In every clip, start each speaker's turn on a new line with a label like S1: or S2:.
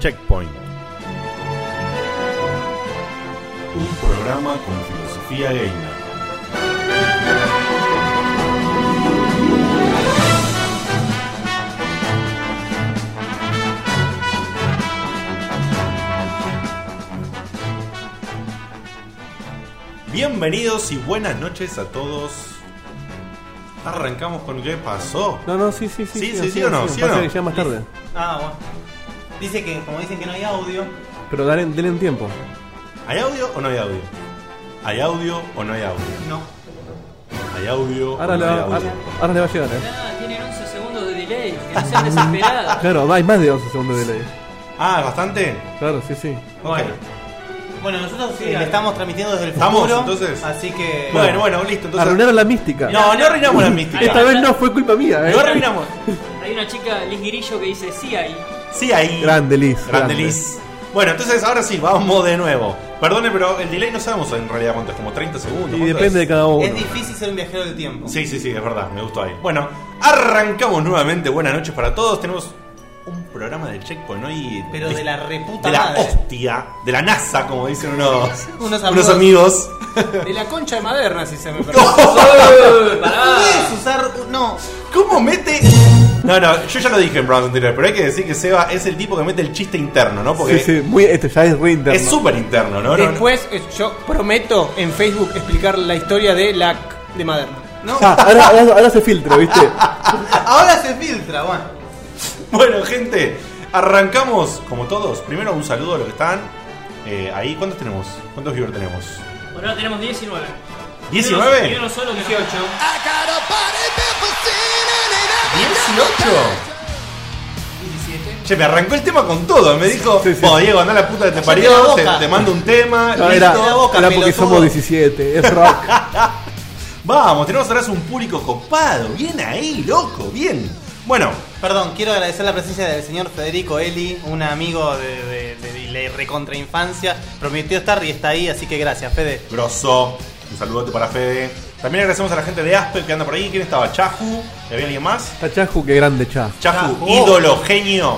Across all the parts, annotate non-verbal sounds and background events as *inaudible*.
S1: Checkpoint.
S2: Un programa con filosofía gamer. Bienvenidos y buenas noches a todos. Arrancamos con qué pasó.
S3: No, no, sí, sí, sí.
S2: Sí, sí, sí, o no, sí o
S3: Pasa
S2: no.
S3: que llega más tarde.
S4: Ah, bueno. Dice que, como dicen que no hay audio,
S3: Pero dale, denle un tiempo.
S2: ¿Hay audio o no hay audio? ¿Hay audio o no hay audio?
S4: no.
S2: ¿Hay audio
S3: Ahora,
S2: o no
S3: le
S2: hay
S3: va-
S2: audio?
S3: ahora, ahora le va a llegar, eh.
S5: Ah, tienen 11 segundos de delay, que no sean
S6: *laughs*
S5: desesperados.
S3: Claro, hay más de 11 segundos de delay.
S2: Ah, bastante.
S3: Claro, sí, sí.
S4: Bueno. Bueno, nosotros eh, le estamos transmitiendo desde el
S2: ¿Estamos,
S4: futuro.
S2: entonces?
S4: Así que.
S2: Bueno, bueno, listo. Entonces,
S3: Arruinaron la mística.
S2: No, no arruinamos la mística.
S3: Esta vez no fue culpa mía, eh.
S2: No arruinamos.
S5: Hay una chica, Liz Guirillo, que dice sí ahí.
S2: Sí, ahí.
S3: Grande Liz.
S2: Grande Liz. Bueno, entonces ahora sí, vamos de nuevo. Perdone, pero el delay no sabemos en realidad cuánto es, como 30 segundos.
S3: Y
S2: ¿cuánto
S3: depende de
S2: es?
S3: cada uno.
S4: es difícil ser un viajero del tiempo.
S2: Sí, sí, sí, es verdad, me gustó ahí. Bueno, arrancamos nuevamente. Buenas noches para todos. Tenemos un programa de Checkpoint hoy.
S4: Pero de la reputa
S2: de la
S4: madre.
S2: hostia, de la NASA, como dicen unos,
S4: Unos
S2: unos
S4: amigos.
S2: amigos.
S4: De la concha de maderna, si
S5: *laughs*
S4: se me permite. Puedes usar. No.
S2: ¿Cómo mete.? No, no, yo ya lo dije en programas anteriores, pero hay que decir que Seba es el tipo que mete el chiste interno, ¿no? Porque
S3: Sí, sí, muy, esto ya es re interno.
S2: es súper interno, ¿no? No, no.
S4: Después, eh, yo prometo en Facebook explicar la historia de la c- de maderna. ¿No? Ah,
S3: Ah, ahora, ahora- ahora se
S2: *laughs*
S3: filtra, ¿viste?
S4: Ahora se filtra, bueno.
S2: Bueno, gente, arrancamos como todos. Primero un saludo a los que están eh, ahí. ¿Cuántos tenemos? ¿Cuántos viewers tenemos?
S5: Ahora tenemos 19.
S2: ¿19?
S5: Yo no solo 18.
S2: 18. Che, me arrancó el tema con todo. Me dijo,
S3: Sí, sí.
S2: "Vos, Diego, anda a la puta que te
S4: la
S2: parió, te,
S4: boca.
S2: te mando un tema.
S3: No,
S2: listo".
S3: era,
S4: la boca,
S3: era porque
S4: pelotudo.
S3: somos 17, es rock.
S2: Vamos, tenemos ahora un público copado. Bien ahí, loco, bien. Bueno,
S4: Perdón, quiero agradecer la presencia del señor Federico Eli, un amigo de, de- de- de la recontrainfancia. Prometió estar y está ahí, así que gracias, Fede.
S2: grosso. Un saludote para Fede. También agradecemos a la gente de Asper que anda por ahí. ¿Quién estaba? ¿Chahu? ¿Había alguien más?
S3: Tachajú, qué grande chas.
S2: Chafu,
S4: Chafu.
S2: ídolo, genio.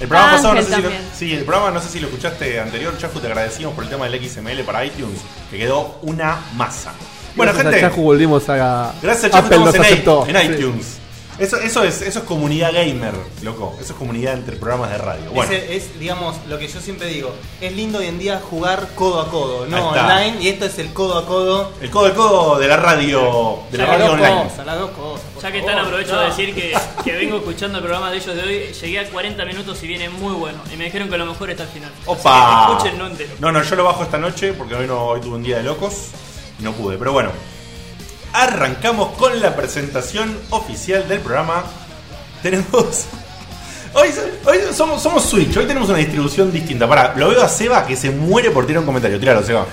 S2: El programa pasado, no sé
S7: Ángel
S2: si lo,
S7: también.
S2: sí, el programa, no sé si lo escuchaste anterior, Chafu, te agradecimos por el tema del XML para iTunes, que quedó una masa. Bueno,
S3: Gracias
S2: gente,
S3: A Tachajú volvimos a.
S2: gracias a Chafu
S3: Apple nos
S2: estamos en, i-
S3: aceptó.
S2: en
S3: Sí.
S2: iTunes. Eso, eso, es, eso es comunidad gamer, loco. Eso es comunidad entre programas de radio. Bueno,
S7: eh,
S4: Ese es, digamos, lo que yo siempre digo. Es lindo hoy en día jugar codo a codo,
S2: Ahí
S4: no
S2: está.
S4: online. Y esto es el codo a codo.
S2: el codo, el codo de la radio, de la
S4: Las
S2: radio
S4: dos
S2: online.
S4: cosas, las dos cosas, por
S5: Ya que
S4: favor.
S5: están, aprovecho de decir que, que vengo escuchando el programa de ellos de hoy. Llegué a 40 minutos y viene muy bueno. Y me dijeron que a lo mejor está al final. Así
S2: Opa.
S5: que Escuchen, no entero.
S2: No, no, yo lo bajo esta noche porque hoy, no, hoy tuve un día de locos y no pude. Pero bueno, arrancamos con la presentación oficial del programa. Tenemos. *laughs* Hoy, so- hoy somos, somos Switch, hoy tenemos una distribución distinta. Pará, lo veo a Seba que se muere por tirar un comentario. Tíralo, Seba.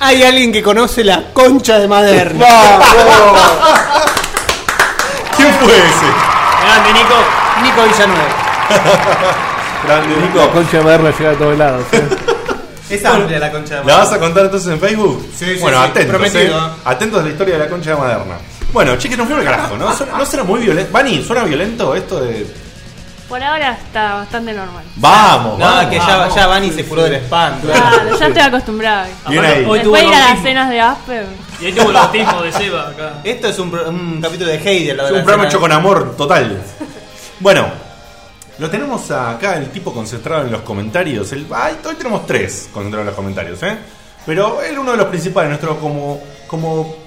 S4: Hay alguien que conoce la concha
S2: *laughs*
S4: de maderna.
S3: ¡Vamos!
S2: ¿Quién fue ese?
S5: Grande, Nico.
S4: Nico Villanueva.
S2: Grande,
S3: La
S2: Nico.
S3: concha de madera llega a todos lados. ¿eh? ¿sí?
S4: Es amplia la concha de
S2: ¿La vas
S4: maderna.
S2: a contar entonces en Facebook?
S4: Sí, sí,
S2: Bueno,
S4: sí,
S2: atentos.
S4: prometido,
S2: eh.
S4: ¿eh?
S2: Atentos a la historia de la concha de Maderna. Bueno, che, que nos fuimos al carajo, ¿no? Suena- ¿No será muy violento? Vani, ¿suena violento esto de
S7: Por ahora está bastante normal.
S2: Vamos,
S4: No,
S2: vamos.
S4: que ya, ya Vani se curó del espanto.
S7: Claro, ya estoy acostumbrada.
S2: Bien
S5: Aparte,
S2: ahí.
S5: Hoy tuvo
S7: Después
S5: el
S7: de ir a las
S5: bautismo.
S7: cenas de Asper.
S5: Y ahí tuvo el bautismo de Seba acá.
S4: Esto es un, pro- un capítulo de Heidel, la
S2: Es
S4: verdad.
S2: un programa hecho con amor total. Bueno, lo tenemos acá el tipo concentrado en los comentarios. El, ay, hoy tenemos tres concentrados en los comentarios, ¿eh? Pero él uno de los principales, nuestro como como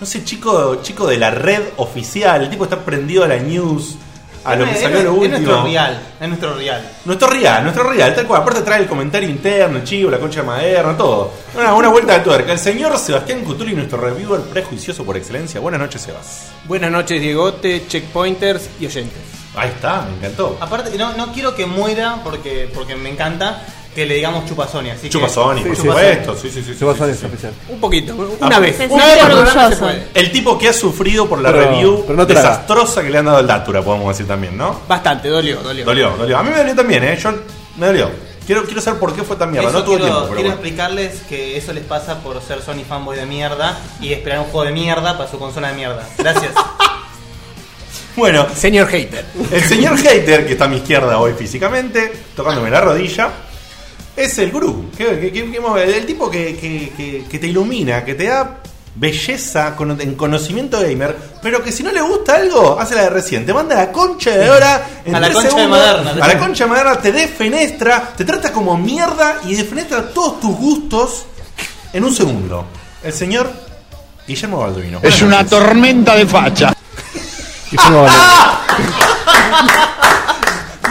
S2: no sé chico chico de la red oficial. El tipo está prendido a la news, a Ah, lo que
S4: Es-
S2: salió
S4: es-
S2: lo
S4: Es nuestro
S2: último.
S4: real, es nuestro real.
S2: Nuestro real, nuestro real, tal cual. Aparte trae el comentario interno, el chivo, la concha de madera, todo. Una, una vuelta de tuerca. El señor Sebastián Cutuli, nuestro reviewer prejuicioso por excelencia. Buenas noches, Sebas.
S4: Buenas noches, Diegote, checkpointers y oyentes. Ah,
S2: Ahí está, me encantó.
S4: Aparte, no, no quiero que muera porque, porque me encanta que le digamos chupasoni. Así que-
S2: Chupa Sony, por
S3: sí,
S2: supuesto. Sí, sí, sí, sí,
S3: Se va a
S2: sí,
S3: hacer
S2: sí,
S3: esa
S2: sí.
S3: oficial.
S4: Un poquito,
S2: Ah,
S4: una vez.
S7: Se
S4: una
S7: siente
S4: vez por programa
S7: orgulloso.
S2: El tipo que ha sufrido por la
S3: Pero-
S2: review
S3: pero no te la hagas.
S2: desastrosa que le han dado al Datura, podemos decir también, ¿no?
S4: Bastante, dolió, dolió.
S2: Dolió, dolió. A mí me dolió también, ¿eh? Yo me dolió. Quiero, quiero saber por qué fue tan mierda.
S4: Eso
S2: no tuve
S4: quiero
S2: tiempo, pero
S4: quiero
S2: bueno.
S4: explicarles que eso les pasa por ser Sony fanboy de mierda y esperar un juego de mierda para su consola de mierda. Gracias.
S2: Bueno,
S1: Señor hater.
S2: el señor Hater, que está a mi izquierda hoy físicamente, tocándome la rodilla, es el gurú. ¿Qué- qué- qué- qué- el tipo que, que- que- que te ilumina, que te da belleza con, en conocimiento gamer, pero que si no le gusta algo, hace la de recién. Te manda a la concha de hora en
S4: A la
S2: tres
S4: concha de
S2: segundos,
S4: Maderna.
S2: A la concha de maderna te defenestra, te trata como mierda y defenestra todos tus gustos en un segundo. El señor Guillermo Balduino. Buenas
S8: Es una
S2: noches.
S8: tormenta de facha.
S3: Y fue eh. una balada.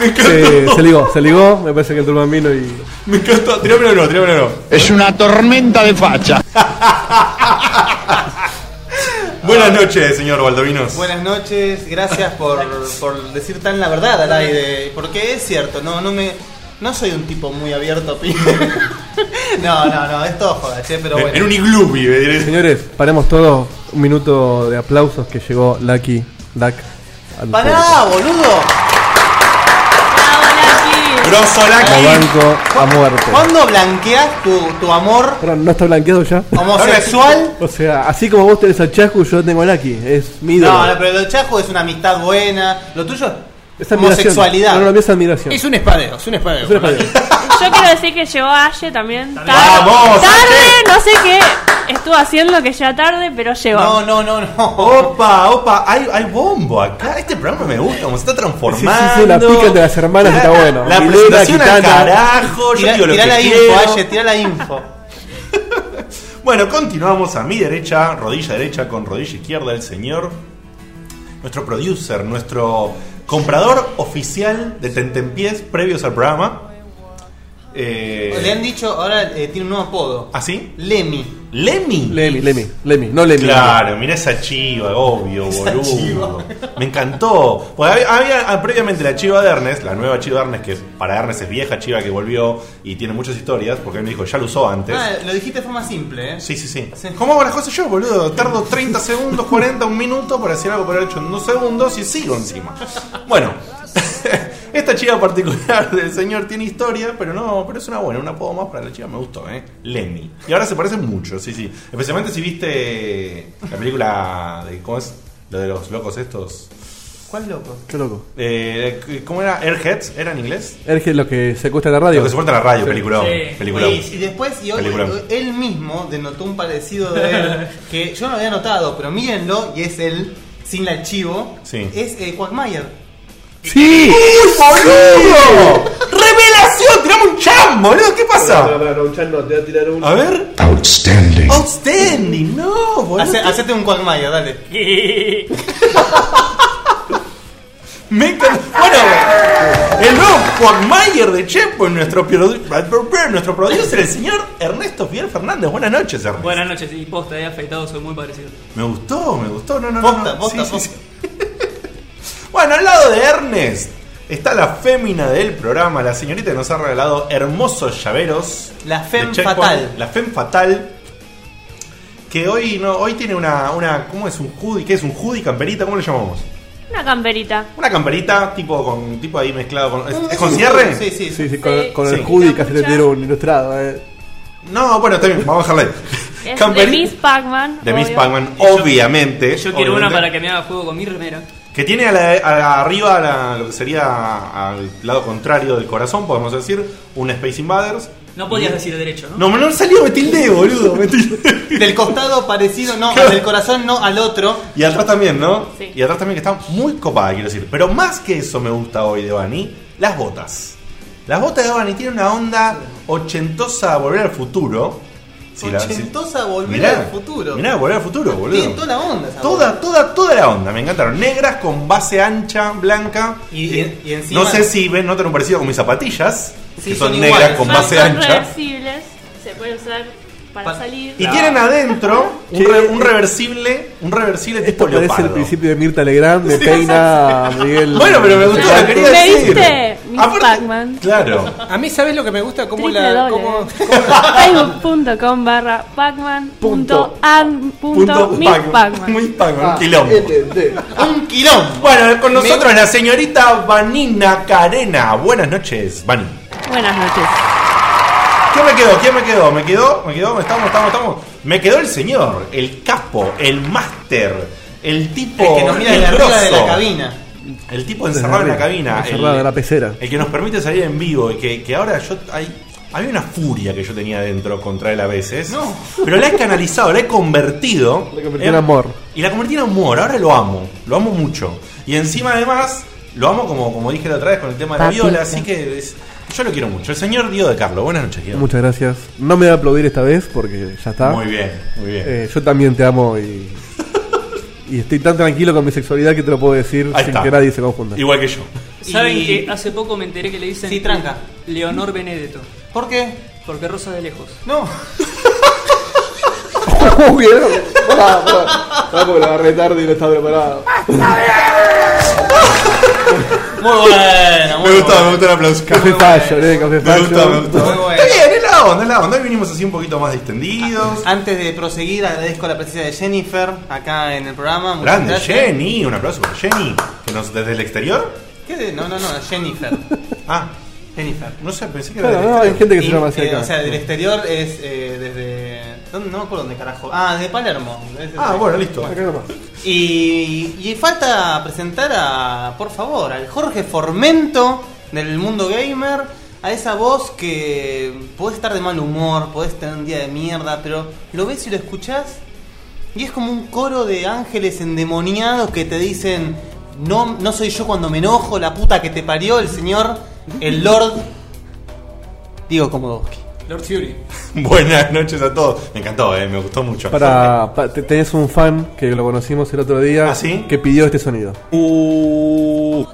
S2: Me encantó.
S3: se, se ligó, se ligó. Me parece que el Turban vino y.
S2: Me encantó. Tirámelo no, tirámelo no.
S8: Es una tormenta de facha.
S2: Buenas noches, señor Baldovinos.
S4: *laughs* Buenas noches, gracias por, por decir tan la verdad al aire, porque es cierto, no, no me. No soy un tipo muy abierto a opiniones. *laughs* No, no, no, es todo joda, che, pero
S2: En-
S4: bueno.
S2: En un iglú vive. directo.
S3: Señores, paremos todo. Un minuto de aplausos que llegó Lucky Duck. al
S4: ¡Pará, boludo!
S7: Bravo, Nati.
S2: Grosso
S3: público. Como
S2: Lucky.
S3: banco a muerte.
S4: ¿Cuándo blanqueas tu, tu amor
S3: Pero no está blanqueado ya.
S4: homosexual?
S3: O sea, así como vos tenés a Chascu, yo tengo a Lucky. Es mi ídolo.
S4: No, no, pero lo de Chajo es una amistad buena. Lo tuyo
S3: Es
S4: es
S3: admiración.
S4: homosexualidad.
S3: No, no, es admiración.
S1: Es un espadeo, es un espadeo.
S3: Es una especie.
S7: Yo quiero decir que llegó Ashe también. Tarde,
S2: ¡Vamos,
S7: tarde no sé qué estuvo haciendo que ya tarde, pero llegó.
S4: no, no, no, no.
S2: Opa, opa, hay, hay bombo acá. Este programa me gusta, como se está
S3: Sí,
S2: transformando.
S3: sí, sí, la pica de las hermanas está bueno.
S2: La
S3: Milena,
S2: presentación al
S3: Kitana.
S2: carajo. Yo
S4: Tirá,
S2: digo lo
S4: tirá
S2: que
S4: la
S2: quiero.
S4: info, Aye, tirá la info.
S2: Bueno, continuamos a mi derecha, rodilla derecha con rodilla izquierda el señor, nuestro producer, nuestro comprador oficial de Tentempiés previos al programa. *laughs* Eh,
S4: Le han dicho, ahora eh, tiene un nuevo apodo.
S2: ¿Ah, sí?
S4: Lemmy.
S2: ¿Lemmy?
S3: Lemi, Lemi, Lemi, no Lemi.
S2: Claro, mirá esa chiva, obvio, boludo.
S4: chiva.
S2: Me encantó. Porque había, había, ah, previamente la chiva de Ernest, la nueva chiva de Ernest, que es- para Ernest es vieja chiva que volvió y tiene muchas historias, porque él me dijo, ya lo usó antes.
S4: Ah, lo dijiste de forma simple, ¿eh?
S2: Sí, sí, sí.
S4: Sí.
S2: ¿Cómo hago las cosas yo, boludo? Tardo 30 segundos, 40, un minuto para hacer algo por hecho en dos segundos y sigo encima. Bueno, *laughs* esta chica particular del señor tiene historia, pero no, pero es una buena, un apodo más para la chica, me gustó, ¿eh? Lenny. Y ahora se parecen mucho, sí, sí. Especialmente si viste la película de, ¿cómo es? Lo de los locos estos.
S4: ¿Cuál loco?
S3: Qué loco.
S2: Eh, ¿Cómo era? ¿Airheads? ¿Era en inglés?
S3: Es que lo que secuestra la radio.
S2: Lo que se porta en la radio,
S3: Sí.
S2: película.
S5: Sí.
S2: Película.
S4: Oye, y después, y hoy,
S2: Peliculón.
S4: él mismo denotó un parecido de él
S2: *laughs*
S4: que yo no había notado, pero mírenlo, y es él, sin la chivo,
S2: Sí.
S4: es eh, Quagmire.
S3: ¡Sí!
S2: ¡Boludo! ¡Revelación! ¡Tirame un cham, boludo! ¿Qué
S3: Ah.
S2: pasa? A ver.
S8: Outstanding.
S2: Outstanding, no, boludo.
S4: Hace- Hacete un Quagmire, dale.
S2: *laughs* Me encanta. Bueno, el nuevo Mayer de Chepo, nuestro, produ- nuestro producer, el señor Ernesto Fidel Fernández. Buenas noches, Ernesto.
S5: Buenas noches, y posta, he afeitado, soy muy parecido.
S2: Me gustó, me gustó. No, no, no,
S4: Posta,
S2: no.
S4: posta,
S2: sí. *laughs* Bueno, al lado de Ernest está la fémina del programa, la señorita que nos ha regalado hermosos llaveros.
S4: La femme
S2: de Checkpoint,
S4: fatal.
S2: La Fem Fatal. Que hoy no, hoy tiene una, una. ¿Cómo es un hoodie? ¿Qué es un hoodie? ¿Camperita? ¿Cómo le llamamos?
S7: Una camperita.
S2: Una camperita, tipo con tipo ahí mezclado con. ¿Es,
S4: Un-
S2: es con
S4: un-
S2: cierre?
S4: Sí, sí,
S3: Sí,
S4: sí.
S3: sí, con, con
S2: Sí.
S3: el hoodie casi le dieron un ilustrado, eh.
S2: No, bueno, está bien, vamos a dejarla ahí.
S7: Es de
S2: Camperi-
S7: Miss Pac-Man.
S2: De Miss
S7: obvio.
S2: Pac-Man,
S5: Y yo-
S2: obviamente.
S5: Yo quiero una
S2: obviamente.
S5: para que me haga juego con mi remera.
S2: Que tiene a la- a la- arriba, a la- lo que sería al lado contrario del corazón, podemos decir, un Space Invaders.
S5: No podías decir derecho, ¿no?
S2: No, me- no salió, me tildé, boludo. me
S5: *laughs*
S2: tildé.
S4: Del costado
S2: *laughs*
S4: parecido, no,
S2: Claro.
S4: del corazón no, al otro.
S2: Y atrás también, ¿no?
S7: Sí.
S2: Y atrás también que está muy copada, quiero decir. Pero más que eso me gusta hoy de Bani, las botas. Las botas de Bani tienen una onda ochentosa a volver al futuro. Si la- si-
S4: Ochentosa volver al futuro.
S2: Mirá, volver al futuro, boludo.
S4: Tiene toda la onda esa
S2: Toda,
S4: bola.
S2: toda, toda la onda, me encantaron. Negras con base ancha, blanca. Eh,
S4: Y- y- y encima-
S2: No sé si ven, notan un parecido con mis zapatillas,
S4: Sí,
S2: que son,
S4: son
S2: negras
S4: iguales.
S2: con
S7: Son-
S2: base
S7: son
S2: ancha.
S7: reversibles. Se puede usar para
S4: Pa-
S7: salir.
S2: Y
S7: *laughs*
S2: tienen
S4: *laughs*
S2: adentro un,
S3: Sí.
S4: eh,
S2: re- un reversible, un reversible tipo
S3: Esto parece el
S2: leopardo.
S3: principio de Mirta Legrand, me peina a Miguel.
S2: Bueno, pero me gustó, lo
S7: Ah,
S2: quería
S7: ¿me
S2: decir.
S7: viste, Miss Pac-Man?
S2: Claro.
S1: A mí, ¿sabes lo que me gusta? ¿Cómo la.? cómo-
S7: eh.
S9: *laughs*
S7: Facebook.com barra Pacman punto an- punto Miss Pacman.
S2: Miss
S6: Ah,
S4: Ah,
S2: Pac-Man, un quilombo.
S4: este. Un quilombo.
S2: Bueno, con nosotros la señorita Vanina Carena. Buenas noches, Vani.
S7: Buenas noches.
S2: ¿Qué me quedó? ¿Quién me quedó? ¿Me quedó? ¿Me quedó? ¿Estamos? ¿Estamos? ¿Estamos? Me quedó el señor, el capo, el máster, El tipo.
S4: El que nos mira de
S2: el
S4: arriba de la
S2: grosso,
S4: cabina.
S2: El tipo encerrado en la cabina. el-
S6: Encerrado en la pecera.
S2: El que nos permite salir en vivo y que, que ahora yo hay había una furia que yo tenía dentro contra él a veces.
S4: No.
S2: Pero la he canalizado, la he convertido.
S6: La convertí en amor.
S2: Y la convertí en amor, ahora lo amo, lo amo mucho. Y encima además, lo amo como, como dije la otra vez con el tema de la
S7: Papita.
S2: viola, así que es- yo lo quiero mucho. El señor Diego de Carlo, buenas noches, Diego.
S6: Muchas gracias. No me voy a aplaudir esta vez porque ya está.
S2: Muy bien, muy bien.
S6: Eh, yo también te amo y. y estoy tan tranquilo con mi sexualidad que te lo puedo decir
S2: Ahí
S6: sin
S2: está.
S6: que nadie se confunda. *laughs*
S2: Igual que yo.
S5: ¿Saben
S4: Y-
S5: que hace poco me enteré que le dicen
S4: Sí, tranca.
S5: Leonor Benedetto?
S4: ¿Por qué?
S5: Porque Rosa de lejos.
S4: No.
S6: ¿Vieron? Ah, Pará, pará. Pará, porque lo agarré tarde y no estaba preparado.
S4: *laughs*
S2: Ah,
S4: Muy bueno, muy
S2: Me gusta,
S4: bueno.
S2: me gusta el aplauso.
S6: Café fallo, eh,
S2: *laughs*
S6: café
S2: Me
S6: fallo.
S2: gusta, me gusta.
S4: Muy bueno.
S2: Está bien, es la onda, es la onda. Hoy vinimos así un poquito más distendidos.
S4: Antes de proseguir, agradezco la presencia de Jennifer acá en el programa. Muchas
S2: Grande,
S4: ah, gracias.
S2: Jenny, un aplauso para Jenny, que nos desde el exterior.
S4: ¿Qué de- No, no, no, *laughs* Jennifer.
S2: Ah,
S4: Jennifer.
S2: no sé, pensé que era
S6: Claro,
S2: del
S6: no, Ah, hay
S2: exterior.
S6: gente que se
S4: Y,
S6: llama así
S4: eh,
S6: acá.
S4: o sea, del exterior es eh, desde. ¿dónde? No me acuerdo dónde carajo. Ah, desde Palermo. Es-
S2: Ah, bueno, listo.
S6: Acá nomás.
S4: Y, y falta presentar a, por favor, al Jorge Formento del mundo gamer, a esa voz que podés estar de mal humor, podés tener un día de mierda, pero lo ves y lo escuchás y es como un coro de ángeles endemoniados que te dicen, no, no soy yo cuando me enojo, la puta que te parió, el señor, el Lord, Diego Komodowski.
S5: Lord Fury.
S2: Buenas noches a todos. Me encantó, eh, me gustó mucho.
S6: Para, pa- te- tenés un fan que lo conocimos el otro día
S2: ¿Ah, sí?
S6: que pidió este sonido.
S2: Uh.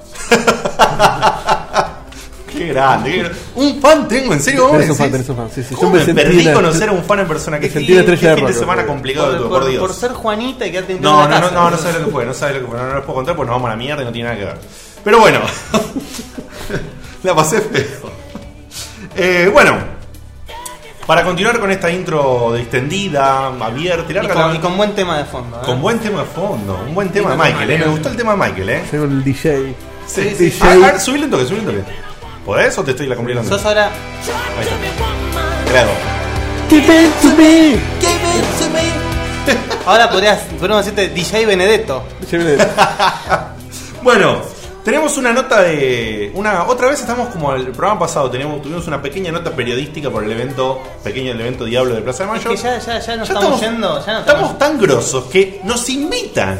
S2: qué grande, qué grande. Un fan tengo, en serio,
S6: Tenés
S2: vos
S6: un fan,
S2: decís?
S6: tenés un fan. Sí, sí.
S2: ¿Cómo
S6: Yo me
S2: me
S6: sentí
S2: perdí
S6: una-
S2: conocer a un fan en persona? ¿Qué,
S6: me sentí
S2: fin-
S6: una estrella
S2: qué
S6: de
S2: fin de
S6: rock,
S2: semana
S6: boludo.
S2: complicado tuve, por, Dios.
S4: por ser Juanita y quedarte en
S2: No, no,
S4: una
S2: no,
S4: casa.
S2: no, no sabes lo que fue, no sabes lo que fue, no, no les puedo contar porque nos vamos a la mierda y no tiene nada que ver. Pero bueno, *laughs* la pasé feo. Eh, bueno, para continuar con esta intro distendida, abierta y
S4: Y
S2: larga,
S4: con,
S2: la-
S4: y con buen tema de fondo. ¿eh?
S2: con buen tema de fondo, un buen tema de
S4: Tema de
S2: Michael, eh, me gustó el tema de Michael, eh.
S6: Soy un DJ.
S2: Sí, Ah,
S6: sí,
S2: sí.
S6: sí.
S2: A ver, subile un toque, subile un toque. ¿Podés o te estoy la complicando?
S4: Sos ahora
S2: Ahí está. Claro.
S4: Ahora podrías, podríamos decirte DJ Benedetto.
S2: Bueno, tenemos una nota de. una Otra vez estamos como el programa pasado, tenemos, tuvimos una pequeña nota periodística por el evento, pequeño el evento Diablo de Plaza de
S4: Es
S2: Mayo.
S4: que ya, ya, ya nos
S2: Ya
S4: estamos, yendo, ya nos
S2: estamos tan grosos que nos
S4: *laughs*
S2: invitan.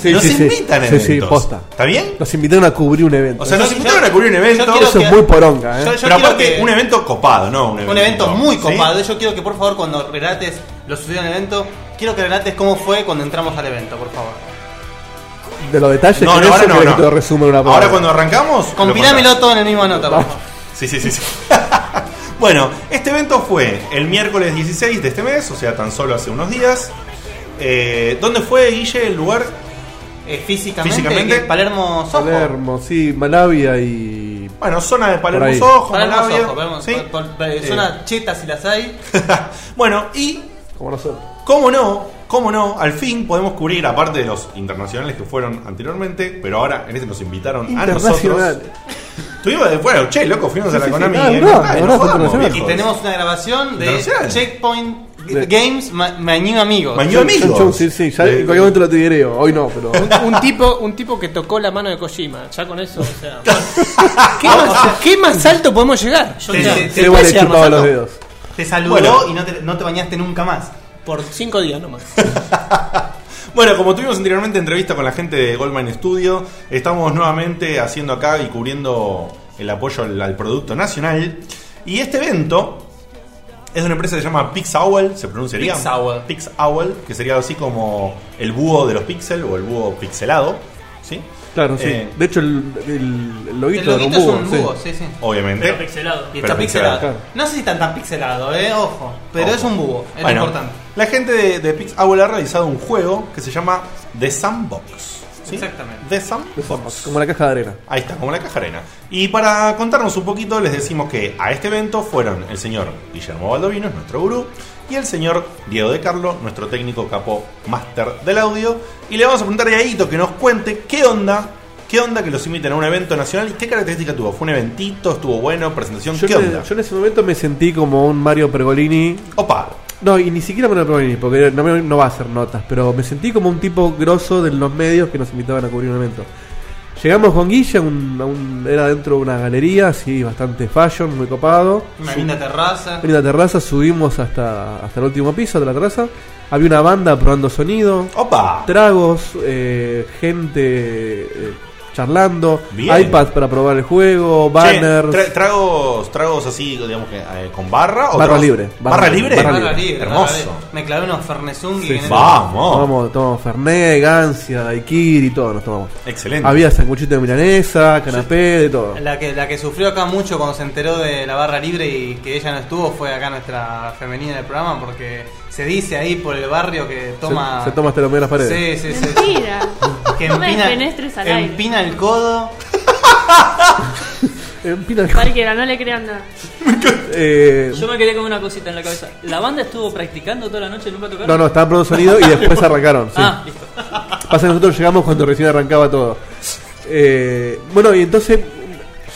S6: Sí,
S2: nos
S6: sí, sí.
S2: invitan a
S6: Sí, sí,
S2: eventos.
S6: posta.
S2: ¿Está bien?
S6: Nos invitaron a cubrir un evento.
S2: O sea,
S4: Yo-
S2: nos
S4: yo-
S2: invitaron a cubrir un
S4: yo
S2: evento.
S4: quiero
S6: Eso
S4: que-
S6: es muy poronga, ¿eh?
S4: Yo- yo
S2: pero
S4: quiero
S2: aparte,
S4: que-
S2: un evento copado, ¿no? Un evento,
S4: un evento muy
S2: ¿sí?
S4: copado. Yo quiero que por favor cuando relates lo sucedido en el evento, quiero que relates cómo fue cuando entramos al evento, por favor.
S6: De los detalles
S2: No,
S6: que
S2: no,
S6: eso
S2: ahora no.
S6: querés
S2: no.
S6: que te lo resuma en una
S2: ahora
S6: palabra.
S2: cuando arrancamos. lo
S4: Compilámelo todo en el mismo nota, por favor.
S2: Sí, sí, *laughs* sí. sí. bueno, este evento fue el miércoles 16 de este mes, o sea, tan solo hace unos días. Eh, ¿Dónde fue, Guille, el lugar?
S4: Eh, físicamente,
S2: Físicamente.
S4: eh, Palermo Soho.
S6: Palermo, sí, Malavia y.
S2: Bueno, zona de Palermo
S6: Por ahí.
S2: Soho,
S4: Palermo
S2: Moravia,
S4: Soho, Palermo-
S2: ¿sí?
S4: por- por- por-
S2: Eh,
S4: zona cheta si las hay.
S2: *laughs* bueno, y
S6: Como nosotros.
S2: cómo no, cómo no, al fin podemos cubrir, aparte de los internacionales que fueron anteriormente, pero ahora en este nos invitaron a nosotros.
S6: Internacional.
S2: Tuvimos, bueno, che, loco, fuimos a la
S6: Sí, sí, sí,
S2: Konami.
S6: no,
S2: eh,
S6: no,
S2: nos
S6: no,
S2: jodamos,
S6: internacional.
S2: viejos.
S4: Y tenemos una grabación de
S2: Internacional.
S4: Checkpoint
S6: De-
S4: Games Ma Mañú Amigos.
S2: Mañú
S6: Chon,
S2: amigos.
S6: chon, chon, Sí, sí, ya
S2: Eh,
S6: en cualquier momento lo te diré. Hoy no, pero.
S9: Un, un tipo, un tipo que tocó la mano de Kojima, ya con eso, o sea. ¿Qué, más, qué más alto podemos llegar?
S4: Te- te-
S6: Se
S9: puede
S6: le
S9: llegar más
S6: chupaba los
S9: alto.
S6: dedos.
S4: Te saludó
S2: Bueno.
S4: y no te, no te bañaste nunca más.
S9: Por cinco días nomás.
S2: Bueno, como tuvimos anteriormente entrevista con la gente de Goldman Studio, estamos nuevamente haciendo acá y cubriendo el apoyo al, al producto nacional. Y este evento es de una empresa que se llama Pixowl, se pronunciaría
S4: Pixowl.
S2: Pixowl, que sería así como el búho de los pixel o el búho pixelado, ¿sí?
S6: Claro, sí.
S2: Eh,
S6: De hecho, el, el, el loguito
S4: El
S6: era un
S4: loguito es
S6: búho.
S4: un
S6: sí.
S4: búho, sí, sí.
S2: Obviamente.
S5: Pero pixelado.
S4: Y
S2: Pero
S4: está
S2: pixelado.
S4: pixelado.
S6: Claro.
S4: No sé si está tan pixelado, eh, ojo. Pero
S2: Ojo.
S4: es un búho, es
S2: Bueno,
S4: importante.
S2: La gente de, de Pixowl ha realizado un juego que se llama The Sandbox. ¿sí?
S4: Exactamente.
S2: The
S6: De
S2: Sandbox.
S6: forma, Como la caja de arena.
S2: Ahí está, como la caja arena. Y para contarnos un poquito, les decimos que a este evento fueron el señor Guillermo Baldovino, nuestro gurú, y el señor Diego de Carlo, nuestro técnico capo máster del audio. Y le vamos a preguntar a Aito que nos cuente qué onda, qué onda que los inviten a un evento nacional y qué característica tuvo. ¿Fue un eventito? ¿Estuvo bueno? ¿Presentación?
S6: Yo,
S2: ¿Qué
S6: en-
S2: onda?
S6: yo en ese momento me sentí como un Mario Pergolini
S2: Opa,
S6: No, y ni siquiera me lo probaron ni porque no, me- no va a hacer notas, pero me sentí como un tipo grosso de los medios que nos invitaban a cubrir un evento. Llegamos con Guilla, un- a un- era dentro de una galería, así, bastante fashion, muy copado.
S4: Una
S6: Su-
S4: linda terraza.
S6: en la terraza subimos hasta, hasta el último piso de la terraza. Había una banda probando sonido,
S2: ¡Opa!
S6: tragos, eh, gente eh, charlando,
S2: Bien.
S6: iPads para probar el juego,
S2: Che,
S6: banners.
S2: tra- tragos, tragos así, digamos que eh, con barra o
S6: Barra
S2: tragos-
S6: libre,
S2: Barra,
S6: barra
S2: libre.
S6: libre,
S4: Barra libre,
S2: Hermoso.
S4: barra libre. Me clavé unos fernezungui.
S6: Sí,
S4: en el-
S6: sí.
S2: Vamos.
S6: Tomamos, tomamos Fernet, Gancia, Daiquiri, todo nos tomamos.
S2: Excelente.
S6: Había sanguchito de milanesa, canapé, de todo.
S4: La que, la que sufrió acá mucho cuando se enteró de la barra libre y que ella no estuvo fue acá nuestra femenina del programa porque se dice ahí por el barrio que toma...
S6: Se, se toma hasta lo medio de las paredes.
S4: Sí, sí, sí.
S7: Mentira.
S4: Que
S7: No me
S4: empina,
S7: despenestres al aire.
S4: empina el codo.
S6: En Pinar-
S7: Cualquiera, no le crean nada.
S6: eh,
S5: Yo me quedé con una cosita en la cabeza. ¿La banda estuvo practicando toda la noche? ¿Nunca tocaron?
S6: no, no, estaban probando sonido y
S4: *laughs*
S6: después arrancaron. Sí.
S5: Ah, listo.
S6: Pasa que nosotros llegamos cuando recién arrancaba todo. Eh, bueno, y entonces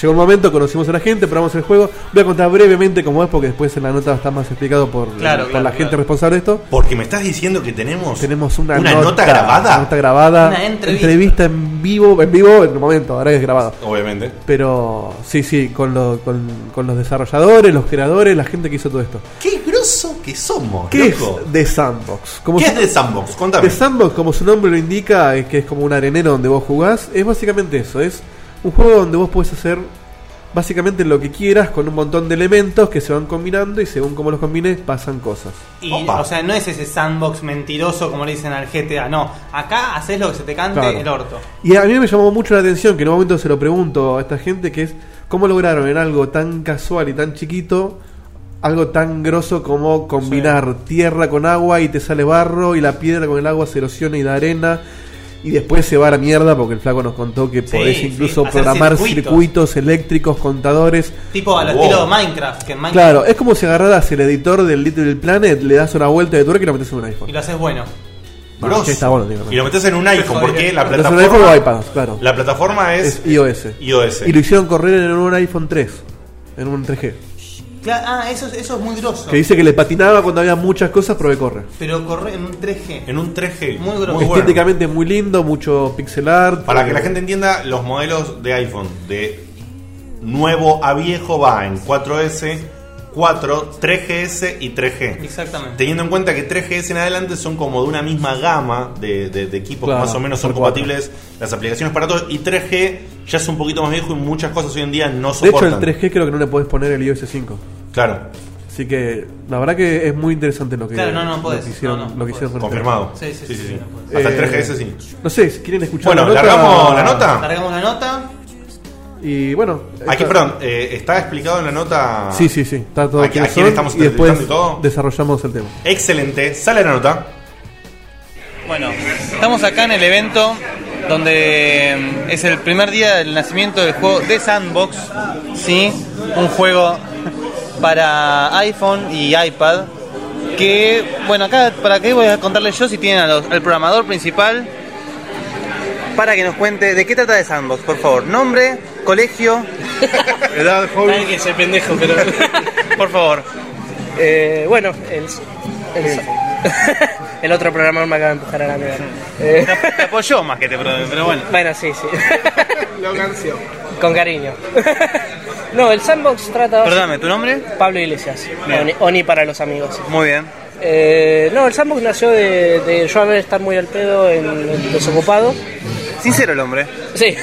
S6: llegó el momento, conocimos a la gente, probamos el juego. Voy a contar brevemente cómo es, porque después en la nota está más explicado por,
S4: Claro,
S6: por
S4: claro,
S6: la
S4: claro.
S6: gente responsable de esto.
S2: Porque me estás diciendo que tenemos,
S6: Tenemos una,
S2: nota, grabada.
S6: Nota grabada.
S4: Una entrevista.
S6: en vivo, en vivo en el momento, ahora es grabado.
S2: Obviamente.
S6: Pero sí, sí, con, lo- con, con los desarrolladores, los creadores, la gente que hizo todo esto.
S2: Qué grosso que somos,
S6: ¿Qué
S2: loco.
S6: es The Sandbox? Como
S2: ¿Qué
S6: su-
S2: es de Sandbox? Contame.
S6: The Sandbox, como su nombre lo indica, es que es como un arenero donde vos jugás, es básicamente eso, es un juego donde vos podés hacer básicamente lo que quieras con un montón de elementos que se van combinando y según cómo los combines pasan cosas.
S4: Y,
S2: Opa.
S4: o sea, no es ese sandbox mentiroso como le dicen al GTA, no. Acá haces lo que se te cante
S6: Claro.
S4: el orto.
S6: Y a mí me llamó mucho la atención, que en un momento se lo pregunto a esta gente, que es cómo lograron en algo tan casual y tan chiquito algo tan grosso como combinar tierra con agua y te sale barro y la piedra con el agua se erosiona y da arena. Y después se va a la mierda porque el flaco nos contó que
S4: Sí,
S6: podés
S4: sí,
S6: incluso
S4: hacer
S6: programar
S4: circuitos.
S6: circuitos eléctricos, contadores.
S4: Tipo a lo
S2: Wow.
S4: estilo Minecraft, que en Minecraft
S6: Claro, es como si agarraras el editor del Little Planet, le das una vuelta de tuerca y lo metes en un iPhone.
S4: y lo haces bueno.
S2: Grosso.
S6: Sí, está bueno, digo, ¿no?
S2: y lo metes en un iPhone,
S4: eh.
S2: porque la
S6: Lo metes en un iPhone o
S2: plataforma,
S6: iPad, claro.
S2: la plataforma es
S6: es iOS.
S2: iOS.
S6: Y lo hicieron correr en un iPhone 3, en un 3G.
S4: Cla- ah, eso, es- eso es muy grosso.
S6: Que dice que le patinaba cuando había muchas cosas, pero que corre.
S4: Pero corre en un 3G.
S2: En un 3G.
S4: Muy grosso.
S2: bueno.
S6: Estéticamente muy lindo, mucho pixel art.
S2: Para que la gente entienda, los modelos de iPhone de nuevo a viejo va en 4S, 4, 3GS y 3G.
S4: Exactamente.
S2: Teniendo en cuenta que 3GS en adelante son como de una misma gama de, de- de equipos
S6: Claro,
S2: que más o menos son
S6: por cuatro.
S2: compatibles las aplicaciones para todos. Y 3G ya es un poquito más viejo y muchas cosas hoy en día no
S6: De hecho, el
S2: soportan.
S6: 3G creo que no le podés poner el iOS 5.
S2: Claro,
S6: Así que la verdad que es muy interesante lo que,
S4: Claro, no, no
S6: lo
S4: podés,
S6: que hicieron.
S4: no, no,
S6: lo que
S4: no
S6: hicieron con el
S2: confirmado.
S4: Sí, sí, sí, sí, no puede.
S6: 3G.
S2: Hasta
S6: Eh,
S2: el 3GS sí.
S6: No sé, si quieren escuchar
S2: Bueno,
S6: la nota,
S2: largamos la nota.
S4: Largamos la nota.
S6: Y bueno.
S2: Aquí,
S6: esta-
S2: perdón, eh, está explicado en la nota.
S6: Sí, sí, sí. Está todo
S2: ¿A qui- a
S6: quiénes
S2: quién
S6: son,
S2: estamos
S6: y después
S2: entrevistando y todo?
S6: desarrollamos el tema.
S2: Excelente, sale la nota.
S4: Bueno, estamos acá en el evento donde mm, es el primer día del nacimiento del juego de Sandbox, ¿sí? Un juego *laughs* para iPhone y iPad. Que, bueno, acá para qué voy a contarles yo si tienen a los- al programador principal para que nos cuente de qué trata de Sandbox, por favor. Nombre, *laughs* colegio,
S9: Edad, joven. que ese pendejo, pero.
S4: *laughs* por favor.
S9: Eh, bueno, el. El, el otro programador me acaba de empujar a la mierda. Eh, *laughs*
S4: Te apoyó más que te pro- pero bueno.
S9: bueno, sí, sí. Con cariño. *laughs* No, el sandbox trata.
S4: Perdóname, ¿tu nombre?
S9: Pablo Iglesias.
S4: Bien.
S9: Oni, Oni para los amigos.
S4: Muy bien.
S9: Eh, no, el sandbox nació de, de yo haber estar muy al pedo en, en desocupado.
S4: Sincero el hombre.
S9: Sí, *laughs*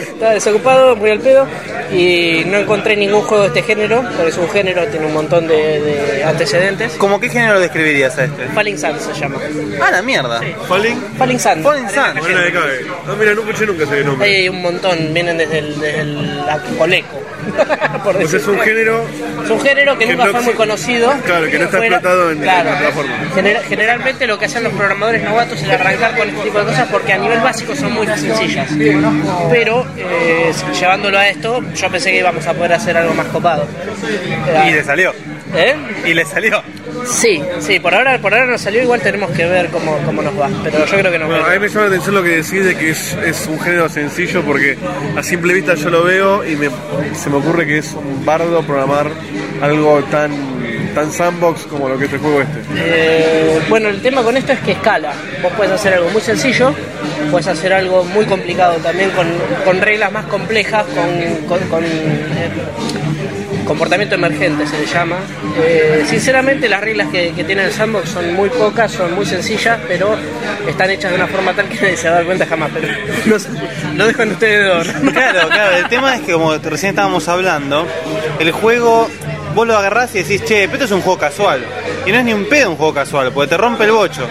S9: estaba desocupado, muy al pedo y no encontré ningún juego de este género, porque es un género, tiene un montón de, de antecedentes.
S4: ¿Cómo qué género describirías a este?
S9: Falling Sun se llama.
S4: Ah, la mierda.
S9: Falling Sun.
S4: Falling Sun.
S6: eh. No, mira, no escuché nunca ese nombre.
S9: Hay un montón, vienen desde el, desde el acoleco. *laughs* por
S4: Pues
S9: decir.
S6: Pues género
S9: Es un género que,
S6: que
S9: nunca
S6: no
S9: fue
S6: exi-
S9: muy conocido.
S6: Claro, que no está
S9: Fuera-
S6: explotado en- en
S9: claro.
S6: la plataforma.
S9: Gener- generalmente lo que hacen los programadores novatos es arrancar con este tipo de cosas porque a nivel básico son muy sencillas. Pero eh, llevándolo a esto, yo pensé que íbamos a poder hacer algo más copado. Era-
S4: salió.
S9: ¿Eh?
S4: Y le salió.
S9: Sí, sí, por ahora, por ahora nos salió, igual tenemos que ver cómo, cómo nos va, pero yo creo que nos va.
S10: Bueno,
S9: a
S10: a mí
S9: ir.
S10: me llama la atención lo que decís de que es, es un género sencillo porque a simple vista yo lo veo y me- se me ocurre que es un bardo programar algo tan
S6: tan sandbox como lo que es el juego este.
S9: Eh, bueno, el tema con esto es que escala. Vos puedes hacer algo muy sencillo, puedes hacer algo muy complicado también con, con reglas más complejas, con, con- con, eh, comportamiento emergente se le llama. Eh, sinceramente las reglas que, que tiene el sandbox son muy pocas, son muy sencillas, pero están hechas de una forma tal que nadie se va a dar cuenta jamás. Pero *laughs* no sé, lo dejo en ustedes dos.
S4: *laughs* Claro, claro, el tema es que como recién estábamos hablando, el juego vos lo agarrás y decís, che, pero esto es un juego casual. Y no es ni un pedo un juego casual, porque te rompe el bocho.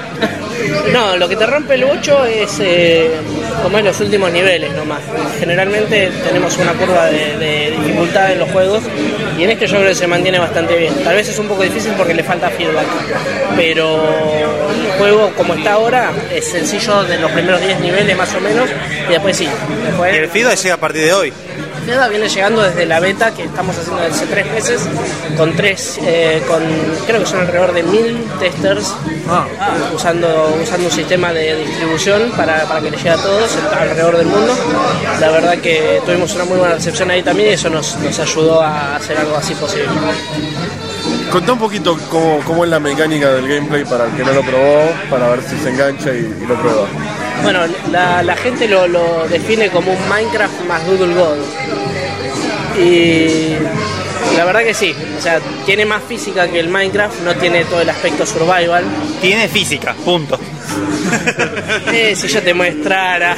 S9: No, lo que te rompe el bocho es eh, como en los últimos niveles nomás. Generalmente tenemos una curva de, de dificultad en los juegos y en este yo creo que se mantiene bastante bien. Tal vez es un poco difícil porque le falta feedback, pero el juego como está ahora es sencillo de los primeros 10 niveles más o menos y después sí.
S4: Y
S9: Después
S4: el FIDA llega a partir de hoy.
S9: Nada, viene llegando desde la beta que estamos haciendo desde hace tres meses con tres, eh, con creo que son alrededor de mil testers usando usando un sistema de distribución para, para que le llegue a todos en- alrededor del mundo. La verdad que tuvimos una muy buena recepción ahí también y eso nos, nos ayudó a hacer algo así posible.
S6: Contá un poquito cómo, cómo es la mecánica del gameplay para el que no lo probó, para ver si se engancha y, y lo prueba.
S9: Bueno, la, la gente lo, lo define como un Minecraft más Doodle God. Y la verdad que sí, o sea, tiene más física que el Minecraft, no tiene todo el aspecto survival.
S4: Tiene física, punto.
S9: Eh, si yo te mostrara.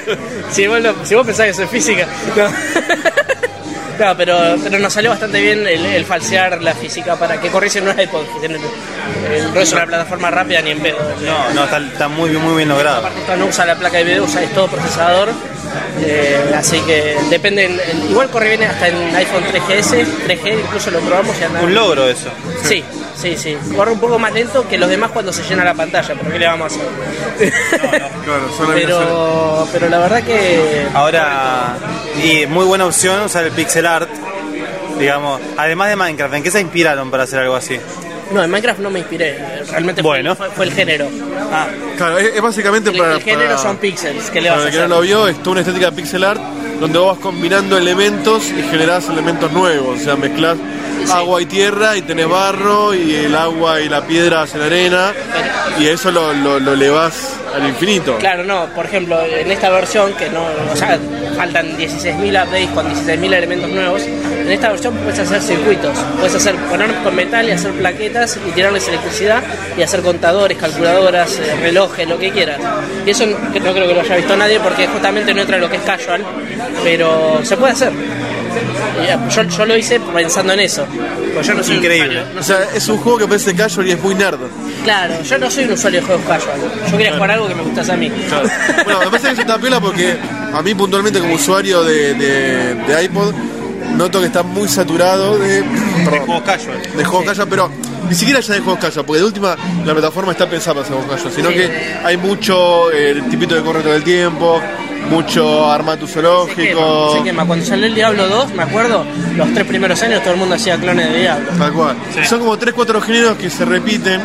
S9: *laughs* si, vos lo- si vos pensás que soy física. No. No, *laughs* pero, pero nos salió bastante bien el, el falsear la física para que corriesen una iPod. que tiene- eh, No es una plataforma rápida ni en pedo.
S4: No, no, está, está muy, bien- muy bien logrado.
S9: Esto no usa la placa de video, usa es todo procesador. Eh, así que depende. en- en- igual corre bien hasta en iPhone 3GS, 3G, incluso lo probamos y anda.
S4: Un logro eso.
S9: Sí, sí, sí. Corre un poco más lento que los demás cuando se llena la pantalla, pero ¿qué le vamos a hacer?
S6: Claro,
S9: *laughs* pero, pero la verdad que
S4: Ahora, y muy buena opción usar el pixel art. Digamos, además de Minecraft, ¿en qué se inspiraron para hacer algo así?
S9: no en Minecraft no me inspiré realmente fue-
S4: Bueno.
S9: fue, fue el género
S4: Ah,
S6: Claro, es, es básicamente
S9: el,
S6: para.
S9: el género
S6: para-
S9: son pixels que le vas
S6: Para
S9: a
S6: el que
S9: hacer
S6: no lo vio, es toda una estética pixel art donde vos vas combinando elementos y generás elementos nuevos. O sea, mezclás agua y tierra y tenés barro y el agua y la piedra hacen arena y eso lo, lo, lo elevás al infinito.
S9: claro no por ejemplo en esta versión que no o sea faltan 16.000 updates con 16.000 elementos nuevos en esta versión puedes hacer circuitos puedes hacer poner con metal y hacer plaquetas y tirarles electricidad y hacer contadores calculadoras eh, relojes lo que quieras y eso no, que no creo que lo haya visto nadie porque justamente no entra en lo que es casual pero se puede hacer Y, eh, yo, yo lo hice pensando en eso porque yo no soy un
S4: Increíble.
S9: usuario-
S6: O sea, es un juego que parece casual y es muy nerd.
S9: Claro, yo no soy un usuario de juegos casual. Yo quería jugar algo que me gustase a mí.
S6: Bueno, me parece que eso
S9: *laughs*
S6: está piola porque a mí puntualmente como usuario de, de- de iPod noto que está muy saturado de,
S4: de
S6: perdón,
S4: juegos casual.
S6: de juegos calla, pero ni siquiera ya de juegos calla, porque de última la plataforma está pensada para hacer juegos calla, sino
S9: Sí,
S6: que
S9: de-
S6: hay mucho eh, el tipito de corre todo el tiempo, mucho armato
S9: Se quema, se
S6: zoológico,
S9: quema. Cuando salió el Diablo 2, me acuerdo, los tres primeros años todo el mundo hacía clones de Diablo.
S6: tal cual. Son como 3-4 géneros que se repiten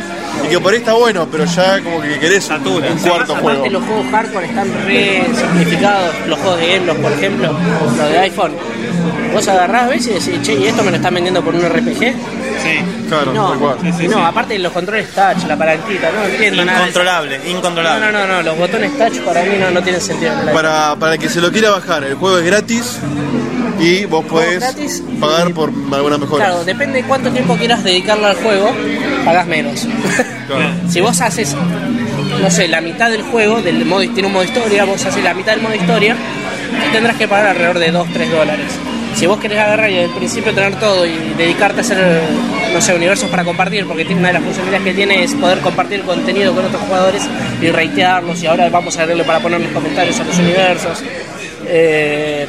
S6: y que por ahí está bueno, pero ya como que querés un,
S4: Satura.
S6: un cuarto juego.
S9: Aparte los juegos hardcore están re simplificados, los juegos de GameLock, por ejemplo, los de iPhone. Vos agarrás, ves y decís, che, ¿y esto me lo están vendiendo por un RPG?
S6: Claro,
S9: No,
S6: tal cual.
S9: no aparte los controles touch, la palanquita, no entiendo nada. de eso.
S4: Incontrolable,
S9: No, no,
S4: incontrolable.
S9: no, no, los botones touch para mí no, no tienen sentido. en el iPhone.
S6: Para, para el que se lo quiera bajar, el juego es gratis y vos podés
S9: gratis y-
S6: pagar por alguna mejora.
S9: Claro, depende de cuánto tiempo quieras dedicarle al juego, pagás menos. *laughs* si vos haces, no sé, la mitad del juego, del modo, tiene un modo historia, vos haces la mitad del modo historia, tendrás que pagar alrededor de 2, 3 dólares. Si vos querés agarrar y al principio tener todo y dedicarte a hacer, no sé, universos para compartir, porque tiene- una de las funcionalidades que tiene es poder compartir contenido con otros jugadores y reitearlos, y ahora vamos a agregarle para poner los comentarios a los universos, eh,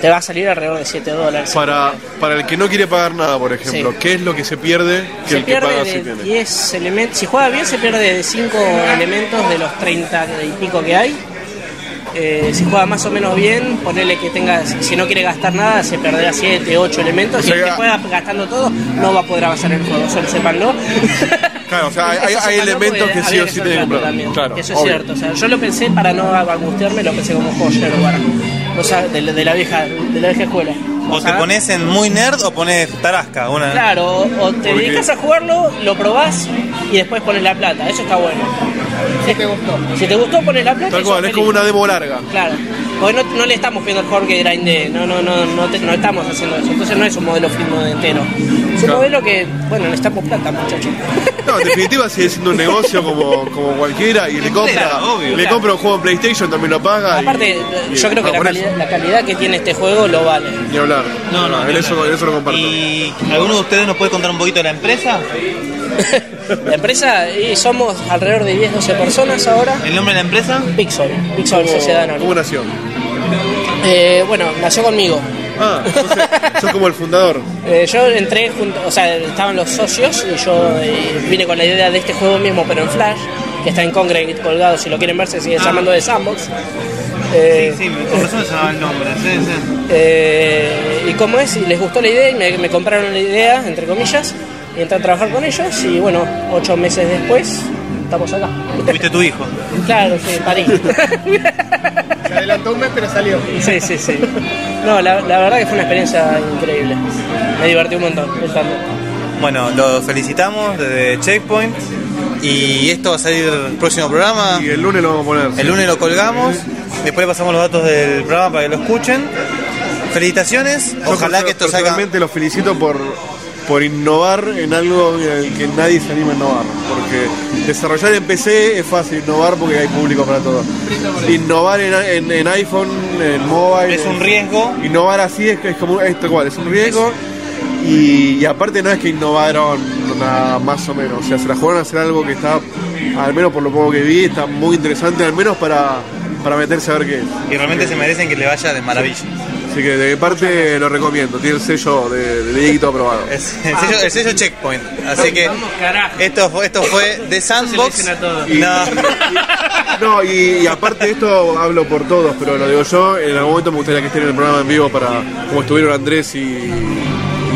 S9: te va a salir alrededor de 7 dólares.
S6: Para, para el que no quiere pagar nada, por ejemplo,
S9: Sí.
S6: ¿qué es lo que se pierde que
S9: se
S6: el que
S9: pierde
S6: paga
S9: de
S6: sí tiene?
S9: 10 elementos. Si juega bien, se pierde de 5 elementos de los 30 y pico que hay. Eh, si juega más o menos bien, ponele que tenga, si no quiere gastar nada, se perderá 7, 8 elementos.
S6: O
S9: Si
S6: sea,
S9: el que
S6: ga-
S9: juega gastando todo, no va a poder avanzar en el juego, solo sépanlo.
S6: *laughs* Claro, o sea, hay- hay-
S9: *laughs* Eso
S6: hay
S9: sépanlo
S6: elementos
S9: porque
S6: que sí
S9: había
S6: o
S9: que
S6: sí
S9: ser
S6: tienen que
S9: plata
S6: comprar.
S9: también.
S6: Claro,
S9: Eso es
S6: obvio.
S9: cierto. O sea, yo lo pensé para no angustiarme, lo pensé como un juego shareware. O sea, de, la- de la vieja, de la vieja escuela.
S11: O te
S9: Ajá.
S11: pones en muy nerd o pones tarasca. Una...
S9: Claro, o- o te
S11: Porque-
S9: dedicas a jugarlo, lo probás y después pones la plata. Eso está bueno. Si te gustó. Si te gustó, pones la plata.
S6: Tal
S9: y sos
S6: cual, es
S9: feliz.
S6: como una demo larga.
S9: Claro. Hoy no, no le estamos pidiendo al jugador que grinde, no, no, no, no, te- no estamos haciendo eso. Entonces no es un modelo firmo de entero. Es un
S6: Claro.
S9: modelo que, bueno, necesitamos plata, muchachos.
S6: No, en definitiva sigue siendo un negocio
S9: *laughs*
S6: como, como cualquiera y le compra,
S11: Claro, obvio.
S6: le compra un juego en PlayStation, también lo paga. y-
S9: Aparte,
S6: y
S9: yo creo
S6: va
S9: que la
S6: ah, por eso.
S9: calidad, la calidad que tiene este juego lo vale.
S6: Ni hablar.
S11: No, no,
S6: en,
S11: ni
S6: eso, en eso lo comparto.
S11: ¿Y alguno de ustedes nos puede contar un poquito de la empresa?
S9: La empresa, y somos alrededor de 10, 12 personas ahora.
S11: ¿El nombre de la empresa?
S9: Pixel, Pixel Sociedad
S6: ¿Cómo
S9: Anónima.
S6: nació?
S9: Eh, bueno, nació conmigo.
S6: Ah, entonces sos como el fundador.
S9: Eh, yo entré junto, o sea, estaban los socios y yo eh, vine con la idea de este juego mismo, pero en Flash, que está en Congregate colgado, si lo quieren ver se sigue llamando de Sandbox. Eh,
S11: Ah. Sí, me por eso me sonaba el nombre. Sí, sí.
S9: eh, y como es, y les gustó la idea y me, me compraron la idea, entre comillas, y entré a trabajar con ellos y bueno, ocho meses después estamos acá.
S11: Fuiste tu hijo.
S9: *laughs* Claro, sí,
S11: *laughs*
S9: París.
S12: Se adelantó un mes, pero salió.
S9: Sí, sí, sí. No, la, la verdad que fue una experiencia increíble. Me divertí un montón. el tanto.
S11: Bueno, los felicitamos desde Checkpoint. Y esto va a salir el próximo programa.
S6: Y el lunes lo vamos a poner.
S11: El lunes lo colgamos. Después le pasamos los datos del programa para que lo escuchen. Felicitaciones.
S6: Yo
S11: Ojalá que esto salga.
S6: personalmente los felicito por, por innovar en algo en el que nadie se anima a innovar. Porque desarrollar en PC es fácil, innovar porque hay público para todo. Innovar en, en- en iPhone, en mobile.
S11: Es
S6: en-
S11: un riesgo.
S6: Innovar así es, es como esto igual, es un riesgo. Y, y aparte no es que innovaron nada más o menos, o sea, se la jugaron a hacer algo que está, al menos por lo poco que vi, está muy interesante, al menos para, para meterse a ver qué es.
S11: Y realmente se merecen que le vaya de maravilla.
S6: Así que de mi parte lo recomiendo, tiene el sello de, de Dieguito aprobado.
S11: Es- el,
S6: Ah.
S11: sello, el sello Checkpoint. Así que
S5: Vamos, carajo.
S11: esto, fue- esto fue The Sandbox.
S5: Se lo dicen a todos.
S11: No.
S6: No, y, y aparte de esto hablo por todos, pero lo digo yo, en algún momento me gustaría que estén en el programa en vivo para como estuvieron Andrés y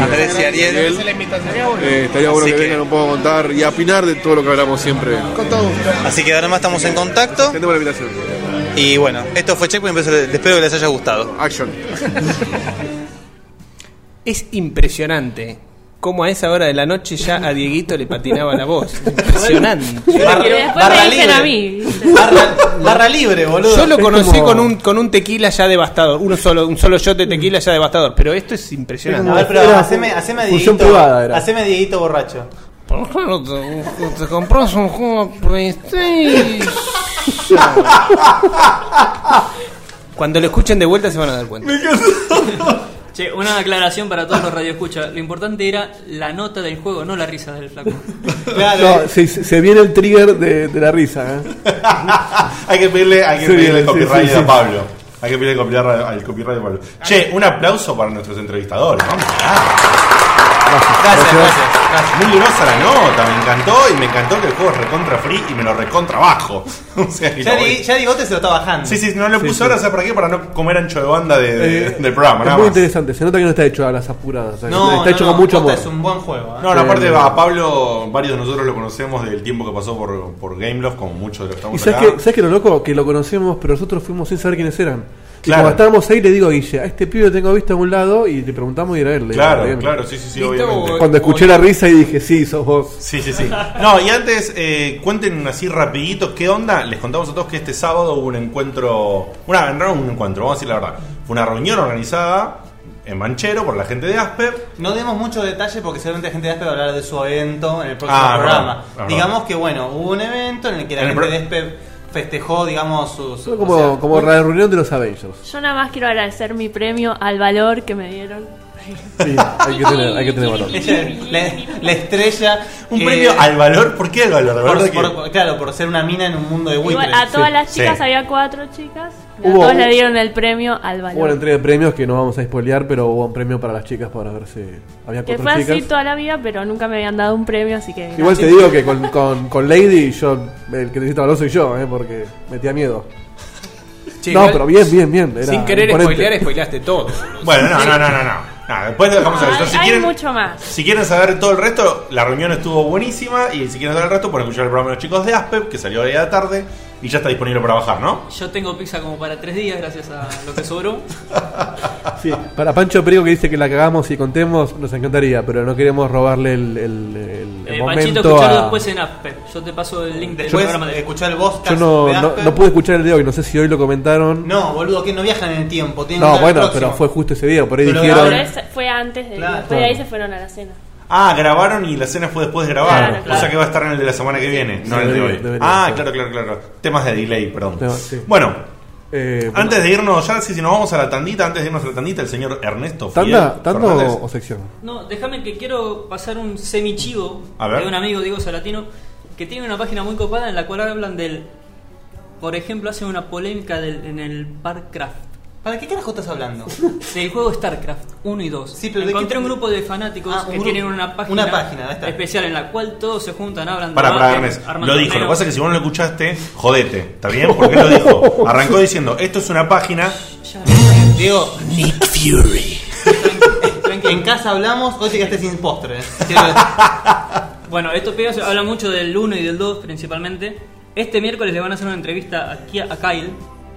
S11: Andrés y Ariel.
S12: Se la invitación.
S6: eh, estaría bueno
S11: Así
S6: que,
S11: que-
S6: vengan un poco a contar y a opinar de todo lo que hablamos siempre.
S12: Con todo gusto.
S11: Así que ahora más estamos en contacto.
S6: Extendemos la invitación.
S11: Y bueno, esto fue Checkpoint. Espero- Espero que les haya gustado.
S6: Action.
S1: Es impresionante cómo a esa hora de la noche ya a Dieguito le patinaba la voz.
S3: *laughs*
S1: Impresionante.
S7: Y después me dicen a mí. ¿viste?
S4: Barra, barra libre, boludo.
S1: Yo lo
S3: es
S1: conocí
S3: como- Mm.
S1: con, un, con un tequila ya devastador, uno solo, un solo shot de tequila ya devastador, pero esto es
S4: A
S1: impresionante.
S4: ver, pero
S3: Era
S4: haceme, haceme a
S3: función
S4: Dieguito.
S3: privada era.
S4: Haceme a Dieguito borracho.
S1: Por claro, te, te compras un juego PlayStation. Cuando lo escuchen de vuelta se van a dar cuenta.
S5: Che, una aclaración para todos los radioescuchas. Lo importante era la nota del juego, no la risa del flaco.
S4: Claro.
S3: No, se, se- se viene el trigger de, de la risa. ¿eh?
S2: hay que pedirle, hay que
S3: Sí,
S2: pedirle
S3: sí,
S2: copyright
S3: sí, sí.
S2: a Pablo. Hay que pedirle copyright al copyright de Pablo. Che, un aplauso para nuestros entrevistadores. Vamos, ah,
S4: Gracias, gracias.
S2: muy grosa la nota, me encantó y me encantó que el juego es recontra free y me lo recontra bajo. *laughs* o sea, que
S4: Ya,
S2: lo-
S4: Di- ya Diegote se lo está bajando.
S2: Sí, sí, no lo puse ahora, ¿sabes para qué? Para no comer ancho de banda de, de-
S3: Eh,
S2: del programa,
S3: es
S2: nada
S3: muy
S2: más.
S3: interesante, se nota que no está hecho a las apuradas. o sea,
S4: No,
S3: está
S4: no,
S3: hecho
S4: no,
S3: con mucho
S4: posta,
S3: amor.
S4: Es un buen juego. ¿eh?
S2: No, no, aparte a Pablo, varios de nosotros lo conocemos del tiempo que pasó por, por Gameloft, como muchos de los que
S3: ¿Y
S2: estamos
S3: sabes
S2: acá.
S3: que, sabes que lo loco? Que lo conocemos, pero nosotros fuimos sin saber quiénes eran. Y
S2: Claro.
S3: cuando estábamos ahí, le digo a Guille, a este pibe lo tengo visto a un lado y le preguntamos y era él. le digo,
S2: Claro,
S3: bien.
S2: claro, sí, sí, sí,
S1: ¿Listo?
S2: obviamente.
S3: Cuando escuché la risa y dije, sí, sos vos.
S2: Sí, sí, sí. No, y antes, eh, cuenten así rapidito qué onda. Les contamos a todos que este sábado hubo un encuentro, una, no un encuentro, vamos a decir la verdad. Fue una reunión organizada en Manchero por la gente de Asper.
S4: No demos mucho detalle porque seguramente la gente de Aspe va a hablar de su evento en el próximo
S2: Ah, es verdad,
S4: programa.
S2: es verdad.
S4: Digamos que, bueno, hubo un evento en el que la
S2: En el
S4: gente
S2: pro-
S4: de Aspe festejó, digamos, sus.
S3: Fue como,
S4: o sea,
S3: como la reunión de los Avengers.
S7: Yo nada más quiero agradecer mi premio al valor que me dieron.
S3: Sí, hay que tener, hay que tener valor.
S4: ella, la, la estrella.
S2: Un
S4: eh,
S2: premio al valor. ¿Por qué al valor? La
S4: por-
S2: verdad que-
S4: por- claro, por ser una mina en un mundo de buitres.
S7: Igual, a todas
S3: Sí,
S7: las chicas,
S2: sí.
S7: había cuatro chicas, y a
S3: Hubo
S7: todas
S3: un-
S7: le dieron el premio al
S3: Hubo una
S7: valor.
S3: entrega de premios que no vamos a spoilear, pero hubo un premio para las chicas para ver si había
S7: Que
S3: cuatro
S7: fue así
S3: chicas.
S7: toda la vida, pero nunca me habían dado un premio, así que...
S3: Igual te digo que con, con, con Lady, yo, el que necesita valor soy yo, eh, porque metía miedo.
S1: Che,
S3: no,
S1: igual,
S3: pero bien, bien, bien. era
S1: Sin querer
S3: imponente.
S1: spoilear, spoileaste todo.
S2: Bueno, no, no, no, no, no. No, después lo dejamos al
S7: Ay,
S2: resto. Si
S7: hay
S2: quieren,
S7: mucho más.
S2: si quieren saber todo el resto, la reunión estuvo buenísima. Y si quieren saber el resto, pueden escuchar el programa de los chicos de Asper, que salió hoy a la tarde. y ya está disponible para bajar, ¿no?
S5: Yo tengo pizza como para tres días gracias a lo que sobró.
S3: Sí, para Pancho Prigo que dice que la cagamos y contemos, nos encantaría, pero no queremos robarle el, el- el- el
S5: Eh, Panchito,
S3: momento
S5: escuchalo
S3: a-
S5: después en Asper. Yo te paso el link del
S4: Después,
S5: programa de
S4: escuchar el podcast
S3: Yo no,
S4: de
S3: no,
S4: Asper.
S3: no pude escuchar el de hoy, no sé si hoy lo comentaron.
S4: No, boludo, que no viajan en el tiempo. tienen que
S3: No,
S4: estar el
S3: bueno, pero
S4: próximo.
S3: fue justo ese día, por ahí
S2: Pero
S3: dijeron...
S7: Pero esa- fue antes de.
S4: Claro.
S7: después de ahí se fueron a la cena.
S2: Ah, grabaron y la escena fue después de grabar.
S7: Claro,
S2: O
S7: claro.
S2: sea que va a estar en el de la semana que viene, no
S3: Sí,
S2: en el de hoy.
S3: debería- debería
S2: ah,
S3: ser.
S2: claro, claro, claro. Temas de delay, perdón.
S3: Tema- sí.
S2: Bueno,
S3: Eh,
S2: antes de irnos, ya si, si nos vamos a la tandita, antes de irnos a la tandita, el señor Ernesto Fiel
S3: ¿Tanda, tanda
S2: Fernández.
S3: o, o sección?
S5: No, déjame que quiero pasar un semichivo
S2: A ver.
S5: de un amigo, Diego Salatino, que tiene una página muy copada en la cual hablan del. Por ejemplo, hacen una polémica del- en el Barcraft.
S4: ¿Para qué carajo estás hablando?
S5: Del juego StarCraft 1 y 2.
S4: Sí, pero ¿de
S5: Encontré
S4: qué-
S5: un grupo de fanáticos
S4: Ah, un
S5: que
S4: grupo-
S5: tienen una página,
S4: una página, ahí está.
S5: especial en la cual todos se juntan, hablan
S2: Para, para,
S5: debaten,
S2: Ernest.
S5: arman
S2: Lo dijo. Lo que
S5: torneos. *laughs*
S2: pasa es que si vos no lo escuchaste, jodete. ¿Está bien? Porque lo
S3: *laughs*
S2: dijo. Arrancó diciendo: Esto es una página.
S4: Diego,
S2: Nick Fury.
S4: en casa hablamos, hoy te quedaste sin postre. Quiero-
S5: Bueno, estos pibes hablan mucho del 1 y del 2 principalmente. Este miércoles le van a hacer una entrevista a, Kia- a Kyle,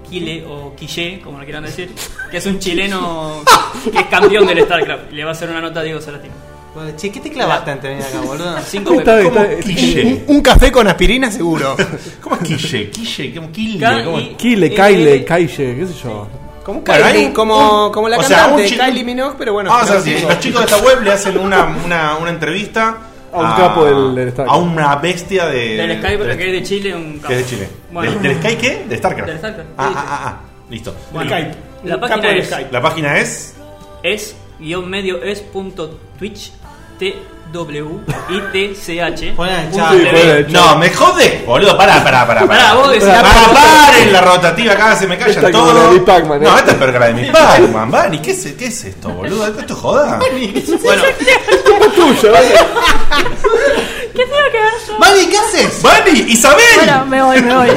S5: Kile o Quille, como lo quieran decir, que es un chileno que es campeón del StarCraft. Le va a hacer una nota a Diego Salatino.
S4: Bueno, che, ¿qué te clavaste antes de venir acá, boludo?
S5: Cinco Está pepas. bien, está
S2: bien.
S1: Un, un café con aspirina seguro.
S2: *laughs* ¿Cómo es Quille? Quille, ¿cómo
S1: Ca-
S2: Quille? ¿Cómo es?
S1: y-
S3: Kile, Kyle, Kaille, qué sé yo.
S1: Como
S2: Claro,
S1: Kylie,
S2: hay un-
S1: como,
S2: un-
S1: como la
S2: o sea,
S1: cantante
S2: un
S1: de
S2: chi-
S1: Kylie Minogue, pero bueno.
S4: Ah,
S2: Vamos a
S1: no,
S2: hacer así,
S1: tipo-
S2: Los chicos de esta web le hacen una, una, una entrevista
S3: A un capo del- del Starcraft.
S2: A una bestia de.
S5: Del Sky,
S2: del-
S5: que es de Chile, un
S2: Eh, que es de Chile.
S5: Bueno.
S2: ¿Del, del Sky qué? ¿De Starcraft?
S5: Del Starcraft,
S2: Ah,
S5: sí,
S2: ah,
S5: sí.
S2: ah, ah, listo.
S5: Bueno,
S2: Skype.
S5: la
S1: Un
S5: página
S1: capo del
S5: es,
S1: Skype.
S2: La página es.
S5: es guión medio es punto twitch t w i t c h
S4: Poné en el chat.
S5: punto TV.
S2: No, me jode, boludo. Pará, pará, pará.
S5: Pará, vos decís-
S2: Pará, paren la rotativa, acá se me
S3: Esta
S2: callan
S3: es como la de
S2: todos.
S3: Miss Pac-Man, ¿eh?
S2: No, esta es peor que la de mi Pac-Man, Bani. ¿Qué es, ¿Qué es esto, boludo? ¿Esto es joda?
S5: Bueno,
S3: tuyo,
S7: ¿Qué tengo que ver yo?
S4: Babi, ¿qué haces?
S2: ¡Bani! ¡Isabel!
S7: Bueno, me voy,
S3: *laughs*
S7: me voy.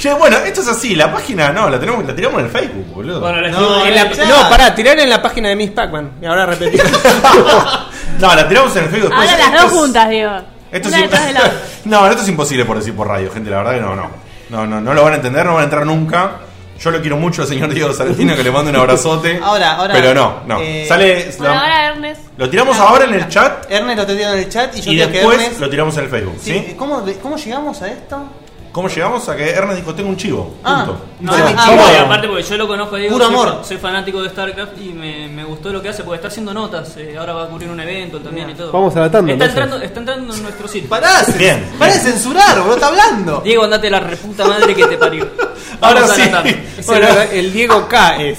S2: Che, bueno, esto es así. La página, no, la, tenemos, la tiramos en el Facebook, boludo.
S5: bueno, les
S4: No,
S1: en
S5: digo-
S1: la-
S4: Ya.
S1: no, pará, tirar en la página de Miss Pac-Man. Y ahora repetir.
S2: *laughs* No, la tiramos en el Facebook.
S7: Ahora
S2: después.
S7: las dos
S2: Esto es-
S7: juntas, Diego.
S2: Esto
S7: Una
S2: es
S7: detrás de
S2: *laughs*
S7: la otra.
S2: no, esto es imposible por decir por radio, gente. La verdad que no, no. No, no, no lo van a entender, no van a entrar nunca. Yo lo quiero mucho al señor Diego Salentino, que le mando un abrazote.
S4: *laughs* Ahora, ahora,
S2: Pero no, no.
S4: eh,
S2: Sale.
S7: Bueno,
S2: lo-
S7: ahora Ernest.
S2: Lo tiramos ahora en el chat
S4: Ernest lo te tiró en el chat y yo
S2: y
S4: creo que
S2: después
S4: Ernest-
S2: lo tiramos en el Facebook,
S4: Sí,
S2: ¿sí?
S4: ¿Cómo, ¿Cómo llegamos a esto?
S2: ¿Cómo llegamos a que Ernest dijo tengo un chivo? Punto.
S4: Ah,
S2: *laughs*
S5: No,
S4: Sí,
S5: no,
S4: ah,
S5: no,
S4: bueno.
S5: y aparte porque yo lo conozco a Diego,
S4: Puro
S5: soy,
S4: amor.
S5: fa- soy fanático de StarCraft y me, me gustó lo que hace porque está haciendo notas, eh, ahora va a cubrir un evento también y todo.
S3: Vamos a la tanda,
S5: Está
S3: entonces.
S5: entrando, está entrando en nuestro sitio.
S4: Pará, cen-
S2: Bien.
S4: pará de censurar, boludo, está hablando.
S5: Diego, andate la reputa madre que te parió. Vamos
S2: Ahora
S5: a la
S2: sí.
S5: tanda.
S1: Bueno, el Diego K es.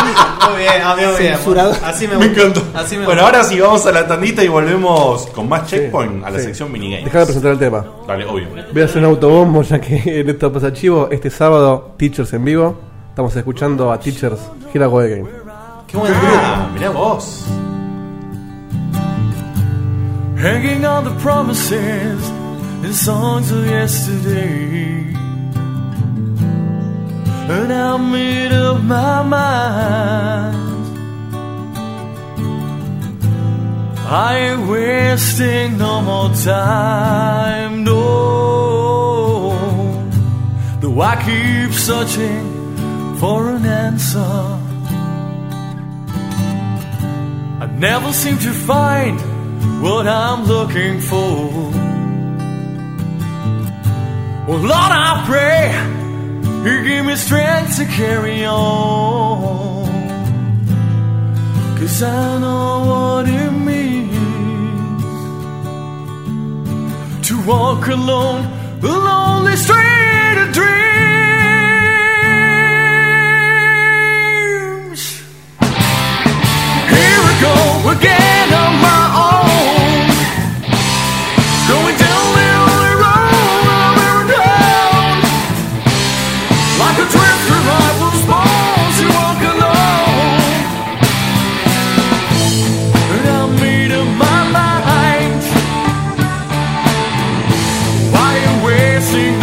S4: *laughs* Muy bien, a mí me
S1: Censurado.
S4: Así me
S2: Me
S4: gusta.
S2: encantó.
S4: Así me
S2: Bueno,
S4: gusta.
S2: ahora sí vamos a la tandita y volvemos con más
S3: Sí,
S2: checkpoint a la
S3: Eh, sí.
S2: sección minigames.
S3: Dejá de presentar el tema.
S2: Dale, obvio.
S3: Voy a hacer un autobombo ya que *laughs* en esto pasa chivo. Este sábado, Teachers en vivo. Estamos escuchando a Teachers Gira Go Game.
S4: Qué buen
S2: Ah, mirá vos.
S13: Hanging on the promises and songs of yesterday. And I made up my mind. I ain't wasting no more time, no. Though I keep searching for an answer, I never seem to find what I'm looking for. Oh Lord, I pray you give me strength to carry on. Cause I know what it means to walk alone, the lonely street of dreams. Here we go again on my own. Going down the only road I've ever known. Like a drifter, I was born to walk alone. And I made up my mind. Why am I wasting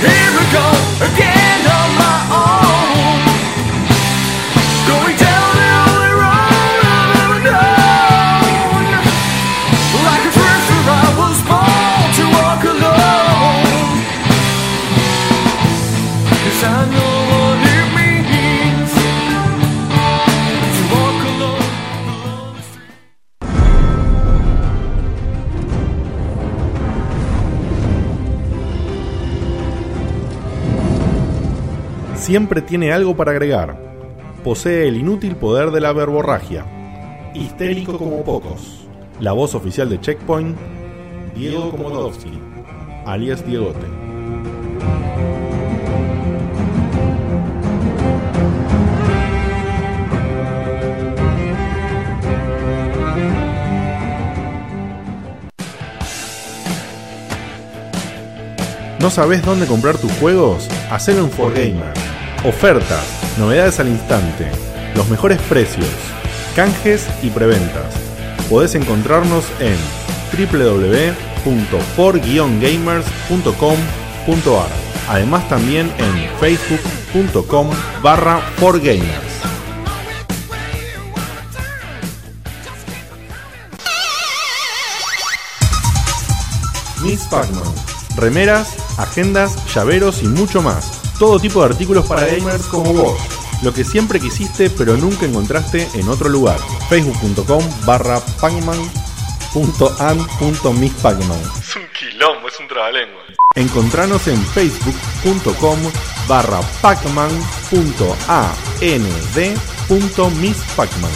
S13: Here we go again on my own. Going down the only road I've ever known. Like a drifter, I was born to walk alone. 'Cause I know what it means to walk alone.
S2: Siempre tiene algo para agregar. Posee el inútil poder de la verborragia. Histérico como pocos. La voz oficial de Checkpoint, Diego Komodowski, alias Diegote. ¿No sabes dónde comprar tus juegos? Hacelo en 4Gamer. Ofertas, novedades al instante, los mejores precios, canjes y preventas. Podés encontrarnos en www.for-gamers.com.ar. Además también en facebook.com barra 4gamers. Miss Pac-Man. Remeras, agendas, llaveros y mucho más. Todo tipo de artículos para gamers como vos. Lo que siempre quisiste pero nunca encontraste en otro lugar. Facebook.com barra pacman.an.misspacman.
S6: Es un quilombo, es un trabalengua.
S2: Encontranos en facebook.com barra pacman.and.misspacman.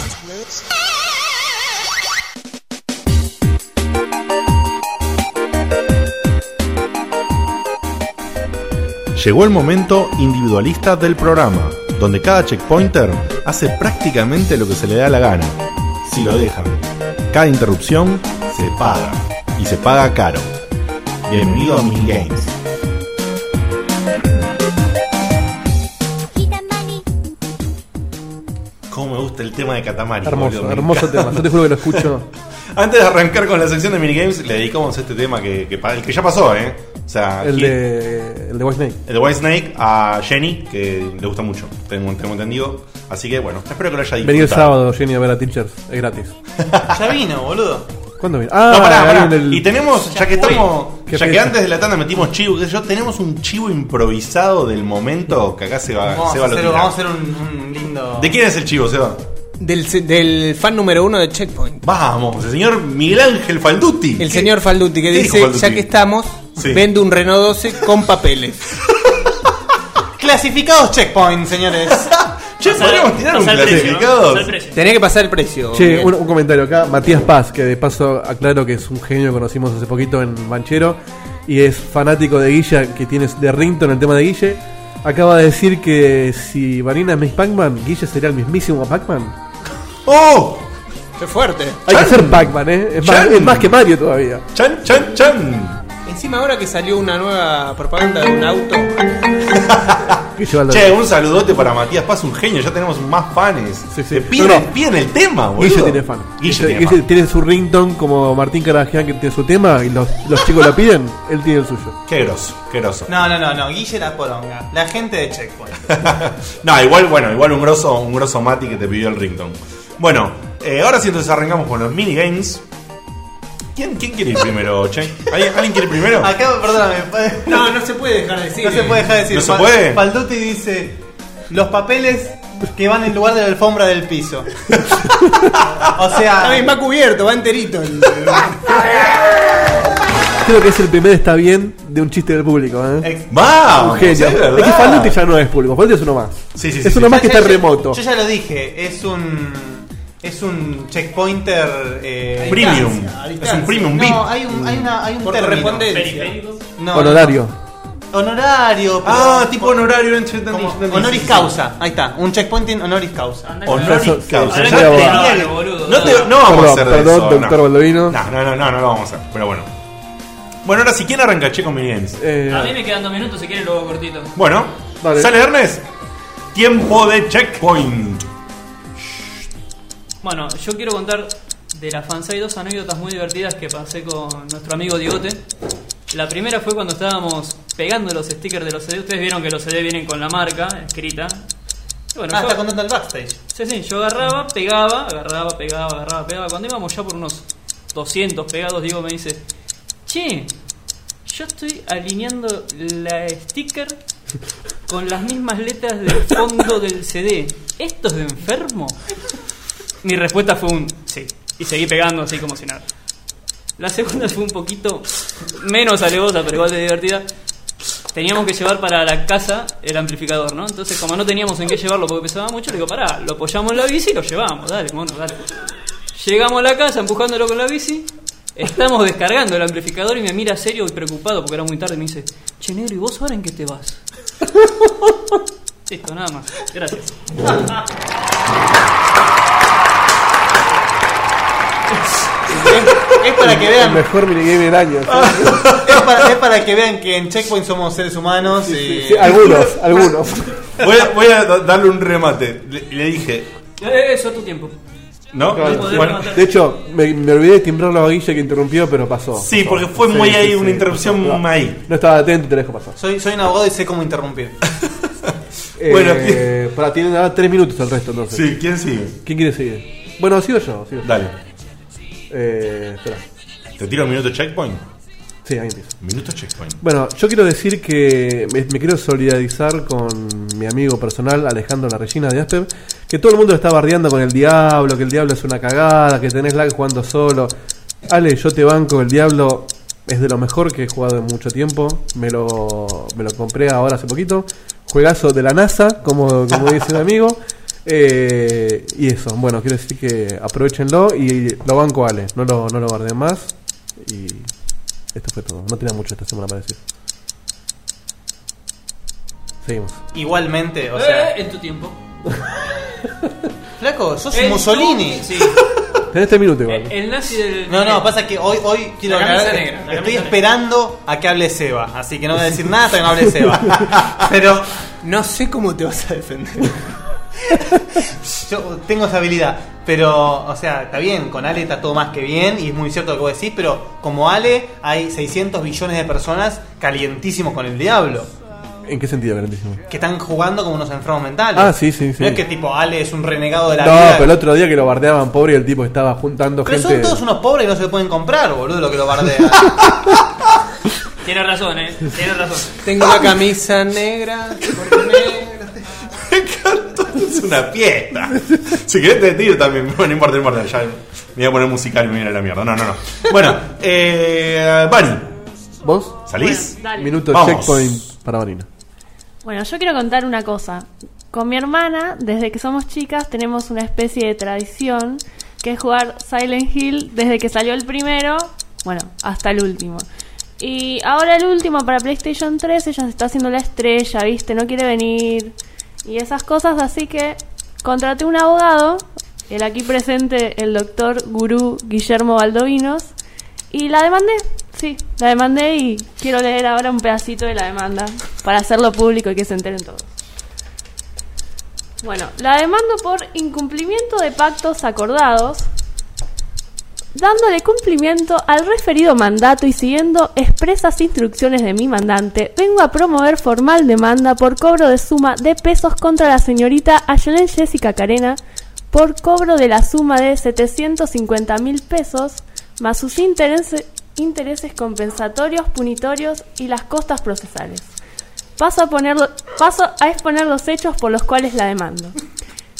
S2: Llegó el momento individualista del programa, donde cada checkpointer hace prácticamente lo que se le da la gana, si lo dejan. Cada interrupción se paga, y se paga caro. Bienvenido a Mil Games. ¿Cómo me gusta el tema de Katamari?
S3: Hermoso,
S2: boludo, me
S3: hermoso
S2: encanta.
S3: tema. Yo te juro que lo escucho.
S2: *laughs* Antes de arrancar con la sección de minigames, le dedicamos este tema que, que, pa- el que ya pasó, ¿eh? O sea,
S3: El
S2: Hit-
S3: de, el de White Snake.
S2: el de White Snake a Jenny, que le gusta mucho, tengo, tengo entendido. Así que bueno, espero que lo haya disfrutado.
S3: Vení el sábado, Jenny, a ver a Teachers. Es gratis.
S4: Ya vino, boludo.
S3: ¿Cuándo viene? Ah,
S2: no, pará,
S3: ahí
S2: pará.
S3: en el-
S2: Y tenemos, ya que
S4: fue.
S2: estamos,
S3: Qué
S2: ya que
S3: fiesta.
S2: antes de la tanda metimos chivo, que yo, tenemos un chivo improvisado del momento que acá se va,
S4: Vamos,
S2: Ah, se
S4: a
S2: va a lo
S4: hacer,
S2: tirar.
S4: vamos a hacer un, un lindo.
S2: ¿De quién es el chivo, Seba?
S1: Del, se- del fan número uno de Checkpoint.
S2: Vamos, el señor Miguel Ángel Falduti.
S1: El señor Falduti que
S2: qué
S1: dice,
S2: dijo Falduti?
S1: ya que estamos,
S2: Sí.
S1: vende un Renault 12 con papeles.
S4: *laughs* Clasificados checkpoint, señores.
S1: *laughs*
S2: che,
S1: podríamos tirar un clasificado. Tenía que pasar el precio.
S3: Che,
S1: Miguel.
S3: un, un comentario acá. Matías Paz, que de paso aclaro que es un genio que conocimos hace poquito en Banchero y es fanático de Guilla, que tienes de Rington el tema de Guille. Acaba de decir que si Vanina es Miss Pac-Man, Guille sería el mismísimo Pac-Man.
S2: ¡Oh!
S1: ¡Qué fuerte!
S3: Hay que ser Pac-Man, ¿eh? Es más,
S1: Chan.
S3: es más que Mario todavía.
S2: ¡Chan, chan, chan!
S1: Encima ahora que salió una nueva propaganda de un auto.
S2: Che, un saludote para Matías Paz, un genio, ya tenemos más fans. Te piden,
S3: No, no.
S2: piden el tema, boludo.
S3: Guille tiene fan.
S2: Guille
S3: Guille-
S2: tiene
S3: Guille tiene su ringtone como Martín Carajean que tiene su tema y los, los chicos lo piden, él tiene el suyo.
S2: Qué groso, qué groso.
S4: No, no, no, no. Guille la poronga. La gente de checkpoint.
S2: *laughs* No, igual, bueno, igual un grosso, un grosso Mati que te pidió el ringtone. Bueno, eh, ahora sí entonces arrancamos con los minigames. ¿Quién, ¿Quién quiere ir primero, Che? ¿Alguien, alguien quiere ir primero?
S4: Acá, perdóname.
S1: No, no se puede dejar de decir.
S4: No se puede dejar de decir.
S2: ¿No se
S4: Fal-
S2: puede?
S4: Falduti dice: Los papeles que van en lugar de la alfombra del
S2: *laughs*
S4: piso. o
S1: Está
S4: sea,
S1: bien, va cubierto, va enterito. el-
S3: Creo que es el primer está bien de un chiste del público, ¿eh?
S2: ¡Vamos!
S3: Un genio.
S2: es
S3: Es,
S2: verdad.
S3: que Falduti ya no es público, Falduti es uno más. es uno más que
S4: Ya-
S3: está
S4: ya-
S3: remoto.
S4: Yo ya lo dije, es un. Es un checkpointer. eh,
S2: Premium.
S4: distancia, a
S2: Es un
S4: distancia.
S2: premium VIP.
S4: No, hay un, hay una, hay un
S1: Por
S4: término.
S1: correspondencia.
S4: No,
S3: Honorario.
S4: no. Honorario.
S2: Ah, tipo honorario. entendí,
S4: Honoris
S2: sí, sí.
S4: causa. Ahí está. Un checkpointing honoris
S1: Ah,
S4: causa. Ah,
S2: Honoris causa.
S4: Hablando
S2: Ya
S4: de
S2: tenía
S4: abogado,
S2: que-
S4: boludo.
S2: no, te- no vamos
S3: Perdón,
S2: a hacer de
S3: perdón,
S2: eso,
S3: doctor
S2: no.
S3: Baldovino.
S2: No, no, no, no, no lo vamos a hacer. Pero bueno. Bueno, ahora si quién arranca, Che, con minigames.
S3: Eh,
S5: A mí me quedan dos minutos, si quieren luego cortito.
S2: Bueno, sale Hermes. Tiempo de checkpoint.
S5: Bueno, yo quiero contar de la fansai dos anécdotas muy divertidas que pasé con nuestro amigo Diote. La primera fue cuando estábamos pegando los stickers de los CD. Ustedes vieron que los CD vienen con la marca escrita. Y
S4: Ah, está
S5: contando el backstage. Sí, sí, yo agarraba, pegaba, agarraba, pegaba, agarraba, pegaba. Cuando íbamos ya por unos 200 pegados, Diego me dice, che, yo estoy alineando la sticker con las mismas letras del fondo del CD. ¿Esto es de enfermo? Mi respuesta fue un sí. Y seguí pegando así como si nada. La segunda fue un poquito menos alevosa, pero igual de divertida. Teníamos que llevar para la casa el amplificador, ¿no? Entonces, como no teníamos en qué llevarlo porque pesaba mucho, le digo, pará, lo apoyamos en la bici y lo llevamos, dale, mono, dale. Llegamos a la casa empujándolo con la bici, estamos descargando el amplificador y me mira serio y preocupado porque era muy tarde y me dice, che, negro, ¿y vos ahora en qué
S4: *laughs*
S5: te vas? Listo, nada más. Gracias.
S4: Es para que
S3: El
S4: vean.
S3: mejor minigame del año.
S2: Ah,
S4: Es para, es para que vean que en Checkpoint somos seres humanos. y...
S3: Sí,
S2: *laughs*
S3: algunos, algunos.
S2: Voy a, voy a da- darle un remate. Le, le dije,
S5: Eh, Eso tu tiempo.
S2: ¿no?
S3: Claro.
S2: Bueno,
S3: De hecho, me, me olvidé de timbrarlo a Guille que interrumpió, pero pasó.
S2: Sí,
S3: Pasó.
S2: porque fue muy ahí, una interrupción
S3: pasó. No,
S2: ahí.
S3: No estaba atento y te lo dejo pasar.
S4: Soy, soy un abogado y sé cómo interrumpir.
S3: Bueno, Eh, para tienen ahora tres minutos el resto entonces.
S2: Sí, ¿quién sigue?
S3: ¿Quién quiere seguir? Bueno, sigo yo. sigo yo.
S2: Dale.
S3: Eh, espera.
S2: ¿Te tiro un minuto checkpoint?
S3: Sí, ahí empiezo.
S2: Minuto checkpoint.
S3: Bueno, yo quiero decir que me, me quiero solidarizar con mi amigo personal, Alejandro La Regina de Asper, que todo el mundo lo está bardeando con el diablo, que el diablo es una cagada, que tenés lag jugando solo. Ale, yo te banco, el diablo es de lo mejor que he jugado en mucho tiempo. Me lo, me lo compré ahora hace poquito. Juegazo de la NASA, como, como dice mi amigo. Eh, y eso, bueno, quiero decir que aprovechenlo y lo banco, Ale. No lo, no lo bardeen más. Y esto fue todo. No tenía mucho esta semana para decir. Seguimos.
S4: Igualmente, o sea.
S5: Eh, en tu tiempo.
S4: Flaco, sos
S5: En
S4: Mussolini.
S5: tu-
S4: *laughs*
S5: sí.
S3: Tenés tres minutos
S4: Eh,
S3: igual.
S5: El nazi del.
S4: No, no, pasa que hoy, hoy quiero
S5: La camisa
S4: aclarar que
S5: negra, la
S4: estoy
S5: camisa
S4: esperando a que hable Seba, así que no voy a decir nada hasta que no hable *laughs* Seba. Pero no sé cómo te vas a defender. *laughs* Yo tengo esa habilidad, pero, o sea, está bien, con Ale está todo más que bien y es muy cierto lo que vos decís, pero como Ale hay 600 billones de personas calientísimos con el diablo, eh.
S3: ¿En qué sentido, grandísimo?
S4: que están jugando como unos enfermos mentales.
S3: Ah, sí, sí, sí.
S4: No es que tipo Ale es un renegado de la
S3: no,
S4: vida.
S3: pero el otro día que lo bardeaban pobre y el tipo estaba juntando
S4: Pero
S3: gente.
S4: son todos unos pobres que no se lo pueden comprar, boludo, lo que lo
S3: *laughs*
S4: bardea.
S5: Tiene razón, eh. Tiene razón.
S1: Tengo la camisa negra.
S2: Es una fiesta. Si querés te tiro también. *laughs* Bueno, no importa, no importa. Ya me voy a poner musical y me viene la mierda. No, no, no. Bueno, eh. Bani.
S3: ¿Vos?
S2: ¿Salís?
S7: Bueno, dale.
S3: Minuto
S2: Vamos.
S3: checkpoint para Marina.
S7: Bueno, yo quiero contar una cosa. Con mi hermana, desde que somos chicas, tenemos una especie de tradición que es jugar Silent Hill desde que salió el primero, bueno, hasta el último. Y ahora el último para PlayStation 3, ella se está haciendo la estrella, ¿viste? No quiere venir y esas cosas, así que contraté un abogado, el aquí presente, el doctor gurú Guillermo Baldovinos, y la demandé, sí, la demandé y quiero leer ahora un pedacito de la demanda para hacerlo público y que se enteren todos. Bueno, la demando por incumplimiento de pactos acordados, dándole cumplimiento al referido mandato y siguiendo expresas instrucciones de mi mandante, vengo a promover formal demanda por cobro de suma de pesos contra la señorita Ayelen Jessica Carena por cobro de la suma de 750 mil pesos más sus interese- intereses compensatorios, punitorios y las costas procesales. Paso a, ponerlo- paso a exponer los hechos por los cuales la demando.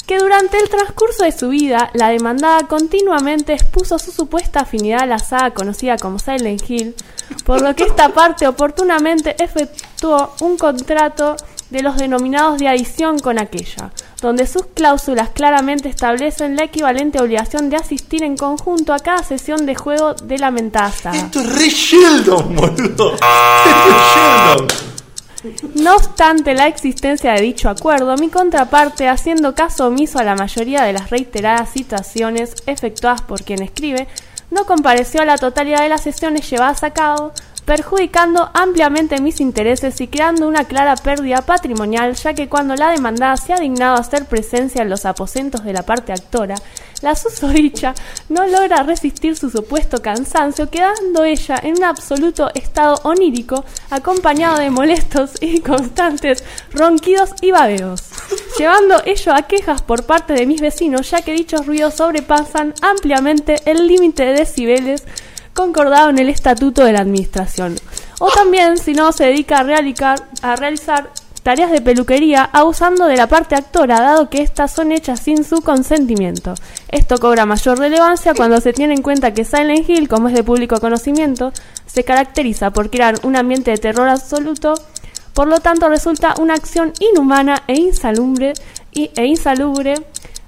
S7: Que durante el transcurso de su vida, la demandada continuamente expuso su supuesta afinidad a la saga conocida como Silent Hill, por lo que esta parte oportunamente efectuó un contrato de los denominados de adición con aquella, donde sus cláusulas claramente establecen la equivalente obligación de asistir en conjunto a cada sesión de juego de la mentada saga.
S2: Re Sheldon, boludo.
S3: Ah.
S2: Re Sheldon.
S7: No obstante la existencia de dicho acuerdo, mi contraparte, haciendo caso omiso a la mayoría de las reiteradas citaciones efectuadas por quien escribe, no compareció a la totalidad de las sesiones llevadas a cabo, perjudicando ampliamente mis intereses y creando una clara pérdida patrimonial, ya que cuando la demandada se ha dignado a hacer presencia en los aposentos de la parte actora, la susodicha no logra resistir su supuesto cansancio, quedando ella en un absoluto estado onírico, acompañado de molestos y constantes ronquidos y babeos, llevando ello a quejas por parte de mis vecinos, ya que dichos ruidos sobrepasan ampliamente el límite de decibeles concordado en el estatuto de la administración. O también, si no, se dedica a realizar, a realizar tareas de peluquería abusando de la parte actora, dado que estas son hechas sin su consentimiento. Esto cobra mayor relevancia cuando se tiene en cuenta que Silent Hill, como es de público conocimiento, se caracteriza por crear un ambiente de terror absoluto, por lo tanto resulta una acción inhumana e insalubre, y, e insalubre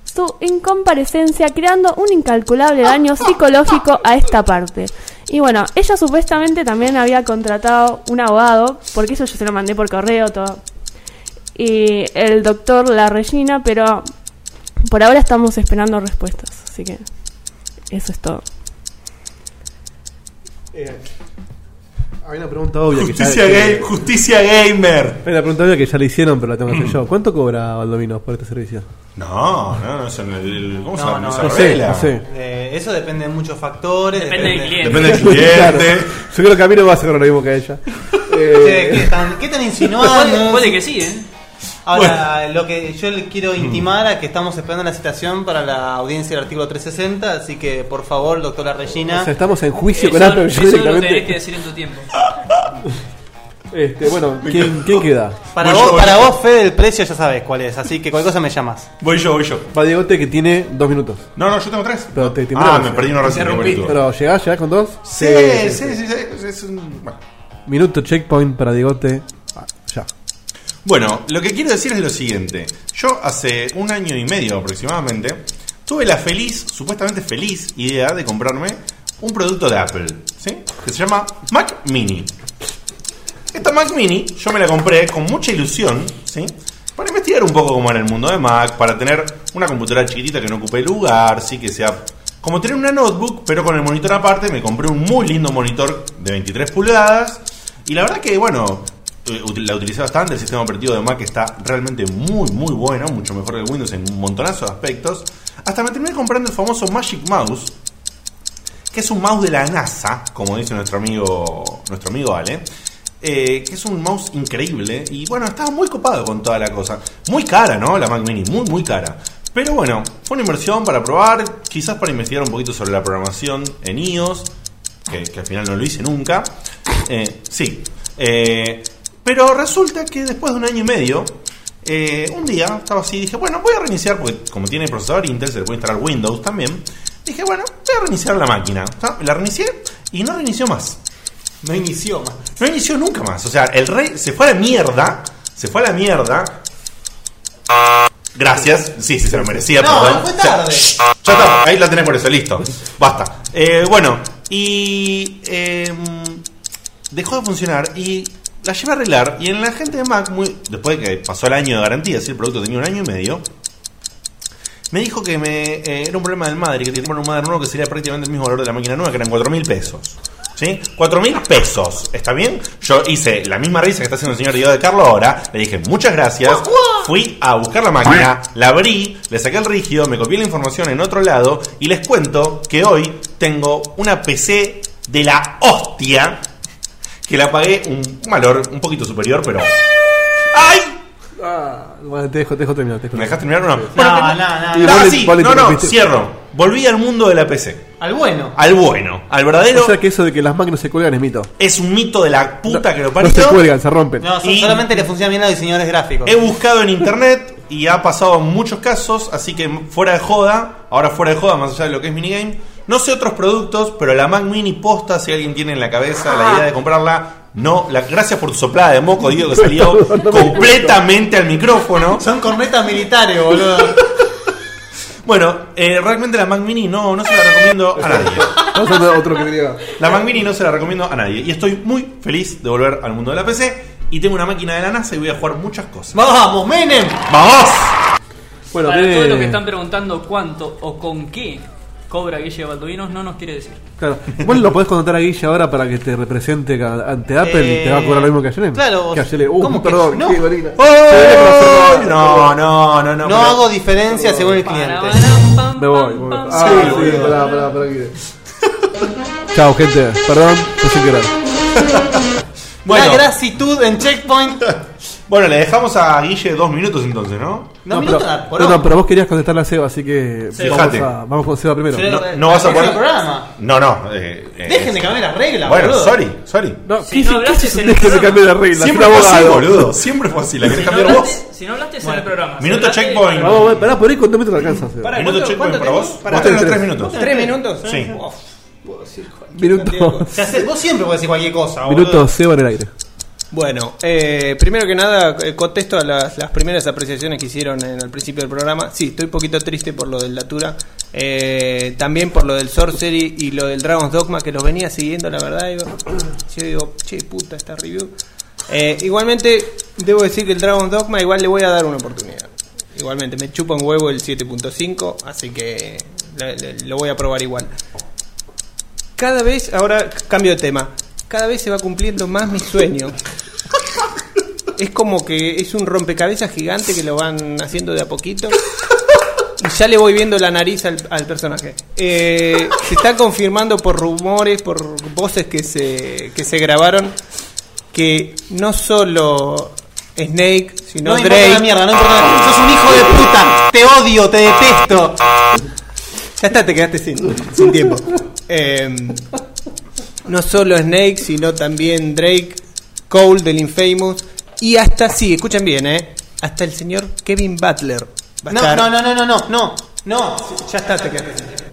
S7: su incomparecencia creando un incalculable daño psicológico a esta parte. Y bueno, ella supuestamente también había contratado un abogado, porque eso yo se lo mandé por correo todo. Y el doctor La Regina, pero por ahora estamos esperando respuestas, así que eso es todo.
S3: Hay una pregunta obvia
S2: Justicia
S3: que ya,
S2: gay- justicia gamer.
S3: Hay una pregunta obvia que ya le hicieron, pero la tengo
S4: *clears throat*
S3: que hacer yo. ¿Cuánto cobra Valdomino por este servicio?
S2: No, no, no, eso no, el- el- ¿cómo se
S4: No,
S2: llama?
S4: no,
S2: No se
S3: no sé,
S2: arregla.
S3: no sé.
S4: Eh, eso depende de muchos factores.
S2: Depende del cliente.
S3: *laughs* Claro. Yo creo que a mí no va a cobrar lo mismo que
S4: *laughs*
S3: a ella. Eh,
S4: Che, ¿qué tan, qué tan insinuando?
S5: Puede- puede que sí, ¿eh?
S4: Ahora, lo que yo le quiero intimar a que estamos esperando la citación para la audiencia del artículo 360, así que por favor, doctora Regina.
S3: O sea, estamos en
S5: Eh,
S3: juicio
S5: Eso-
S3: con Apple *laughs*
S5: eso lo tenés que decir en tu tiempo.
S3: Este, bueno, ¿quién, quién queda?
S4: Para,
S3: Voy
S4: vos,
S3: yo,
S4: para
S3: voy yo.
S4: vos, Fede, el precio ya sabes cuál es, así que cualquier cosa me llamas.
S2: Voy yo, voy yo.
S3: Va Diegote que tiene dos minutos.
S2: No, no, yo tengo tres.
S3: Pero te, te
S2: Ah,
S3: miramos.
S2: me perdí uno recién, Interrumpiste. qué boludo.
S3: Pero llegás, llegás con dos.
S2: Sí, sí, sí, sí, sí, es un- bueno.
S3: Minuto checkpoint para Diegote. Ah, ya.
S2: Bueno, lo que quiero decir es lo siguiente. Yo hace un año y medio aproximadamente tuve la feliz, supuestamente feliz idea de comprarme un producto de Apple, ¿sí? Que se llama Mac Mini. Esta Mac Mini yo me la compré con mucha ilusión, ¿sí? Para investigar un poco cómo era el mundo de Mac, para tener una computadora chiquitita que no ocupe lugar, sí que sea como tener una notebook, pero con el monitor aparte, me compré un muy lindo monitor de 23 pulgadas y la verdad que bueno, eh, util- la utilicé bastante, el sistema operativo de Mac está realmente muy muy bueno, mucho mejor que Windows en un montonazo de aspectos, hasta me terminé comprando el famoso Magic Mouse, que es un mouse de la NASA, como dice nuestro amigo, nuestro amigo Ale, eh, que es un mouse increíble y bueno, estaba muy copado con toda la cosa. Muy cara, ¿no? La Mac Mini, muy, muy cara. Pero bueno, fue una inversión para probar, quizás para investigar un poquito sobre la programación en iOS, que, que al final no lo hice nunca. Eh, sí. Eh, pero resulta que después de un año y medio, eh, un día estaba así, dije, bueno, voy a reiniciar, porque como tiene procesador Intel, se le puede instalar Windows también. Dije, bueno, voy a reiniciar la máquina. O sea, La reinicié y no reinició más.
S4: No inició más.
S2: No inició nunca más. O sea, el rey se fue a la mierda. Se fue a la mierda. Gracias. Sí, sí, se lo merecía,
S4: No,
S2: perdón.
S4: fue
S2: O sea,
S4: tarde.
S2: ya está, ahí la tenés por eso, listo. Basta. Eh, bueno, y eh, dejó de funcionar y la llevé a arreglar. Y en la gente de Mac, muy, después de que pasó el año de garantía, si el producto tenía un año y medio, me dijo que me, eh, era un problema del madre, que tenía que comprar un madre nuevo que sería prácticamente el mismo valor de la máquina nueva, que eran 4 mil pesos. ¿Sí? 4 mil pesos, ¿está bien? Yo hice la misma risa que está haciendo el señor Diego de Carlo ahora, le dije muchas gracias, fui a buscar la máquina, la abrí, le saqué el rígido, me copié la información en otro lado y les cuento que hoy tengo una PC de la hostia que la pagué un valor un poquito superior, pero...
S3: Ah, Bueno, te dejo, te dejo terminar. Te dejo
S2: ¿Me dejaste terminar o no?
S4: No, no, no,
S2: Ah,
S4: no.
S2: sí, no, no, cierro. Volví al mundo de la PC.
S4: Al bueno.
S2: Al bueno, al verdadero.
S3: O sea que eso de que las máquinas se cuelgan es mito.
S2: Es un mito de la puta que lo
S3: No
S2: parió.
S3: se cuelgan, se rompen.
S4: No, so-
S2: Y-
S4: solamente le funciona bien a los diseñadores gráficos.
S2: He buscado en internet y ha pasado en muchos casos, así que fuera de joda, ahora fuera de joda, más allá de lo que es minigame. No sé otros productos, pero la Mac Mini posta, si alguien tiene en la cabeza la idea de comprarla, no. La, gracias por tu soplada de moco,
S3: *laughs*
S2: Diego, que salió completamente al micrófono.
S4: Son cornetas militares, eh, boludo. *laughs*
S2: Bueno, eh, realmente la Mac Mini no, no se la recomiendo a nadie.
S3: otro que diga.
S2: La Mac Mini no se la recomiendo a nadie. Y estoy muy feliz de volver al mundo de la PC. Y tengo una máquina de la NASA y voy a jugar muchas cosas.
S4: ¡Vamos, Menem!
S2: ¡Vamos!
S3: Bueno,
S5: Para
S3: eh,
S5: todos los que están preguntando cuánto o con qué Cobra Guille Balduinos no nos quiere decir.
S3: Claro. Vos lo podés contratar a Guille ahora para que te represente ca- ante Apple y te va a cobrar lo mismo que a Yelena.
S4: claro,
S3: que a Yelena. Uh,
S4: ¿cómo que
S3: perdón,
S4: no?
S3: qué bolina.
S4: ¡Oh!
S3: Sí,
S2: No, no, no, no.
S4: No hago diferencia según el cliente.
S3: Me voy. me voy. Ah, sí, pará, pará, pará, Guille. Chao, gente. Perdón, no sin querer.
S4: Bueno. La gratitud
S2: *laughs*
S4: en checkpoint.
S2: Bueno, le dejamos a Guille dos minutos entonces, ¿no?
S4: No,
S3: pero, no, no, pero vos querías contestarle a Seba, así que
S2: Sí.
S3: vamos,
S2: Fíjate.
S3: a- vamos con Seba primero.
S2: No, no vas a poder.
S4: el programa.
S2: No, no. eh, eh,
S4: Dejen de cambiar las reglas,
S2: Bueno,
S4: boludo.
S2: sorry, sorry.
S3: No,
S5: Si no hablaste en el
S3: Dejen de
S5: programa.
S3: cambiar las reglas.
S2: Siempre
S3: soy
S2: fue así,
S3: abogado.
S2: boludo. Siempre fue así. La querés
S5: Si no
S2: cambiar
S5: hablaste-
S2: vos.
S5: Si no hablaste es en el programa.
S2: Minuto
S5: Si hablaste-
S2: checkpoint.
S3: Vamos, vamos, pará, por ahí cuántos minutos alcanzas. Seba?
S2: Minuto checkpoint para vos.
S4: Pará,
S2: Vos tenés
S4: tres.
S2: tres minutos.
S4: ¿Tres minutos?
S2: Sí.
S4: Uf, puedo decir cualquier
S3: Minutos.
S4: cantidad de cosas. O sea, Vos siempre podés decir cualquier
S2: Ah,
S4: cosa, boludo.
S3: Minuto Seba en el aire.
S4: Bueno, eh, primero que nada, eh, contesto a las, las primeras apreciaciones que hicieron en, al principio del programa. Sí, estoy un poquito triste por lo del Datura, eh, también por lo del Sorcery y lo del Dragon's Dogma, que los venía siguiendo, la verdad. Digo, *clears throat* yo digo, che, puta, esta review. Eh, igualmente, debo decir que el Dragon's Dogma igual le voy a dar una oportunidad. Igualmente, me chupa un huevo el 7.5, así que la- la- lo voy a probar igual. Cada vez, ahora cambio de tema, cada vez se va cumpliendo más mi sueño. Es como que es un rompecabezas gigante que lo van haciendo de a poquito. Y ya le voy viendo la nariz al, al personaje. Eh, se está confirmando por rumores, por voces que se, que se grabaron, que no solo Snake, sino
S13: No me importa
S4: Drake.
S13: una mierda, no me importa una-
S4: sos un hijo de puta, te odio, te detesto. Ya está, te quedaste sin, sin tiempo. Eh, no solo Snake, sino también Drake, Cole del Infamous y hasta, sí, escuchen bien, ¿eh? Hasta el señor Kevin Butler. va a
S2: No,
S4: estar.
S2: no, no,
S4: no, no, no, no. Ya está, te quedaste sin tiempo.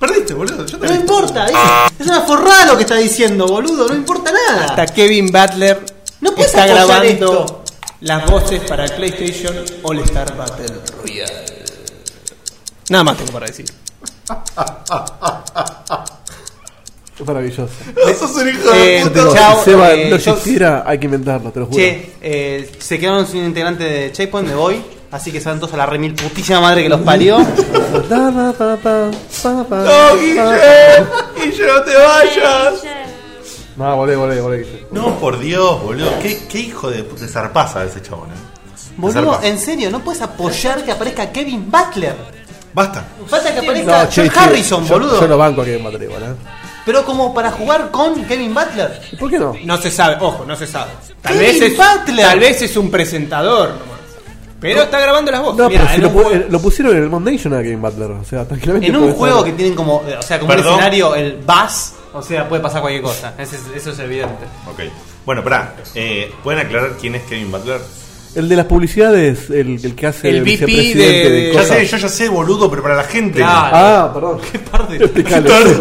S2: Perdiste, este, boludo. Yo
S4: No importa, es, es una forrada lo que está diciendo, boludo, no importa nada. Hasta Kevin Butler
S13: puedes
S4: está
S13: apoyar
S4: grabando
S13: esto.
S4: las voces para el PlayStation All Star Battle Royale. Nada más tengo para decir.
S3: Es maravilloso.
S2: Eh,
S4: Sos un hijo de
S3: Yo
S4: puta.
S3: te
S4: *laughs*
S3: digo,
S4: Chao,
S3: si Ah, Seba
S4: eh,
S3: no
S4: yo-
S3: existiera, hay que inventarlo, te lo juro.
S4: Che, eh, se quedaron sin integrante de Checkpoint, me voy. Así que se van todos a la remil putísima madre que los
S3: *laughs*
S4: parió.
S3: Da, da, da, da, da, da,
S13: No,
S2: eh,
S3: da.
S2: Guille, no te vayas.
S3: No, volé, volé, volé. Guille.
S2: No, por Dios, boludo. ¿Qué, qué hijo de puta zarpaza ese chabón? eh. Te
S4: Boludo,
S2: zarpaza.
S4: en serio, no puedes apoyar que aparezca Kevin Butler.
S2: Basta.
S4: Falta que aparezca
S3: No, che,
S4: John
S3: che,
S4: Harrison,
S3: yo-
S4: boludo.
S3: Yo lo banco aquí en Madrid, ¿vale?
S4: Pero como para jugar con Kevin Butler.
S3: ¿eh? ¿Por qué no?
S4: No se sabe, ojo, no se sabe. Tal
S3: Kevin
S4: vez es,
S3: Butler.
S4: tal vez es un presentador nomás. Pero está grabando las voces.
S3: No,
S4: Mirá,
S3: pero si
S4: en
S3: lo,
S4: un
S3: pu-
S4: juego-
S3: eh, lo pusieron en el Mount Nation a Game Butler, o sea, tranquilamente.
S4: En un
S3: puede
S4: juego
S3: ser.
S4: que tienen como, eh, o sea, como
S3: Perdón.
S4: un escenario, el buzz, o sea, puede pasar cualquier cosa. Ese es- eso es evidente.
S2: Ok. Bueno, pará. Eh, ¿Pueden aclarar quién es Kevin Butler?
S3: El de las publicidades, el, el que hace.
S2: El VP
S3: vicepresidente
S2: de-
S3: cosas.
S2: Ya sé, yo ya sé, boludo, pero para la gente.
S3: Claro.
S4: *laughs*
S3: Ah, perdón. Este
S4: Qué parte.
S3: Explicale.
S2: *laughs*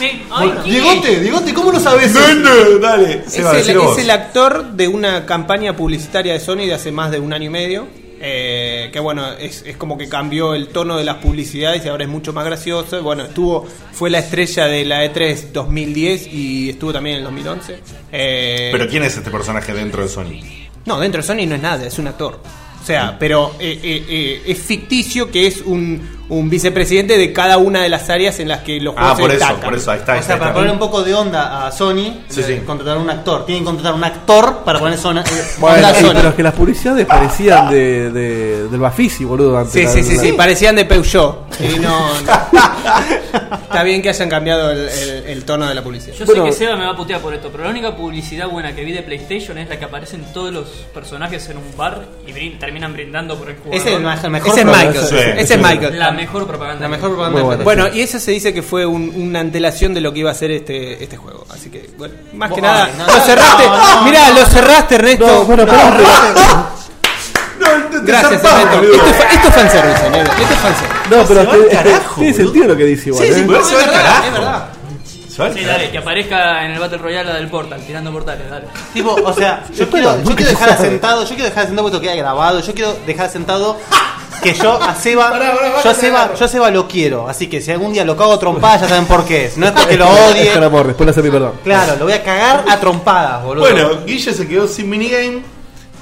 S5: Me- ay, ¿qué?
S4: Diegote, Diegote, ¿cómo lo sabes?
S2: Nene, dale.
S4: Es,
S2: Seba,
S4: el,
S2: decilo
S4: es
S2: vos.
S4: el actor de una campaña publicitaria de Sony de hace más de un año y medio. eh, que bueno, es, es como que cambió el tono de las publicidades y ahora es mucho más gracioso. Y Bueno, estuvo, fue la estrella de la E E3 2010 y estuvo también en el 2011. Eh,
S2: Pero ¿quién es este personaje dentro de Sony?
S4: No, dentro de Sony no es nada, es un actor. O sea, pero eh, eh, eh, es ficticio que es un, un vicepresidente de cada una de las áreas en las que los juegos
S2: Ah, por
S4: se
S2: eso,
S4: destacan.
S2: por eso, ahí está. ahí
S4: O sea,
S2: está,
S4: para
S2: ahí
S4: poner
S2: está.
S4: un poco de onda a Sony, eh,
S2: Sí, sí.
S4: contratar a un actor. Tienen que contratar a un actor para poner zona, eh,
S3: Bueno,
S4: onda
S3: sí,
S4: Sony.
S3: pero es que las publicidades parecían de, de, del Bafisi,
S2: *laughs*
S3: boludo. Antes
S4: Sí,
S3: la-
S4: sí, sí,
S3: la-
S4: sí, parecían de Peugeot. Sí, no, no. *laughs* Está bien que hayan cambiado el, el- el tono de la publicidad.
S5: Yo sé que Seba me va a putear por esto, pero la única publicidad buena que vi de PlayStation es la que aparecen todos los personajes en un bar y brin- terminan brindando por el jugador.
S4: Ese es el ma- el mejor Ese es Michael, propaganda. sí, ese es Michael.
S5: La mejor propaganda.
S4: La mejor propaganda de PlayStation. Bueno, y esa se dice que fue un- una antelación de lo que iba a ser este, este juego. Así que, bueno, más que
S5: Ay,
S4: nada.
S5: no,
S4: lo
S5: no,
S4: cerraste.
S5: no, no,
S4: mirá,
S5: no.
S4: lo cerraste, Ernesto.
S3: No, bueno, este, pará,
S4: No, Gracias,
S3: zarpás,
S4: Ernesto.
S3: boludo.
S4: *laughs* Esto es, fa- esto es fanservice, señor. Esto es fanservice. *laughs*
S3: No, pero
S4: Se va al
S3: es que-
S4: carajo,
S3: tiene sentido lo que dice igual.
S4: Sí, sí,
S3: ¿eh?
S4: pero se va al carajo.
S5: Es verdad.
S2: Se va al
S5: Sí,
S2: carajo.
S5: dale, que aparezca en el Battle Royale la del Portal, tirando portales, dale.
S4: Tipo, o sea, yo quiero, yo quiero dejar asentado, yo quiero dejar asentado porque esto queda grabado, yo quiero dejar asentado que yo a *laughs* Seba, yo a Seba, yo a Seba lo quiero, así que si algún día lo cago a trompadas ya saben por qué es, no es
S3: *laughs*
S4: porque lo
S3: Es
S4: odie,
S3: por amor, después le hace mi perdón.
S4: claro, lo voy a cagar a trompadas, boludo.
S2: Bueno, Guille se quedó sin minigame.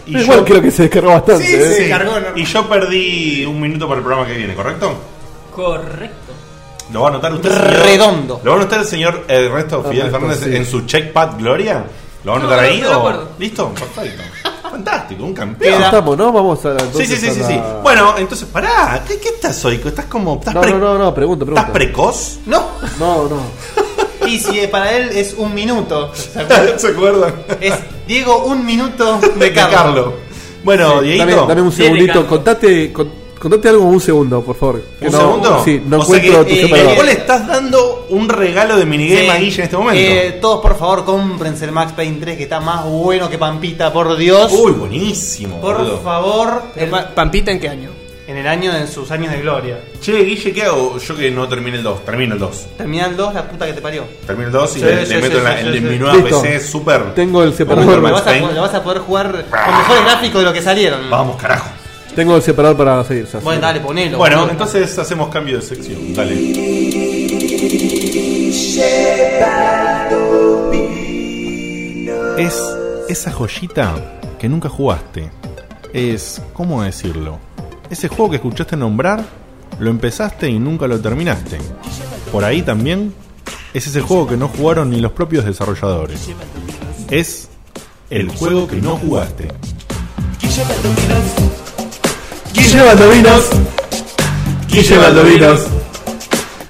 S2: Y
S3: Igual
S2: yo...
S3: creo que se descargó bastante.
S2: Sí,
S3: ¿eh?
S2: sí. Y yo perdí un minuto para el programa que viene, ¿correcto?
S5: Correcto.
S2: Lo va a anotar usted.
S4: Redondo.
S2: ¿Lo va a anotar el señor Ernesto Fidel
S3: Ernesto,
S2: Fernández
S3: sí.
S2: en su checkpad Gloria? ¿Lo va a
S3: No,
S2: anotar
S3: no,
S2: ahí?
S3: estoy de
S2: o-
S3: acuerdo.
S2: ¿Listo? Perfecto. Fantástico, un campeón.
S3: Ya estamos, ¿no? Vamos a.
S2: Sí,
S3: entonces
S2: sí, sí,
S3: a
S2: sí,
S3: la-
S2: sí. Bueno, entonces, pará. ¿Qué, qué estás hoy? ¿Estás como.? Estás
S3: No,
S2: pre-
S3: no, no, no, pregunto, pregunto.
S2: ¿Estás precoz?
S4: No.
S3: No, no.
S4: Y si eh, para él es un minuto. ¿Se
S2: ¿Se acuerdan?
S4: Es Diego un minuto de
S2: Carlos.
S4: Carlos.
S2: Bueno,
S3: Sí,
S2: Dieguito.
S3: dame, dame un segundito, contate, con- contate algo un segundo, por favor. Que
S2: ¿Un
S3: no-
S2: segundo?
S3: Sí, no
S2: O sea que,
S3: encuentro tu
S2: eh,
S3: separador.
S2: vos le estás dando un regalo de minigame
S4: Sí.
S2: a Guille en este momento.
S4: Eh, todos, por favor, cómprense el Max Payne 3 que está más bueno que Pampita, por Dios.
S2: Uy, buenísimo.
S4: Por
S2: boludo.
S4: favor.
S1: ¿Pampita en qué año?
S4: En el año de sus años de gloria.
S2: Che, Guille, ¿qué hago? Yo que no termine el 2. Termino el 2.
S4: Termina el 2, la puta que te parió.
S2: Termino el 2 y
S4: Sí,
S2: le,
S4: sí,
S2: le
S4: sí,
S2: meto en, la,
S4: sí,
S2: en
S4: sí,
S2: mi
S4: sí.
S2: nueva
S3: Listo.
S2: PC super.
S3: Tengo el
S4: Lo
S3: separador.
S4: vas, a, lo vas a poder jugar con mejores gráficos de lo que salieron.
S2: Vamos, carajo.
S3: Tengo el separador para seguir. Sassi.
S4: Bueno, dale, ponelo.
S2: Bueno,
S4: ponelo.
S2: entonces hacemos cambio de sección. Dale. Es esa joyita que nunca jugaste. Es, ¿cómo decirlo? Ese juego que escuchaste nombrar, lo empezaste y nunca lo terminaste. Por ahí también es ese juego que no jugaron ni los propios desarrolladores. Es el juego que no jugaste.
S13: Guille Baldovinos. Guille Baldovinos.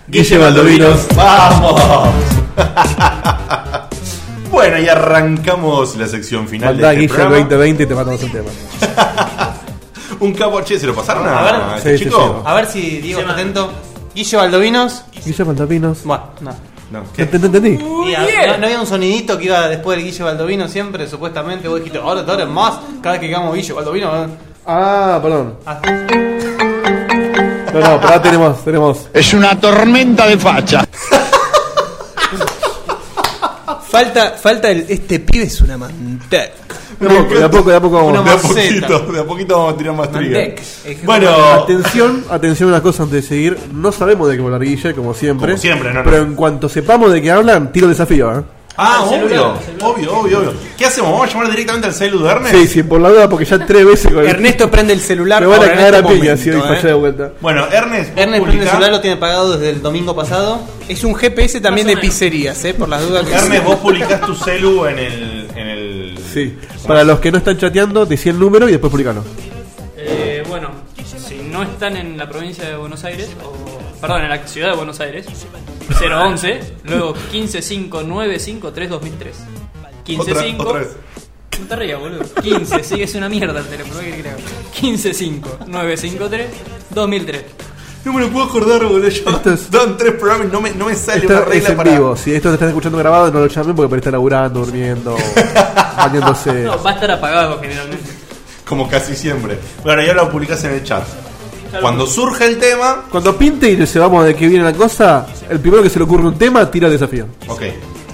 S13: Guille Baldovinos.
S2: ¡Vamos! *laughs* Bueno, y arrancamos la sección final
S3: Mandá
S2: de este
S3: Guille el
S2: programa.
S3: 2020 y te matamos el tema.
S2: Un capo, che, ¿se lo pasaron
S4: A
S2: a,
S4: ver,
S2: este
S3: sí, sí,
S2: chico?
S4: A ver si Diego está atento. Guille Baldovinos.
S3: Guille Pantapinos.
S4: Bueno, no.
S2: Ah, No,
S3: ¿Te, te- te entendí?
S4: Y a- ¿no, no había un sonidito que iba después del Guille Baldovino siempre, supuestamente. Vos dijiste, ahora, ahora más. Cada vez que digamos Guille Baldovino.
S3: Ah, perdón.
S4: ah.
S3: No, no, pero ahora tenemos,
S2: *laughs*
S3: tenemos.
S8: Es una tormenta de facha.
S1: Falta, falta el. Este pibe es una manteca.
S3: De a poco, de a poco, de a poco
S2: De a
S3: vamos.
S4: maceta.
S2: poquito, de a poquito vamos a tirar más trigger.
S1: Mandek. Es-
S2: Bueno,
S3: Atención, atención una cosa antes de seguir. No sabemos de qué hablar Guille, como siempre.
S2: Como siempre, no, no.
S3: Pero en cuanto sepamos de qué hablan, tiro el desafío, ¿eh?
S2: ah, obvio, obvio, obvio, obvio. ¿Qué hacemos? ¿Vamos a llamar directamente al celu de Ernest?
S3: Sí, sí, por la duda, porque ya tres veces con el-
S1: Ernesto prende el celular.
S3: Me van a
S1: ahora en
S3: cagar
S1: este
S3: a piña si hoy
S1: momento,
S3: fallé
S1: ¿eh?
S3: de vuelta.
S2: Bueno, Ernest, vos
S4: Ernest prende el
S2: publicá-
S4: celular, lo tiene pagado desde el domingo pasado.
S1: Es un GPS también de pizzerías, ¿eh? Por las dudas
S4: *laughs*
S1: que.
S2: Ernest, vos publicás tu celu en el... En el...
S3: Sí. Para los que no están chateando, decí el número y después publicalo.
S5: Eh, bueno, si no están en la provincia de Buenos Aires, o, perdón, en la ciudad de Buenos Aires, 011, luego 1559532003.
S2: Otra-
S5: 155.
S2: otra vez.
S5: No te rías, boludo. 15, sí, es una mierda el teléfono, ¿qué creo? 155953 2003.
S2: No me lo puedo acordar, boludo. Yo
S3: Esto es-
S2: Dan tres programas y no me, no me sale
S3: Esto
S2: una regla
S3: es en
S2: para...
S3: vivo. Si esto lo están escuchando grabado, no lo llamen porque puede estar laburando,
S4: *laughs*
S3: durmiendo, bañándose.
S5: No, va a estar apagado generalmente.
S2: Como casi siempre. Bueno, ya lo publicás en el chat.
S5: Claro.
S2: Cuando surge el tema...
S3: Cuando pinte y se vamos de qué viene la cosa, el primero que se le ocurre un tema, tira el desafío.
S2: Ok,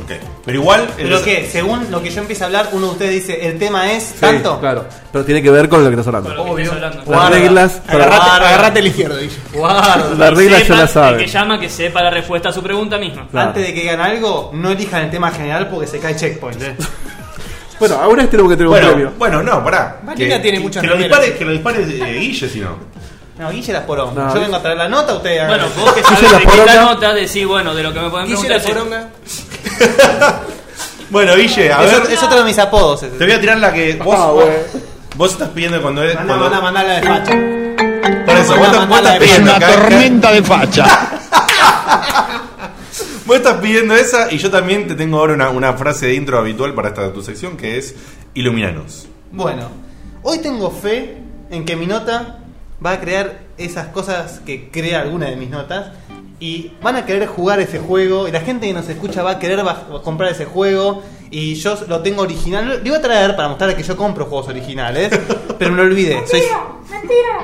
S2: ok. Pero igual... el-
S4: Pero que, según lo que yo empiezo a hablar, uno de ustedes dice, el tema es
S3: Sí,
S4: tanto.
S3: Claro. Pero tiene que ver con lo que estás hablando.
S5: Con lo que estás hablando.
S3: Las reglas para.
S4: Agarrate- agarrate
S1: el izquierdo, Guille.
S4: Guarda.
S3: Las reglas ya
S5: Sepan,
S3: las
S5: El
S3: saben.
S5: que llama que sepa la respuesta a su pregunta misma.
S3: Claro.
S4: Antes de que digan algo, no elijan el tema general porque se cae checkpoint. ¿eh?
S3: Bueno, ahora este tengo que tener un
S2: Bueno,
S3: premio.
S2: bueno, no, pará.
S1: Marina tiene muchas
S2: que lo
S1: novelas.
S2: dispare, que lo dispare eh, Guille, si no.
S4: No, Guille las porón.
S3: No,
S4: yo
S3: Guille-
S4: vengo a traer la nota, ustedes hagan-
S5: Bueno, vos que
S3: Guille
S5: sabés
S3: la
S5: de qué
S3: poronga.
S5: nota decís, bueno, de lo que me pueden
S1: Guille
S5: preguntar.
S1: la
S5: sí.
S1: poronga.
S2: Bueno, Guille, a
S4: es,
S2: ver.
S4: otro- es otro de mis apodos.
S2: Te voy a tirar la que vos,
S3: Ah,
S2: vos,
S3: güey.
S2: vos estás pidiendo cuando es.
S4: Mandá,
S2: cuando-
S4: mandá, mandá la de facha.
S2: por eso, vos, estás- vos
S4: mandá, mandá la
S2: estás
S4: de-
S8: Es
S2: pidiendo
S8: una
S2: acá- acá-
S8: tormenta de facha.
S2: vos estás pidiendo esa y yo también te tengo ahora una, una frase de intro habitual para esta tu sección que es Iluminanos.
S4: Bueno, hoy tengo fe en que mi nota va a crear esas cosas que crea alguna de mis notas. Y van a querer jugar ese juego. Y la gente que nos escucha va a querer baj- comprar ese juego. Y yo lo tengo original. Lo iba a traer para mostrar que yo compro juegos originales. pero me lo olvidé. Soy-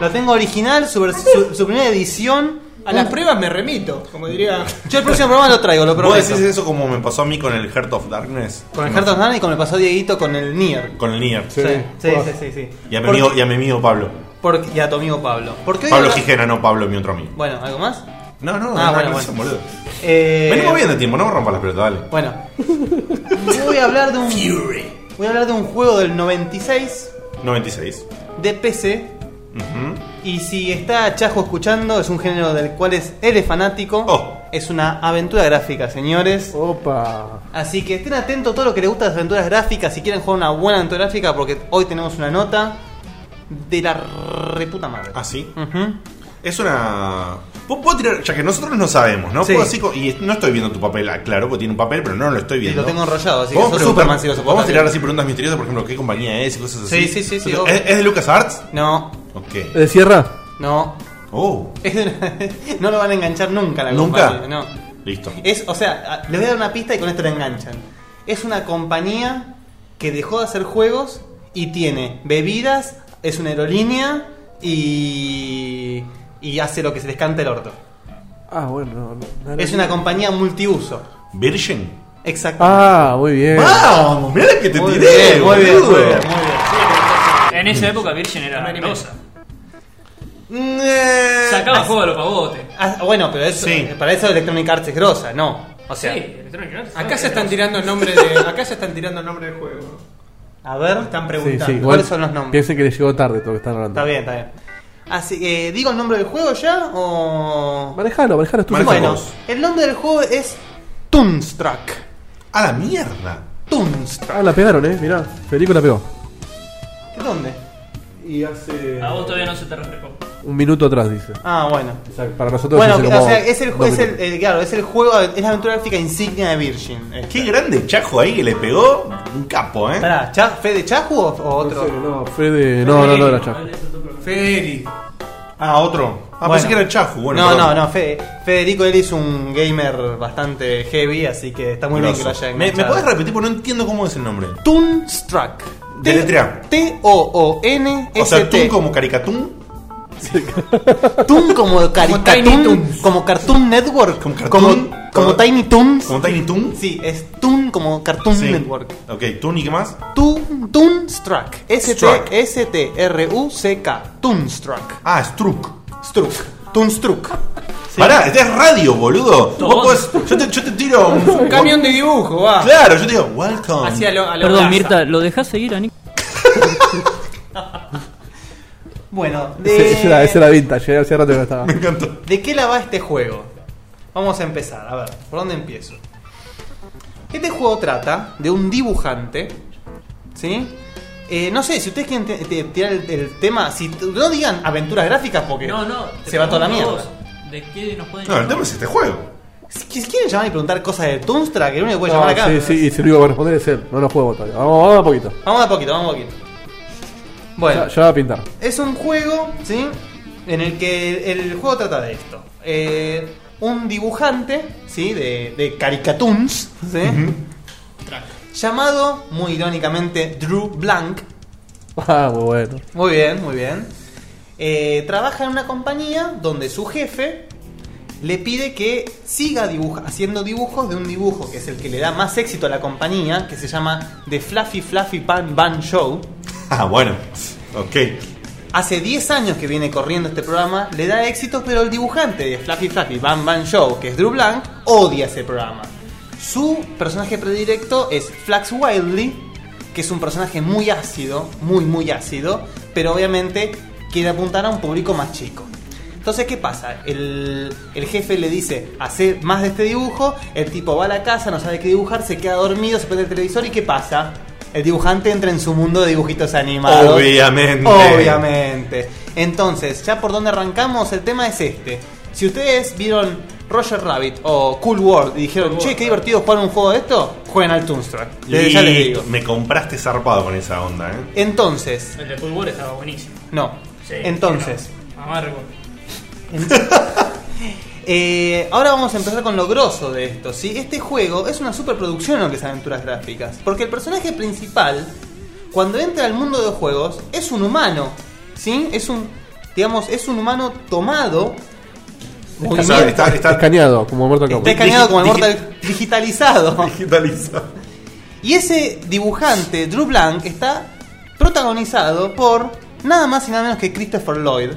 S4: Lo tengo original, su, vers- su- su primera edición.
S1: A las pruebas me remito, como diría.
S4: *laughs* Yo el próximo programa lo traigo, lo
S2: Vos
S4: prometo.
S2: decís eso como me pasó a mí con el Heart of Darkness.
S4: Con el Heart of Nine y como me pasó a Dieguito con el Nier.
S2: Con el Nier.
S4: Sí, sí, sí, sí. sí.
S2: Y a mi
S4: Porque-
S2: amigo, y a mi amigo Pablo.
S4: porque- y a tu amigo Pablo. Porque hoy
S2: Pablo
S4: habla-
S2: Gijena, no Pablo, mi otro amigo.
S4: Bueno, ¿algo más?
S2: No, no,
S4: Ah,
S2: no,
S4: bueno,
S2: no,
S4: bueno.
S2: boludo.
S4: Eh,
S2: Venimos bien de tiempo, no me rompas las pelotas, dale.
S4: Bueno, voy a hablar de un. Voy a hablar de un juego del 96
S2: 96.
S4: de PC Y si está Chajo escuchando, es un género del cual es, él es fanático.
S2: Oh.
S4: Es una aventura gráfica, señores.
S3: Opa.
S4: Así que estén atentos a todo lo que les gusta de las aventuras gráficas. Si quieren jugar una buena aventura gráfica, porque hoy tenemos una nota de la reputa madre.
S2: ¿Ah, sí? Es una. ¿Puedo, puedo tirar, ya que nosotros no sabemos, ¿no?
S4: Sí.
S2: Puedo así co- y no estoy viendo tu papel, ah, claro, porque tiene un papel, pero no lo estoy viendo.
S4: lo tengo enrollado, así que
S2: Podemos
S4: sos
S2: preguntar-
S4: Superman si lo soportas
S2: Podemos tirar
S4: bien.
S2: así preguntas misteriosas, por ejemplo, qué compañía es y cosas así.
S4: Sí, sí, sí, sí,
S2: ¿Es,
S4: obvio. Eh.
S2: es de LucasArts?
S4: No.
S2: Ok.
S3: ¿Es de Sierra?
S4: No.
S2: Oh.
S4: Es de una- *laughs* no lo van a enganchar nunca la
S2: ¿Nunca?
S4: compañía, No.
S2: Listo.
S4: Es, o sea, a- les voy a dar una pista y con esto la enganchan. Es una compañía que dejó de hacer juegos y tiene bebidas, es una aerolínea y. y hace lo que se les canta el orto.
S3: Ah, bueno, no, no, no, no.
S4: Es una compañía multiuso.
S2: ¿Virgin?
S4: Exacto.
S3: Ah, muy bien.
S2: ¡Vamos! Mirá la que te
S4: Muy
S2: tiré,
S4: bien, muy bien,
S2: boludo.
S4: muy bien, muy bien.
S5: En esa época Virgin era rosa.
S4: Eh,
S5: Sacaba
S4: as-
S5: juego a los pavotes.
S4: as- Ah, Bueno, pero eso, para eso Electronic Arts es grosa, no. O sea,
S1: Acá se están tirando el nombre de. Acá se están tirando el nombre del juego.
S4: a ver, están
S3: Sí,
S4: preguntando.
S3: sí, igual
S4: ¿Cuáles son los nombres?
S3: Piensen que les llegó tarde todo lo que están hablando.
S4: Está bien, está bien. Así que, ¿digo el nombre del juego ya? O.
S3: Manejalo, manejalo, es tu
S4: Bueno,
S3: sector.
S4: el nombre del juego es Toonstruck.
S2: A la mierda.
S4: Toonstruck.
S3: Ah, la pegaron, eh, mirá. Federico la pegó.
S4: ¿De dónde?
S3: Y hace.
S5: A vos todavía no se te reflejó.
S3: Un minuto atrás, dice.
S4: Ah, bueno.
S3: O sea, para nosotros
S4: bueno,
S3: hace
S4: o
S3: como
S4: sea, es el,
S3: dos
S4: es el,
S3: minutos.
S4: eh, claro, es el juego, es la aventura gráfica insignia de Virgin. Eh,
S2: Qué grande Chajo ahí que le pegó. Un capo, ¿eh?
S4: Pará, ¿Cha- ¿Fede Chahu o, o otro?
S3: Fede, no, no, no era Chaco.
S4: Eh,
S2: Feri. Ah, otro. Ah, pensé que era Chafu. Bueno,
S4: no,
S2: perdón.
S4: no, no, Fede- Federico él es un gamer bastante heavy, así que está muy bien que lo
S2: Grosso.
S4: haya
S2: ¿Me, ¿Me
S4: enganchado.
S2: podés repetir? Porque no entiendo cómo es el nombre.
S4: Toonstruck.
S2: Deletrea.
S4: T-O-O-N-S-T.
S2: O sea, Toon como caricatún.
S4: Toon
S2: *laughs*
S4: como Cartoon, como Cartoon Network, como, como, Tiny Toons.
S2: Como Tiny Toon.
S4: Sí, es Toon como Cartoon
S2: Sí.
S4: Network.
S2: Ok, Toon y qué más.
S4: Toon, Toonstruck.
S2: Struck.
S4: S-T-S-T-R-U-C-K. Toonstruck.
S2: Ah, Struck.
S4: Struck. Toonstruck.
S2: Pará, este es radio, boludo. Vos podés- yo, te, yo te tiro
S4: *laughs*
S2: un,
S1: Un camión de dibujo, va.
S2: Claro, yo te digo, welcome.
S1: Hacia lo- a lo
S5: Perdón,
S1: Gaza.
S5: Mirta, ¿lo dejás seguir a Nick?
S4: Bueno,
S3: Ese- ese era-
S4: de,
S3: Ese era vintage, eh, hacía rato que
S4: *laughs*
S3: no estaba. Me
S2: encantó.
S4: ¿de qué la va este juego? Vamos a empezar, a ver, ¿por dónde empiezo? Este juego trata de un dibujante, ¿sí? Eh, no sé, si ustedes quieren te- te- tirar el, el tema, si t- no digan aventuras gráficas porque
S5: No, no. te
S4: se va toda la
S5: pregunto
S4: mierda.
S5: a vos, ¿De qué nos pueden
S2: No, el tema es este juego.
S4: Si si quieren llamar y preguntar cosas de Toonstra, que el único que puede
S3: No,
S4: llamar acá.
S3: sí, sí, y si lo único que va a responder es él. No lo juego todavía. Vamos, vamos a poquito.
S4: Vamos a poquito, vamos a poquito. Bueno,
S3: Ya, ya va a pintar. *laughs*
S4: Es un juego, ¿sí? En el que el, el juego trata de esto. Eh, un dibujante, ¿sí? De, de caricatunes, ¿sí? Llamado, muy irónicamente, Drew Blank.
S3: Ah, muy bueno.
S4: Muy bien, muy bien. Eh, trabaja en una compañía donde su jefe le pide que siga dibuja- haciendo dibujos de un dibujo que es el que le da más éxito a la compañía, que se llama The Fluffy Fluffy Pan Ban Show.
S2: Ah, bueno. Ok.
S4: Hace 10 años que viene corriendo este programa, le da éxito, pero el dibujante de Fluffy Fluffy Bam Bam Show, que es Drew Blank, odia ese programa. Su personaje predilecto es Flax Wildly, que es un personaje muy ácido, muy muy ácido, pero obviamente quiere apuntar a un público más chico. Entonces, ¿qué pasa? El, el jefe le dice, hace más de este dibujo, el tipo va a la casa, no sabe qué dibujar, se queda dormido, se prende el televisor y ¿qué pasa? El dibujante entra en su mundo de dibujitos animados.
S2: Obviamente.
S4: Obviamente. Entonces, ya por donde arrancamos, el tema es este. Si ustedes vieron Roger Rabbit o Cool World y dijeron, che, qué divertido jugar un juego de esto, jueguen al Toonstruck. Desde ya les digo.
S2: Listo, Me compraste zarpado con esa onda, ¿eh?
S4: Entonces,
S5: El de fútbol estaba buenísimo.
S4: no.
S5: Sí,
S4: Entonces,
S5: no, Amargo.
S4: Eh, ahora vamos a empezar con lo grosso de esto. ¿sí? Este juego es una superproducción en lo que es aventuras gráficas. Porque el personaje principal, cuando entra al mundo de los juegos, es un humano. ¿Sí? Es un. Digamos, es un humano tomado.
S3: Esca-
S4: movimiento-
S3: está, escaneado, como Mortal Kombat.
S4: Está escaneado como el Mortal digitalizado. *laughs*
S2: Digitalizado.
S4: Y ese dibujante, Drew Blank, está protagonizado por nada más y nada menos que Christopher Lloyd.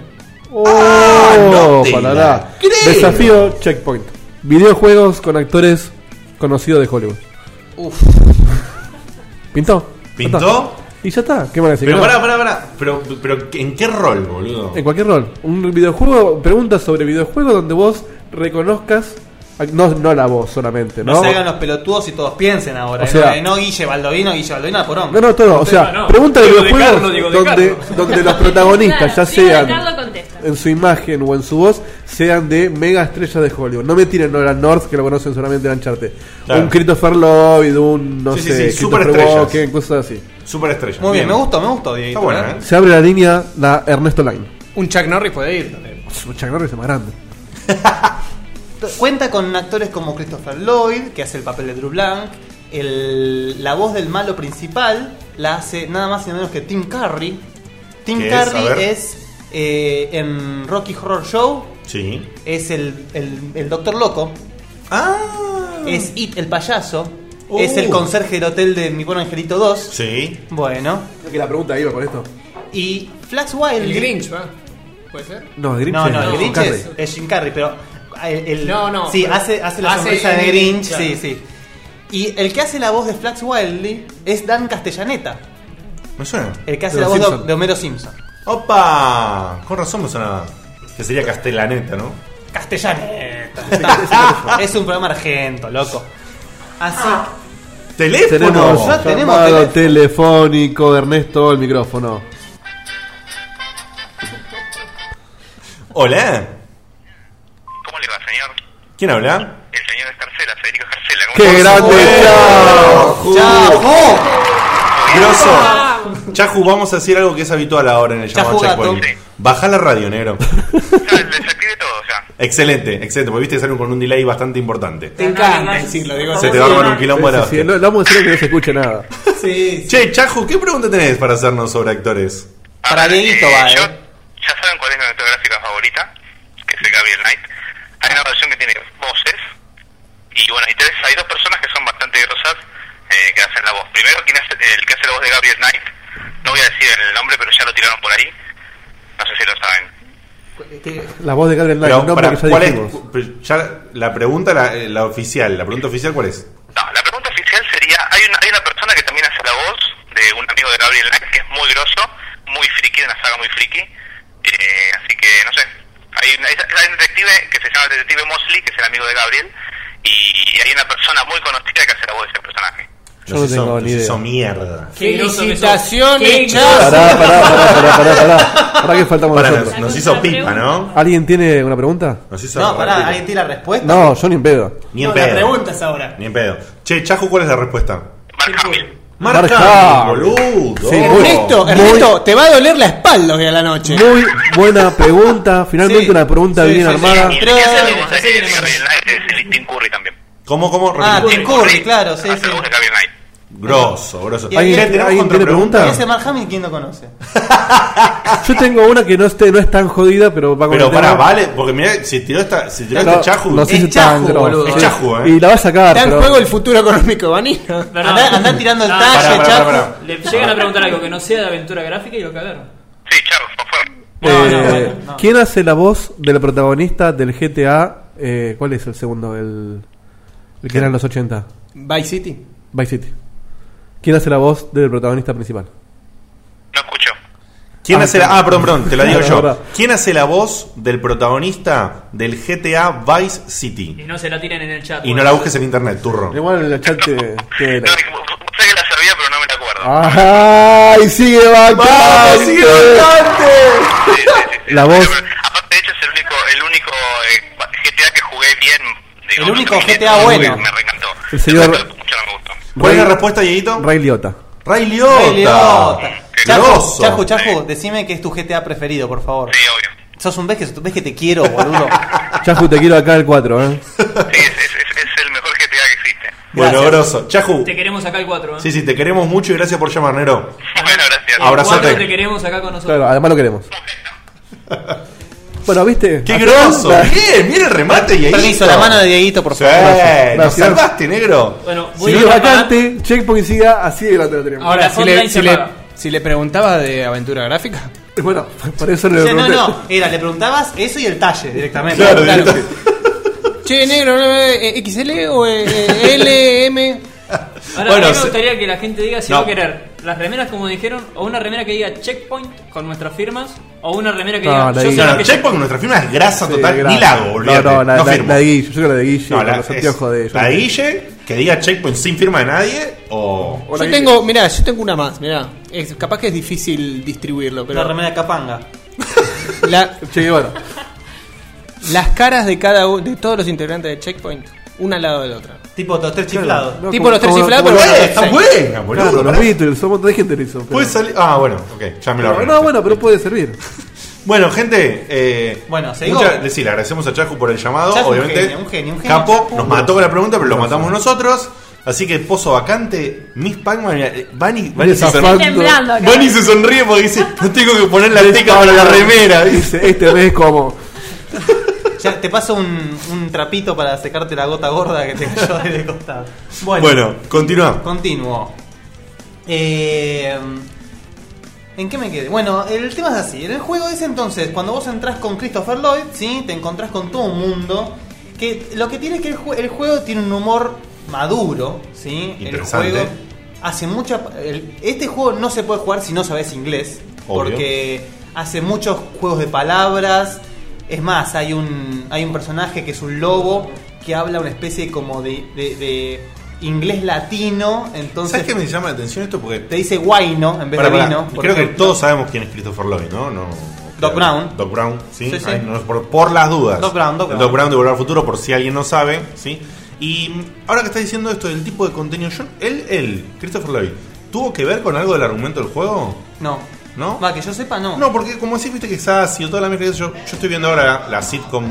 S3: Oh,
S4: te
S3: parará.
S4: la creo.
S3: Desafío Checkpoint. Videojuegos con actores conocidos de Hollywood.
S4: Uf.
S3: ¿Pintó?
S2: ¿Pintó?
S3: Y ya está, ¿qué van a decir?
S2: Pero
S3: Que no.
S2: pará, pará, pará. Pero, pero ¿en qué rol, boludo?
S4: Eh,
S3: En cualquier rol. Un videojuego, preguntas sobre videojuegos donde vos reconozcas. No, no la voz solamente, ¿no?
S4: No, se hagan los pelotudos y todos piensen ahora.
S3: O
S4: ¿no?
S3: sea-
S4: Eh, no, Guille Baldovino, Guille Baldovino, porón.
S3: No, no, todo. O sea, pregunta de
S4: Digo
S3: videojuegos
S4: Carlos, digo de
S3: donde,
S4: Carlos.
S3: donde los protagonistas, ya
S4: Claro, digo de
S3: sean
S4: Carlos
S3: en su imagen o en su voz, sean de mega estrellas de Hollywood. No me tiren Nolan North, que lo conocen solamente en Ancharte.
S2: Claro.
S3: Un Christopher Lloyd, un, no
S2: Sí, sí,
S3: sé,
S2: sí,
S3: Christopher
S2: superestrellas.
S3: Walken, cosas así.
S2: Super estrella.
S4: Muy bien, me gustó, me gustó, Dieguito,
S2: Está buena,
S4: ¿eh?
S2: ¿eh?
S3: Se abre la línea la Ernesto Line.
S1: Un Chuck Norris puede ir. también.
S3: Chuck Norris es más grande.
S4: ¿eh? Cuenta con actores como Christopher Lloyd, que hace el papel de Drew Blank. El- la voz del malo principal la hace nada más y nada menos que Tim Curry. Tim
S2: ¿Qué es? A ver.
S4: Curry es, eh, en Rocky Horror Show,
S2: Sí.
S4: es el, el, el Doctor Loco. Ah. Es It, el payaso.
S2: Ah. Uh.
S4: Es el conserje del hotel de Mi Buen Angelito 2.
S2: Sí.
S4: Bueno.
S3: Creo que la pregunta iba con esto.
S4: Y Flash Wild.
S1: El Grinch, ¿va? ¿Puede ser?
S3: No, el Grinch
S4: No,
S3: es
S4: no, el
S3: Jim
S4: Grinch
S3: Carrey.
S4: es, es Jim Carrey, pero. ah, El, el-
S1: No, no,
S4: Sí,
S1: pero
S4: hace, hace la
S1: hace
S4: sonrisa de
S1: el
S4: Grinch,
S1: Grinch, claro.
S4: sí, sí. Y el que hace la voz de Flash Wildy es Dan Castellaneta,
S2: Me suena.
S4: el que hace
S2: De
S4: la
S2: los
S4: voz de,
S2: Simpson.
S4: de Homero Simpson.
S2: ¡Opa! Con razón me sonaba. Que sería Castellaneta, ¿no?
S4: Castellaneta. es un programa argento, loco. Así.
S2: ¡Teléfono!
S3: Tenemos,
S4: Ya tenemos
S3: llamado
S4: teléfono.
S3: telefónico, Ernesto, el micrófono.
S2: Hola. ¿Cómo le va, señor? ¿Quién habla?
S3: ¡Qué grande! Chaju!
S2: Grosso. Chahu, vamos a decir algo que es habitual ahora en el llamado
S4: Chahu Gato.
S2: Checkpoint. Baja la radio, negro. Excelente, excelente. Porque viste que salen con un delay bastante importante.
S1: Te encanta decirlo, digo.
S2: Se te va con un quilombo a la
S3: Sí, sí, sí, lo- lo vamos a decir que no se escuche nada.
S4: Sí.
S2: Che, Chahu, ¿qué pregunta tenés para hacernos sobre actores?
S4: Para Dieguito va, eh.
S14: Ya saben cuál es mi autográfica favorita, que es el Gabriel Knight. Ah, Hay una versión que tiene voces, y bueno, hay, tres, hay dos personas que son bastante grosas eh, que hacen la voz. Primero, quien hace, el que hace la voz de Gabriel Knight, no voy a decir el nombre, pero ya lo tiraron por ahí. No sé si lo saben.
S3: La voz de Gabriel Knight,
S2: Pero,
S3: el nombre
S2: pará,
S3: que ya
S2: ¿cuál es?
S3: dijimos.
S2: Pero ya la- la pregunta, la, eh, la oficial, la pregunta oficial, ¿cuál es?
S14: No, la pregunta oficial sería, hay una, hay una persona que también hace la voz de un amigo de Gabriel Knight que es muy grosso, muy friki, de una saga muy friki, eh, así que no sé, hay, una- hay un detective que se llama el detective Mosley, que es el amigo de Gabriel, y hay una persona muy conocida que hace la voz de ese personaje.
S3: Yo no tengo ni idea.
S2: Eso mierda.
S1: Felicitaciones, Chahu.
S3: Pará, Ah, pará, pará, pará, pará, pará. Pará que faltamos
S2: Pará,
S3: nosotros.
S2: nos- nos hizo pipa, ¿no?
S3: ¿Alguien tiene una pregunta?
S2: Nos hizo
S4: No,
S2: robar
S4: pará,
S2: pipa.
S4: ¿alguien tiene la respuesta?
S3: No, yo ni en pedo.
S2: Ni en
S4: No, la
S2: pedo.
S4: pregunta es ahora.
S2: Ni en pedo. Che, Chahu, ¿cuál es la respuesta?
S3: Marca,
S2: Marca, boludo.
S3: Sí, muy-
S1: Ernesto,
S3: muy-
S1: Ernesto, te va a doler la espalda hoy a la noche.
S3: Muy buena pregunta, finalmente una pregunta bien armada.
S14: Y el que hace la voz de Gabriel Knight es el Tim Curry también.
S2: ¿Cómo, cómo?
S4: Ah,
S2: Repite.
S4: Tim Curry, claro, sí, sí.
S2: Grosso, grosso.
S4: ¿Y alguien-
S2: Che, ¿tenemos
S3: alguien tiene
S2: contrapregunta?
S4: ¿Y ese Mark Hamill quién lo conoce?
S3: Yo tengo una que no, esté, no es tan jodida, pero va con
S2: Pero
S3: el tema.
S2: pará, vale, porque mirá, si tiró esta, si tiró
S3: No,
S2: este Chahu.
S3: no sé si
S2: es
S3: Es tan Chahu, grosso. boludo.
S2: Es Chahu, eh.
S3: Y la va a sacar.
S1: Está en
S3: pero-
S1: juego el futuro económico de Vanina.
S4: Andá, andá tirando el
S5: No,
S4: talle,
S5: pará, pará,
S4: Chahu.
S5: pará, pará. Le llegan a preguntar algo que no sea de aventura gráfica y lo cagaron.
S3: Eh,
S5: No, no, bueno, no.
S3: ¿Quién hace la voz del protagonista del GTA? eh, ¿Cuál es el segundo? El, el que era en los 80.
S1: Vice City.
S3: Vice City. ¿Quién hace la voz del protagonista principal?
S2: ¿Quién
S3: Ah,
S2: hace la, ah, perdón, perdón, te
S3: *laughs*
S2: la digo
S3: Claro,
S2: yo.
S3: verdad.
S2: ¿Quién hace la voz del protagonista del GTA Vice City?
S5: Y no se la tiren en el chat. pues.
S2: Y no la busques en internet, turro.
S3: Igual en el chat te, te- Ah,
S13: ¡Ay, sigue vacante!
S2: ¡Vamos, sigue
S3: La voz.
S4: eh, El único GTA bueno.
S3: El señor.
S2: ¿Cuál es la respuesta, Dieguito?
S3: Ray Liotta.
S2: Ray
S4: Ray
S2: Liotta.
S4: Liotta.
S2: Grosso.
S4: Chajo, Chajo, Chajo, decime que es tu GTA preferido, por favor. Sí, obvio. Sos un ves que, ves que te quiero,
S2: *laughs*
S4: boludo.
S3: Chafu, te quiero acá el 4, ¿eh?
S4: *laughs*
S2: Bueno, grosso. Chahu.
S5: Te queremos acá el 4, ¿eh?
S2: Sí, sí, te queremos mucho y gracias por llamar, Nero.
S5: El
S2: Abrazate.
S5: cuatro te queremos acá con nosotros.
S3: Claro, además lo queremos. Bueno, ¿viste?
S2: ¡Qué
S3: Así
S2: grosso!
S3: anda.
S2: Bien, mira el remate, Dieguito.
S4: Permiso, la mano de Dieguito, por
S2: Sí,
S4: favor.
S3: Gracias,
S2: nos
S3: gracias.
S2: salvaste, negro.
S5: Bueno,
S3: Sigue vacante, checkpoint siga, así de grande lo tenemos.
S1: Ahora, si le, si, le, si le preguntaba de aventura gráfica.
S3: Bueno, *laughs* por eso
S4: O sea, no, no, era, le preguntabas eso y el talle directamente.
S1: Claro, Che, negro, ¿no? Eh, ¿XL o eh, eh, LM?
S5: Ahora, a mí me gustaría que la gente diga si
S2: No.
S5: va a querer las remeras, como dijeron, o una remera que diga checkpoint con nuestras firmas, o una remera que
S3: No,
S5: diga.
S3: la
S5: yo
S3: diga.
S5: soy
S3: No,
S5: que-
S2: Checkpoint con nuestra firma es grasa
S3: Sí,
S2: total.
S3: grasa.
S2: Ni la hago,
S3: No,
S2: olvídate.
S3: no, la- la-
S2: firmo.
S3: la de Guille, yo creo la de Guille, con
S2: la-
S3: los anteojos de-
S2: La de Guille, que diga checkpoint sin firma de nadie o.
S1: Yo tengo, mirá, yo tengo una más, mirá. Es, capaz que es difícil distribuirlo, pero.
S4: La remera capanga.
S1: La-
S3: Che Guevara.
S1: Las caras de cada uno, de todos los integrantes de Checkpoint, una al lado de la otra.
S4: Tipo los tres chiflados.
S3: No,
S1: tipo
S3: como-
S1: los tres
S3: como-
S1: chiflados,
S3: como
S1: pero.
S3: la-
S1: bueno,
S3: Está
S1: sí.
S2: buena, boludo,
S3: Claro, los
S2: pará.
S3: Beatles, un montón de gente lo hizo. pero-
S2: Puede salir. Ah, bueno, ok, ya me lo
S3: Pero
S2: arruinaste.
S3: No, bueno, pero puede servir.
S2: Bueno, gente, eh,
S4: Bueno, seguimos.
S2: muchas, sí, le agradecemos a Chacu por el llamado.
S4: Chacu, un
S2: Obviamente,
S4: genio, un genio, un genio.
S2: Capo
S4: Chacu.
S2: nos mató con la pregunta, pero lo matamos nosotros. Así que pozo vacante, Miss Pac-Man. eh, Vani, Vani, se
S3: Zafando.
S2: sonríe.
S3: Estoy temblando acá.
S2: Vani se sonríe porque dice: No tengo que poner *laughs* la teca para la
S3: *laughs*
S2: remera. dice.
S3: Dice, este mes como.
S4: Ya, te paso un, un trapito para secarte la gota gorda que te cayó del costado. Bueno,
S2: Bueno, continúa.
S4: Continuo. Eh, ¿En qué me quedé? Bueno, el tema es así. En el juego es entonces, cuando vos entras con Christopher Lloyd, ¿sí? te encontrás con todo un mundo. Que lo que tiene es que el, jue- el juego tiene un humor maduro. ¿sí? El
S2: Interesante.
S4: juego hace mucha. el- este juego no se puede jugar si no sabes inglés.
S2: Obvio.
S4: Porque hace muchos juegos de palabras. Es más, hay un, hay un personaje que es un lobo que habla una especie como de, de- de inglés latino. Entonces
S2: ¿Sabes qué me llama la atención esto? Porque
S4: te dice guayno en vez
S2: Pará,
S4: de
S2: pará.
S4: vino. por
S2: Creo que
S4: ejemplo.
S2: todos sabemos quién es Christopher Lloyd, ¿no? no
S4: Doc
S2: creo.
S4: Brown.
S2: Doc Brown, sí.
S4: Sí, sí.
S2: Ay, no, por, por las dudas.
S4: Doc Brown, Doc
S2: El
S4: Brown.
S2: de Volver al Futuro, por si alguien no sabe, ¿sí? Y mm, ahora que está diciendo esto del tipo de contenido, yo- él, él, Christopher Lloyd, ¿tuvo que ver con algo del argumento del juego?
S4: No.
S2: ¿No?
S4: Va, que yo sepa, no.
S2: No, porque como así viste que Sassy o toda la mezcla, de eso, yo, yo estoy viendo ahora la sitcom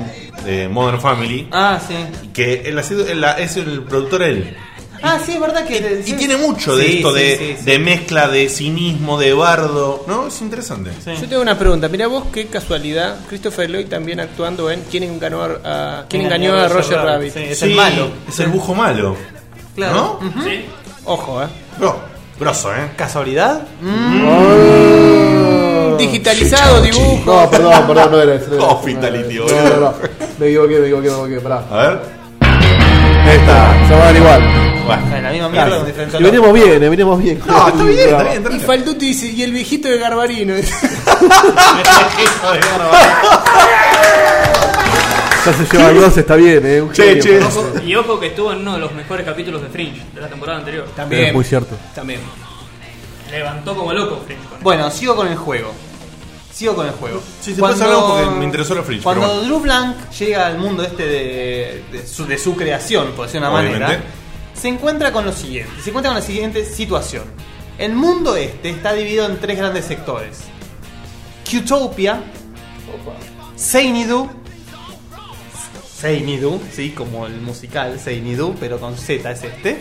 S2: de Modern Family,
S4: Ah, sí.
S2: que el, el- la- es el productor él.
S4: Ah, sí, es verdad que. Y,
S2: Tiene mucho de esto de, de mezcla de cinismo, de bardo, ¿no? Es interesante.
S1: Yo tengo una pregunta. Mira vos qué casualidad. Christopher Lloyd también actuando en ¿Quién engañó a, a- ¿Quién engañó a Roger Rabbit?
S2: Sí, Es el bujo malo.
S1: Claro.
S2: ¿No?
S1: Ojo, eh.
S2: Bro, grosso, ¿eh?
S4: ¿Casualidad?
S1: Digitalizado, dibujo.
S3: Mm. No, perdón, perdón, no
S2: *laughs*
S3: era eso. no era eso,
S2: Hospitality,
S3: no,
S2: boludo.
S3: no, no, no. Me equivoqué, me equivoqué, me equivoqué. Pará.
S2: A ver.
S3: Esta, se van igual.
S4: La
S2: *laughs*
S4: misma mierda con diferente
S3: Y
S4: olor.
S3: venimos bien, eh, venimos bien.
S2: No, está bien, está bien.
S1: Y Falduti dice, y el viejito de Garbarino.
S3: Ya se lleva el goce, está bien, eh. un genio.
S5: Ojo- y ojo que estuvo en uno de los mejores capítulos de Fringe de la temporada anterior.
S3: También. Es muy cierto.
S5: También. Levantó como loco Fringe. con
S4: Bueno, sigo con el juego. Sigo con el juego.
S2: Sí, después hablamos porque me interesó la Fringe,
S4: Cuando
S2: pero bueno.
S4: Drew Blank llega al mundo este de, de su, de su creación, por decir una
S2: Obviamente.
S4: manera, se encuentra con lo siguiente. Se encuentra con la siguiente situación. El mundo este está dividido en tres grandes sectores. Qtopia, Seinidu, Seinidu, sí, como el musical Seinidu, pero con Z es este.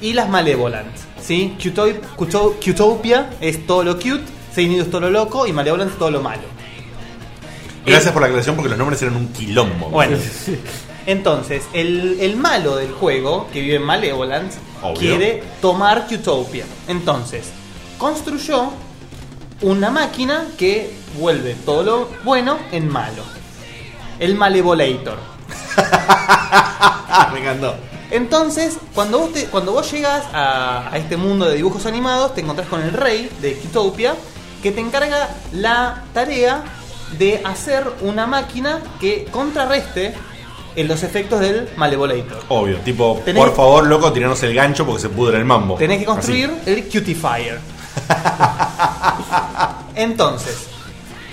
S4: Y las Malevolant, ¿sí? Qtoi- Qto- Qtopia es todo lo cute, Seinidu es todo lo loco y Malevolant es todo lo malo.
S2: Gracias por la aclaración porque los nombres eran un quilombo.
S4: Bueno, entonces, el, el malo del juego, que vive en Malevolant,
S2: Obvio.
S4: quiere tomar Qtopia. Entonces, construyó una máquina que vuelve todo lo bueno en malo. El Malevolator. Ah,
S2: me encantó.
S4: Entonces, cuando vos, te- cuando vos llegas a, a este mundo de dibujos animados, te encontrás con el rey de Kitopia, que te encarga la tarea de hacer una máquina que contrarreste eh, los efectos del Malevolator.
S2: Obvio, tipo,
S4: Tenés-
S2: por favor, loco, tiranos el gancho porque se pudre el mambo.
S4: Tenés que construir el Cutifier. Entonces,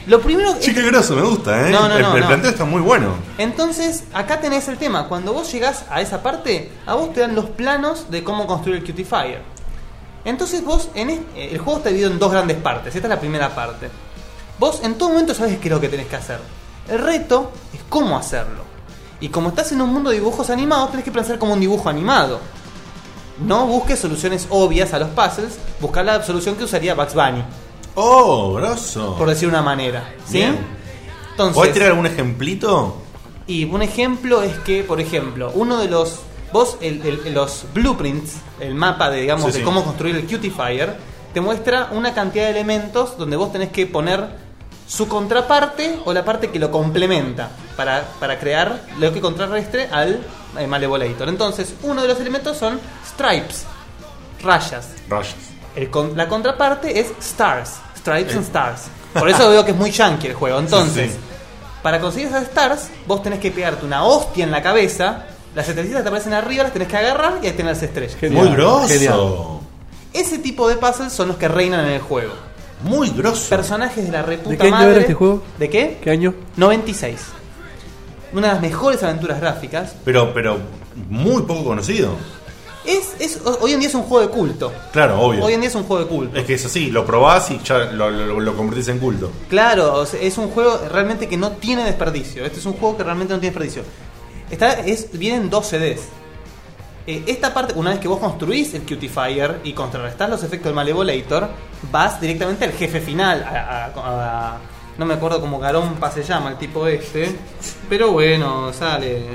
S4: lo primero...
S2: Así. Sí, qué grosso, me gusta, ¿eh?
S4: No, no,
S2: el,
S4: no,
S2: el
S4: no.
S2: planteo está muy bueno.
S4: Entonces, acá tenés el tema. Cuando vos llegás a esa parte, a vos te dan los planos de cómo construir el Qtifier. Entonces vos, en es- eh, el juego está dividido en dos grandes partes. Esta es la primera parte. Vos en todo momento sabes qué es lo que tenés que hacer. El reto es cómo hacerlo. Y como estás en un mundo de dibujos animados, tenés que pensar como un dibujo animado. No busques soluciones obvias a los puzzles, busca la solución que usaría Bugs Bunny,
S2: Oh, grosso.
S4: por decir una manera. ¿Sí?
S2: Bien.
S4: Entonces,
S2: ¿Podés tirar algún ejemplito?
S4: y un ejemplo es que, por ejemplo, uno de los. Vos, el- el- los blueprints, el mapa de, digamos,
S2: Sí,
S4: de
S2: sí.
S4: cómo construir el Qtifier, te muestra una cantidad de elementos donde vos tenés que poner su contraparte o la parte que lo complementa para, para crear lo que contrarrestre al eh, Malevolator. Entonces, uno de los elementos son stripes, rayas.
S2: Rayos.
S4: el con- la contraparte es Stars, Stripes and Stars. Por eso veo que es muy yankee el juego. Entonces, para conseguir esas Stars, vos tenés que pegarte una hostia en la cabeza. Las estrellitas te aparecen arriba, las tenés que agarrar y ahí tenés las estrellas.
S2: Muy grosso.
S4: Ese tipo de puzzles son los que reinan en el juego.
S2: Muy grosso.
S4: Personajes de la reputa
S3: ¿De qué año
S4: madre.
S3: era este juego?
S4: ¿De qué?
S3: ¿Qué año?
S4: 96. Una de las mejores aventuras gráficas.
S2: Pero, pero muy poco conocido.
S4: Es, es, hoy en día es un juego de culto.
S2: Claro, obvio.
S4: Hoy en día es un juego de culto.
S2: Es que es así, lo probás y ya lo, lo- lo convertís en culto.
S4: Claro, o sea, es un juego realmente que no tiene desperdicio. Este es un juego que realmente no tiene desperdicio. Está, es, vienen dos CDs. Eh, esta parte, una vez que vos construís el Cutifier y contrarrestás los efectos del Malevolator, vas directamente al jefe final. a- a- a- no me acuerdo cómo Garompa se llama el tipo este. Pero bueno, sale.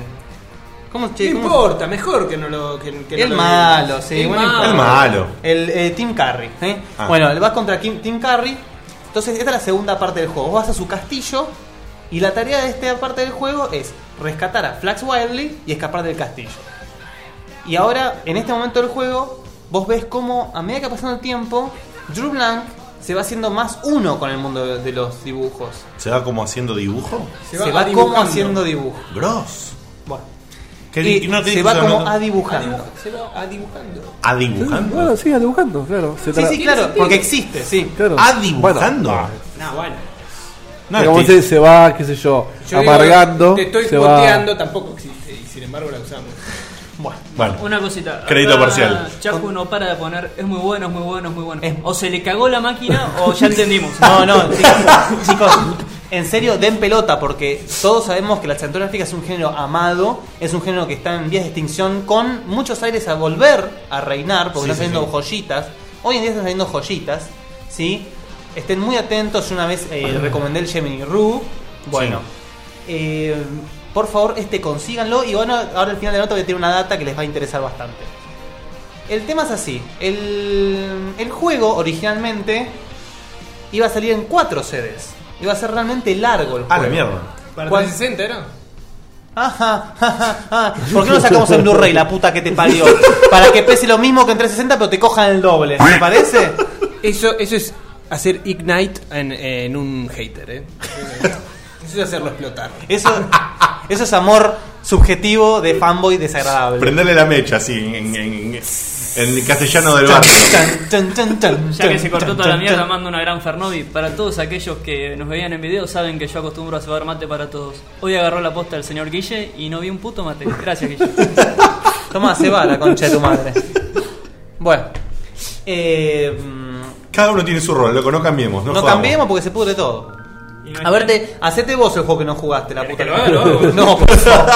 S4: ¿Cómo, che,
S1: no
S4: cómo-
S1: importa, mejor que no lo. Que, que no
S4: el
S1: lo-
S4: malo, sí.
S1: El
S4: bueno,
S1: malo.
S4: importa. El eh, Tim Curry. ¿eh?
S1: Ah.
S4: Bueno, vas contra Kim- Tim Curry. Entonces, esta es la segunda parte del juego. Vos vas a su castillo y la tarea de esta parte del juego es rescatar a Flax Wildly y escapar del castillo. Y ahora, en este momento del juego, vos ves cómo, a medida que va pasando el tiempo, Drew Blank se va haciendo más uno con el mundo de- de los dibujos.
S2: ¿Se va como haciendo dibujo?
S4: Se va, como haciendo dibujo.
S2: Gross.
S4: Bueno.
S2: Qué
S4: Y
S2: di- no te
S4: se
S2: dije
S4: va
S2: eso,
S4: como
S2: no te-
S4: a dibujando.
S1: Se va dibujando.
S2: ¿A dibujando?
S3: Bueno, sí, dibujando, claro. Se
S4: Sí,
S3: tra-
S4: sí, claro, porque existe, sí.
S3: Claro.
S2: ¿Ah,
S3: Bueno,
S1: No, bueno.
S3: pero como
S2: este-
S3: se, se va, qué sé yo,
S1: Yo digo,
S3: amargando.
S1: Te estoy
S3: se va-
S1: puteando, tampoco existe. Y sin embargo la usamos.
S2: Bueno.
S5: Una cosita.
S2: Crédito
S5: Acá
S2: parcial.
S5: Chacu no para de poner, es muy bueno, es muy bueno, es muy bueno. O se le cagó la máquina o ya entendimos.
S4: No, no, chicos, chicos, en serio, den pelota, porque todos sabemos que la aventura gráfica es un género amado, es un género que está en vías de extinción, con muchos aires a volver a reinar, porque
S9: Sí,
S4: están
S9: sí,
S4: saliendo
S9: sí.
S4: joyitas. Hoy en día están saliendo joyitas, ¿sí? Estén muy atentos, yo una vez eh, recomendé el Gemini Rue. Bueno, eh, por favor, este consíganlo. Y bueno, ahora al final de la nota voy a tirar una data que les va a interesar bastante. El tema es así: el, el juego originalmente iba a salir en cuatro sedes. Iba a ser realmente largo el juego.
S2: Ah, la mierda.
S1: Para
S4: ¿Cuál-
S1: 360 era.
S4: Ajá, ajá, ajá. ¿Por qué no sacamos en Blu-ray la puta que te parió? Para que pese lo mismo que en 360, pero te cojan el doble. ¿Te parece?
S1: Eso, eso es hacer Ignite en, en un hater, *laughs* ¿eh? Eso es hacerlo explotar.
S4: Eso, eso es amor subjetivo de fanboy desagradable.
S2: Prenderle la mecha así, en, en- en- en castellano del barrio.
S5: Ya que se cortó toda la mierda, mando una gran Fernovi. Para todos aquellos que nos veían en video, saben que yo acostumbro a cebar mate para todos. Hoy agarró la posta el señor Guille y no vi un puto mate. Gracias, Guille.
S1: *laughs*
S4: Tomá, se va la concha de tu madre. Bueno. Eh, mm,
S2: Cada uno tiene su rol, loco, no cambiemos. No,
S4: no
S2: jodamos. *laughs*
S4: cambiemos porque se pudre todo. A verte, hacete vos el juego que no jugaste, la puta.
S2: que lo haga, lo hago.
S4: *laughs* No, por favor.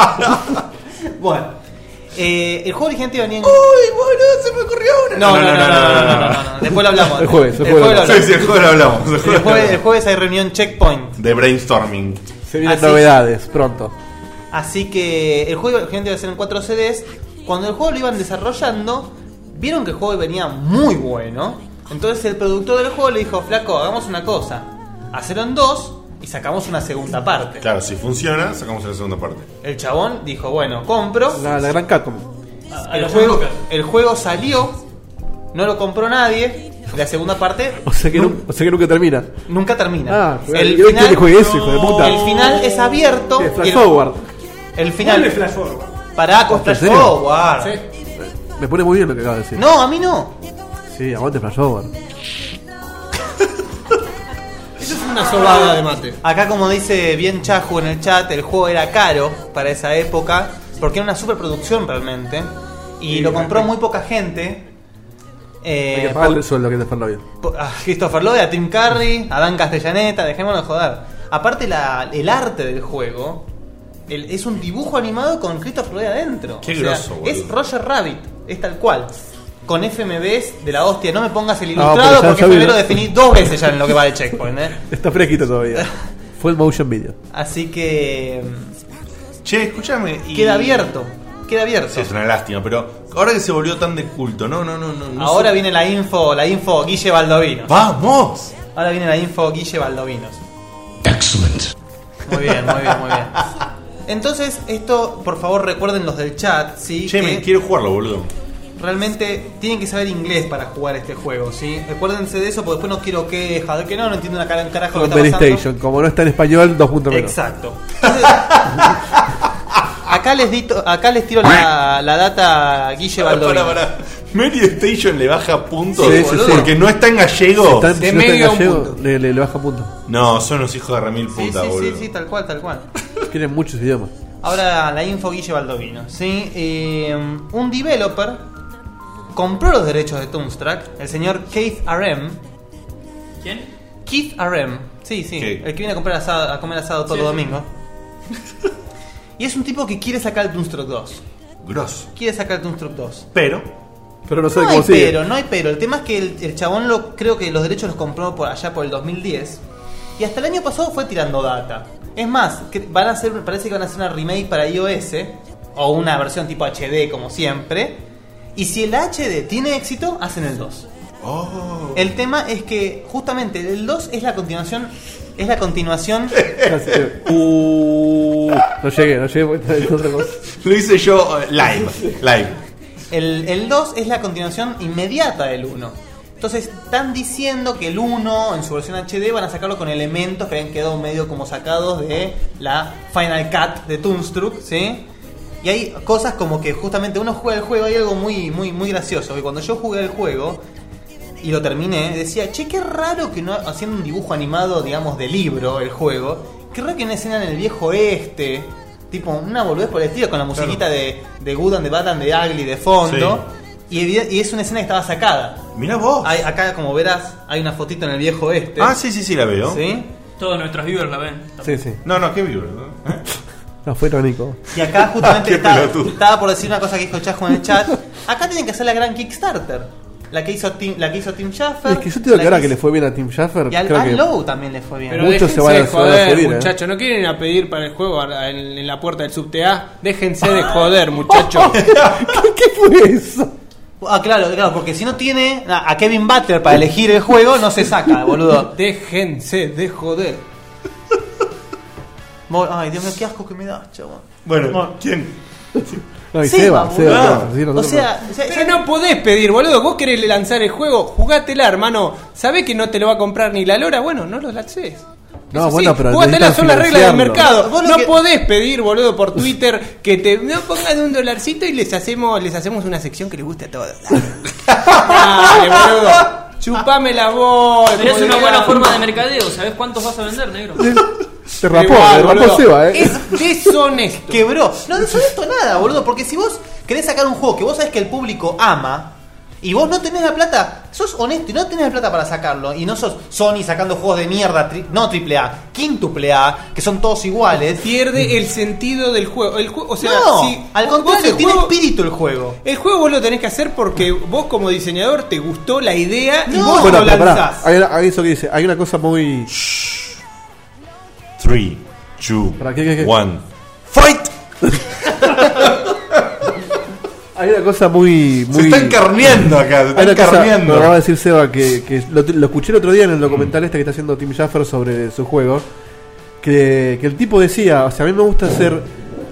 S4: Bueno. eh, el juego originalmente venía en...
S13: Uy, boludo, se me ocurrió una.
S4: No, no, no, no, no, no, no, no, no. Después lo hablamos.
S2: El jueves, el jueves lo hablamos. Sí, sí, el jueves lo hablamos, el
S4: El
S2: jueves lo
S4: jueves-
S2: hablamos.
S4: el jueves hay reunión checkpoint.
S2: De brainstorming.
S3: Se vienen
S4: Así.
S3: novedades pronto.
S4: Así que el juego gente iba a ser en 4 CDs. Cuando el juego lo iban desarrollando, vieron que el juego venía muy bueno. Entonces el productor del juego le dijo, flaco, hagamos una cosa. Hacelo en dos y sacamos una segunda parte.
S2: Claro, si funciona, sacamos la segunda parte.
S4: El chabón dijo, bueno, compro.
S3: La, Ah, la gran Capcom.
S4: El juego, el juego salió, no lo compró nadie. La segunda parte
S3: O sea que, nu- o sea que nunca termina.
S4: nunca termina.
S3: Ah,
S4: el,
S3: yo
S4: final,
S3: quiero que juegue eso, hijo de puta.
S4: el final es abierto.
S3: Sí, flash
S4: y el-
S3: forward.
S4: El final.
S3: Ponle flash
S4: Pará, con
S3: ¿En
S4: flash
S3: serio?
S4: forward.
S3: Me pone muy bien lo que acabas de decir.
S4: No, a mí no.
S3: Sí, aguante Flash Forward.
S4: Eso es
S1: una sobada de mate.
S4: Acá, como dice bien Chaju en el chat, el juego era caro para esa época, porque era una superproducción realmente. Y
S3: Sí,
S4: lo compró
S3: perfecto.
S4: muy poca gente. Eh,
S3: Hay que pagarle el sueldo que te Fernando bien.
S4: po- a Christopher Lloyd, a Tim Curry, a Dan Castellaneta, dejémonos de joder. Aparte, la- el arte del juego el- es un dibujo animado con Christopher Lloyd adentro.
S2: Qué groso, boludo.
S4: Es Roger Rabbit, es tal cual. Con FMVs de la hostia, no me pongas el
S3: No,
S4: ilustrado
S3: pero ya-
S4: porque
S3: ya vi-
S4: FMV lo definí dos veces ya en lo que va de checkpoint, ¿eh?
S3: Está fresquito
S4: *laughs*
S3: todavía. Fue el motion video.
S4: Así que.
S2: Che, escúchame.
S4: Queda abierto. Queda abierto.
S2: Sí, es una lástima, pero ahora que se volvió tan de culto, no, no, no, no. no
S4: Ahora
S2: sé.
S4: viene la info, la info Guille Baldovinos.
S2: ¡Vamos!
S4: Ahora viene la info Guille Baldovinos. Muy bien, muy bien, muy bien. Entonces, esto, por favor, recuerden los del chat, ¿sí?
S2: Che,
S4: que
S3: eh.
S2: me quiero jugarlo, boludo.
S4: realmente tienen que saber inglés para jugar este juego, ¿sí? Acuérdense de eso porque después no quiero quejas, de que no, no entiendo una cara- un carajo lo que está pasando.
S3: PlayStation. Como no está en español, dos puntos menos.
S4: Exacto. Acá les, dito- acá les tiro la, la data a Guille
S2: Pará,
S4: Baldovino.
S2: pará, pará. Mary Station le baja puntos
S3: Sí, sí, sí.
S2: porque no está en gallego.
S3: Si está- si no está en gallego, le, le- le baja punto.
S2: No, son los hijos de Ramil Puta,
S4: sí, sí,
S2: boludo.
S4: sí, sí, tal cual, tal cual.
S3: Tienen muchos idiomas.
S4: Ahora la info Guille Baldovino. ¿sí? Eh, un developer compró los derechos de Toonstruck, el señor Keith RM.
S5: ¿Quién?
S4: Keith RM. Sí, sí,
S5: ¿Qué?
S4: el que viene a, comprar asado- a comer asado todos
S5: Sí,
S4: los
S5: sí. *laughs*
S4: domingos. y es un tipo que quiere sacar el Toonstruck 2.
S2: Grosso.
S4: Quiere sacar el Toonstruck 2.
S2: Pero. *laughs*
S3: Pero no
S4: No
S3: sabe
S4: hay
S3: cómo sigue.
S4: pero, no hay pero. El tema es que el, el chabón lo, creo que los derechos los compró por allá por el 2010. Y hasta el año pasado fue tirando data. Es más, que van a hacer, parece que van a hacer una remake para iOS. O una versión tipo HD como siempre. Y si el HD tiene éxito, hacen el 2.
S3: Oh.
S4: El tema es que justamente el 2 es la continuación. Es la
S3: *laughs*
S4: continuación.
S3: Uh, no llegué, no llegué porque está en otra cosa.
S2: Lo hice yo eh, live. Live.
S4: El, el 2 es la continuación inmediata del 1. Entonces están diciendo que el 1 en su versión HD van a sacarlo con elementos que habían quedado medio como sacados de la Final Cut de Toonstruck, ¿sí? Y hay cosas como que justamente uno juega el juego, hay algo muy, muy, muy gracioso, que cuando yo jugué el juego y lo terminé, decía, che, qué raro que no, haciendo un dibujo animado, digamos, de libro, el juego, qué raro que no escena en el viejo este, tipo una boludez por el estilo, con la musiquita de, de Good and the Bad and the Ugly de fondo. Y, evide- y es una escena que estaba sacada.
S2: Mira vos.
S4: acá, como verás, hay una fotito en el viejo este.
S2: Ah, sí, sí, sí, la veo.
S4: ¿Sí?
S5: Todos nuestros viewers la ven.
S3: Sí, sí.
S2: No, no, *laughs* qué vibro.
S3: No, fue Nico.
S4: Y acá justamente
S3: *laughs* Qué
S4: estaba,
S3: pelotudo.
S4: estaba por decir una cosa que dijo Chasco en el chat. Acá tienen que hacer la gran Kickstarter. La que hizo Tim, la que hizo Tim Schafer.
S3: Es que yo te digo
S4: la
S3: que ahora
S4: hizo-
S3: que le fue bien a Tim Schafer,
S4: Y al,
S3: creo
S4: al
S3: *laughs* que.
S4: Lowe también le fue bien.
S1: Pero
S3: Muchos
S1: déjense
S3: se van a-
S1: de
S3: se van a
S1: joder,
S3: joder, ¿eh?
S1: muchachos. No quieren ir a pedir para el juego a la- en, en la puerta del subte A. Déjense de joder,
S3: *laughs*
S1: muchachos.
S3: ¿Qué fue eso?
S4: Ah, claro, claro, porque si no tiene a a Kevin Butler para elegir el juego, no se saca, boludo.
S1: Déjense de joder.
S4: *laughs* Mo- Ay, Dios mío, qué asco que me das, chaval.
S2: Bueno, ¿quién?
S3: No, y
S1: Sí,
S3: Seba,
S1: va,
S3: Seba,
S1: boludo.
S3: Seba, sí,
S1: o
S3: nosotros-
S1: sea, pero no podés pedir, boludo. Vos querés lanzar el juego, jugátela, hermano. Sabés que no te lo va a comprar ni la lora, bueno, no lo lances.
S3: No, bueno, pero.
S1: Jugátela,
S3: necesitan
S1: son las reglas del
S3: financiarlo.
S1: mercado.
S4: Vos lo
S1: no
S4: que-
S1: podés pedir, boludo, por Twitter que te no pongan un dolarcito y les hacemos, les hacemos una sección que les guste a
S4: *laughs*
S1: todos. Dale, boludo. Chupame la voz.
S5: Pero es una buena forma de mercadeo. ¿Sabes cuántos vas a vender, negro?
S3: Te rapó, te rapó Seba, eh.
S4: Es deshonesto. Quebró. No, deshonesto nada, boludo. Porque si vos querés sacar un juego que vos sabés que el público ama y vos no tenés la plata, sos honesto y no tenés la plata para sacarlo. Y no sos Sony sacando juegos de mierda, tri- no triple A, quintuple A, que son todos iguales.
S1: Pierde el sentido del juego. El juego, o sea,
S4: No,
S1: si
S4: al
S1: vos
S4: contrario,
S1: el
S4: tiene
S1: juego-
S4: espíritu el juego.
S1: El juego vos lo tenés que hacer porque vos como diseñador te gustó la idea y
S4: No.
S1: vos
S3: Bueno,
S1: lo
S3: pero pará,
S1: lanzás.
S3: Hay, una- hay eso que dice. Hay una cosa muy.
S2: 3, 2,
S3: ¿Para qué, qué, qué?
S2: 1.
S3: Hay una cosa muy. muy
S2: están carneando acá, se están
S3: Hay una cosa-
S2: carneando.
S3: lo acaba de decir Seba, que, que lo, lo escuché el otro día en el documental este que está haciendo Tim Jaffer sobre su juego. Que, que el tipo decía: O sea, a mí me gusta hacer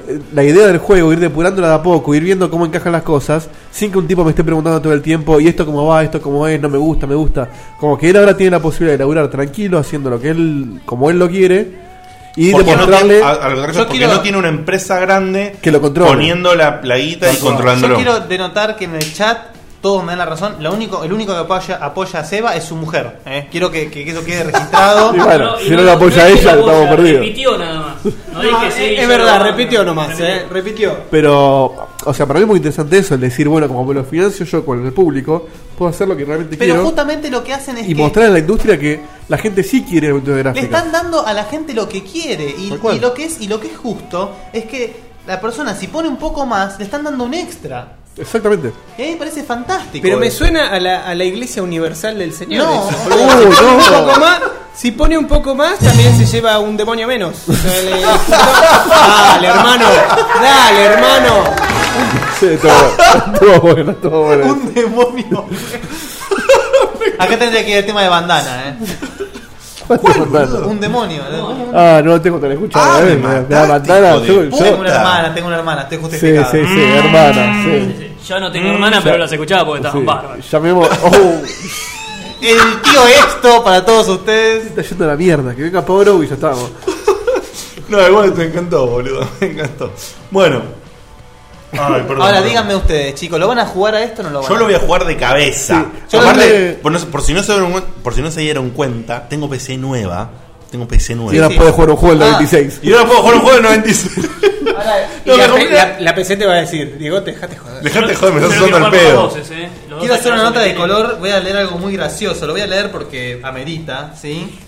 S3: eh, la idea del juego, ir depurándola de a poco, ir viendo cómo encajan las cosas, sin que un tipo me esté preguntando todo el tiempo: ¿y esto cómo va? ¿esto cómo es? No me gusta, me gusta. Como que él ahora tiene la posibilidad de laburar tranquilo, haciendo lo que él, como él lo quiere. Y
S2: Porque no
S3: demostrarle
S2: tiene, a- a lo contrario,
S4: Yo
S2: porque
S4: quiero-
S2: no tiene una empresa grande
S3: que lo controle.
S2: poniendo la, la guita y controlándolo.
S4: Yo quiero denotar que en el chat todos me dan la razón. Lo único, el único que apoya, apoya a Seba es su mujer. ¿eh? Quiero que, que eso quede registrado.
S3: Y bueno, si no la apoya
S4: es que
S3: ella,
S4: la
S3: estamos
S4: apoya,
S3: perdidos.
S5: Repitió nada más. No
S1: No,
S4: Ah,
S5: dije sí.
S1: es, es
S5: yo
S1: verdad,
S5: lo-
S1: repitió nomás, eh, repitió.
S3: Pero, o sea, para mí es muy interesante eso, el decir, bueno, como me lo financio yo con el público, puedo hacer lo que realmente
S4: Pero
S3: quiero
S4: justamente lo que hacen es
S3: y
S4: que
S3: mostrar a la industria que la gente sí quiere aventura
S4: le
S3: gráfica.
S4: están dando a la gente lo que quiere. Y,
S3: Tal cual.
S4: y lo que es, y lo que es justo es que la persona, si pone un poco más, le están dando un extra.
S3: Exactamente.
S4: Y a mí me parece fantástico.
S1: Pero me
S4: eso.
S1: suena a la, a la iglesia universal del Señor.
S4: No. *laughs*
S1: eso, boludo. si,
S4: Uy,
S1: pone un
S4: no.
S1: poco más, si pone un poco más, también se lleva un demonio menos. O sea, le- dale, hermano. Dale, hermano.
S3: Sí, todo, todo bueno, todo bueno.
S4: Un *laughs* demonio. Acá tendría que ir el tema de bandana, ¿eh?
S3: Patio Fontana.
S4: Un demonio.
S3: *laughs* Ah, no lo tengo tan escuchado.
S4: Ah, me
S3: eh, me- me va a matar a- yo- yo-
S4: Tengo una Mm, hermana, tengo una hermana, estoy
S3: Sí, sí,
S4: justificado.
S3: sí, hermana. Sí.
S5: Yo no tengo hermana, pero las escuchaba porque estaban
S3: Sí.
S5: bárbaras.
S3: Llamemos. Oh,
S4: El tío esto para todos ustedes.
S3: está yendo a la mierda. Que venga Pablo y ya estamos.
S2: No, igual te encantó,
S4: *laughs*
S2: boludo. Me encantó. Bueno. Ay, perdón.
S4: Ahora
S2: perdón.
S4: díganme ustedes, chicos, ¿lo van a jugar a esto o no lo van
S2: Yo lo voy a jugar de cabeza.
S4: Yo
S2: Aparte,
S4: también.
S2: por, no se- por si no se dieron, cuen- por si no se dieron cuenta, tengo PC nueva. Tengo PC nueva.
S3: Y ahora puedes jugar un juego del
S4: Ah,
S3: 96.
S2: Y ahora puedo jugar un juego
S3: *laughs*
S2: del 96.
S1: Y la, pe- la- la PC te va a decir, Diego, te dejaste joder.
S2: Dejate joder, me estás usando el pedo.
S5: eh.
S4: Quiero hacer una nota de color, voy a leer algo muy gracioso, lo voy a leer porque amerita, ¿sí?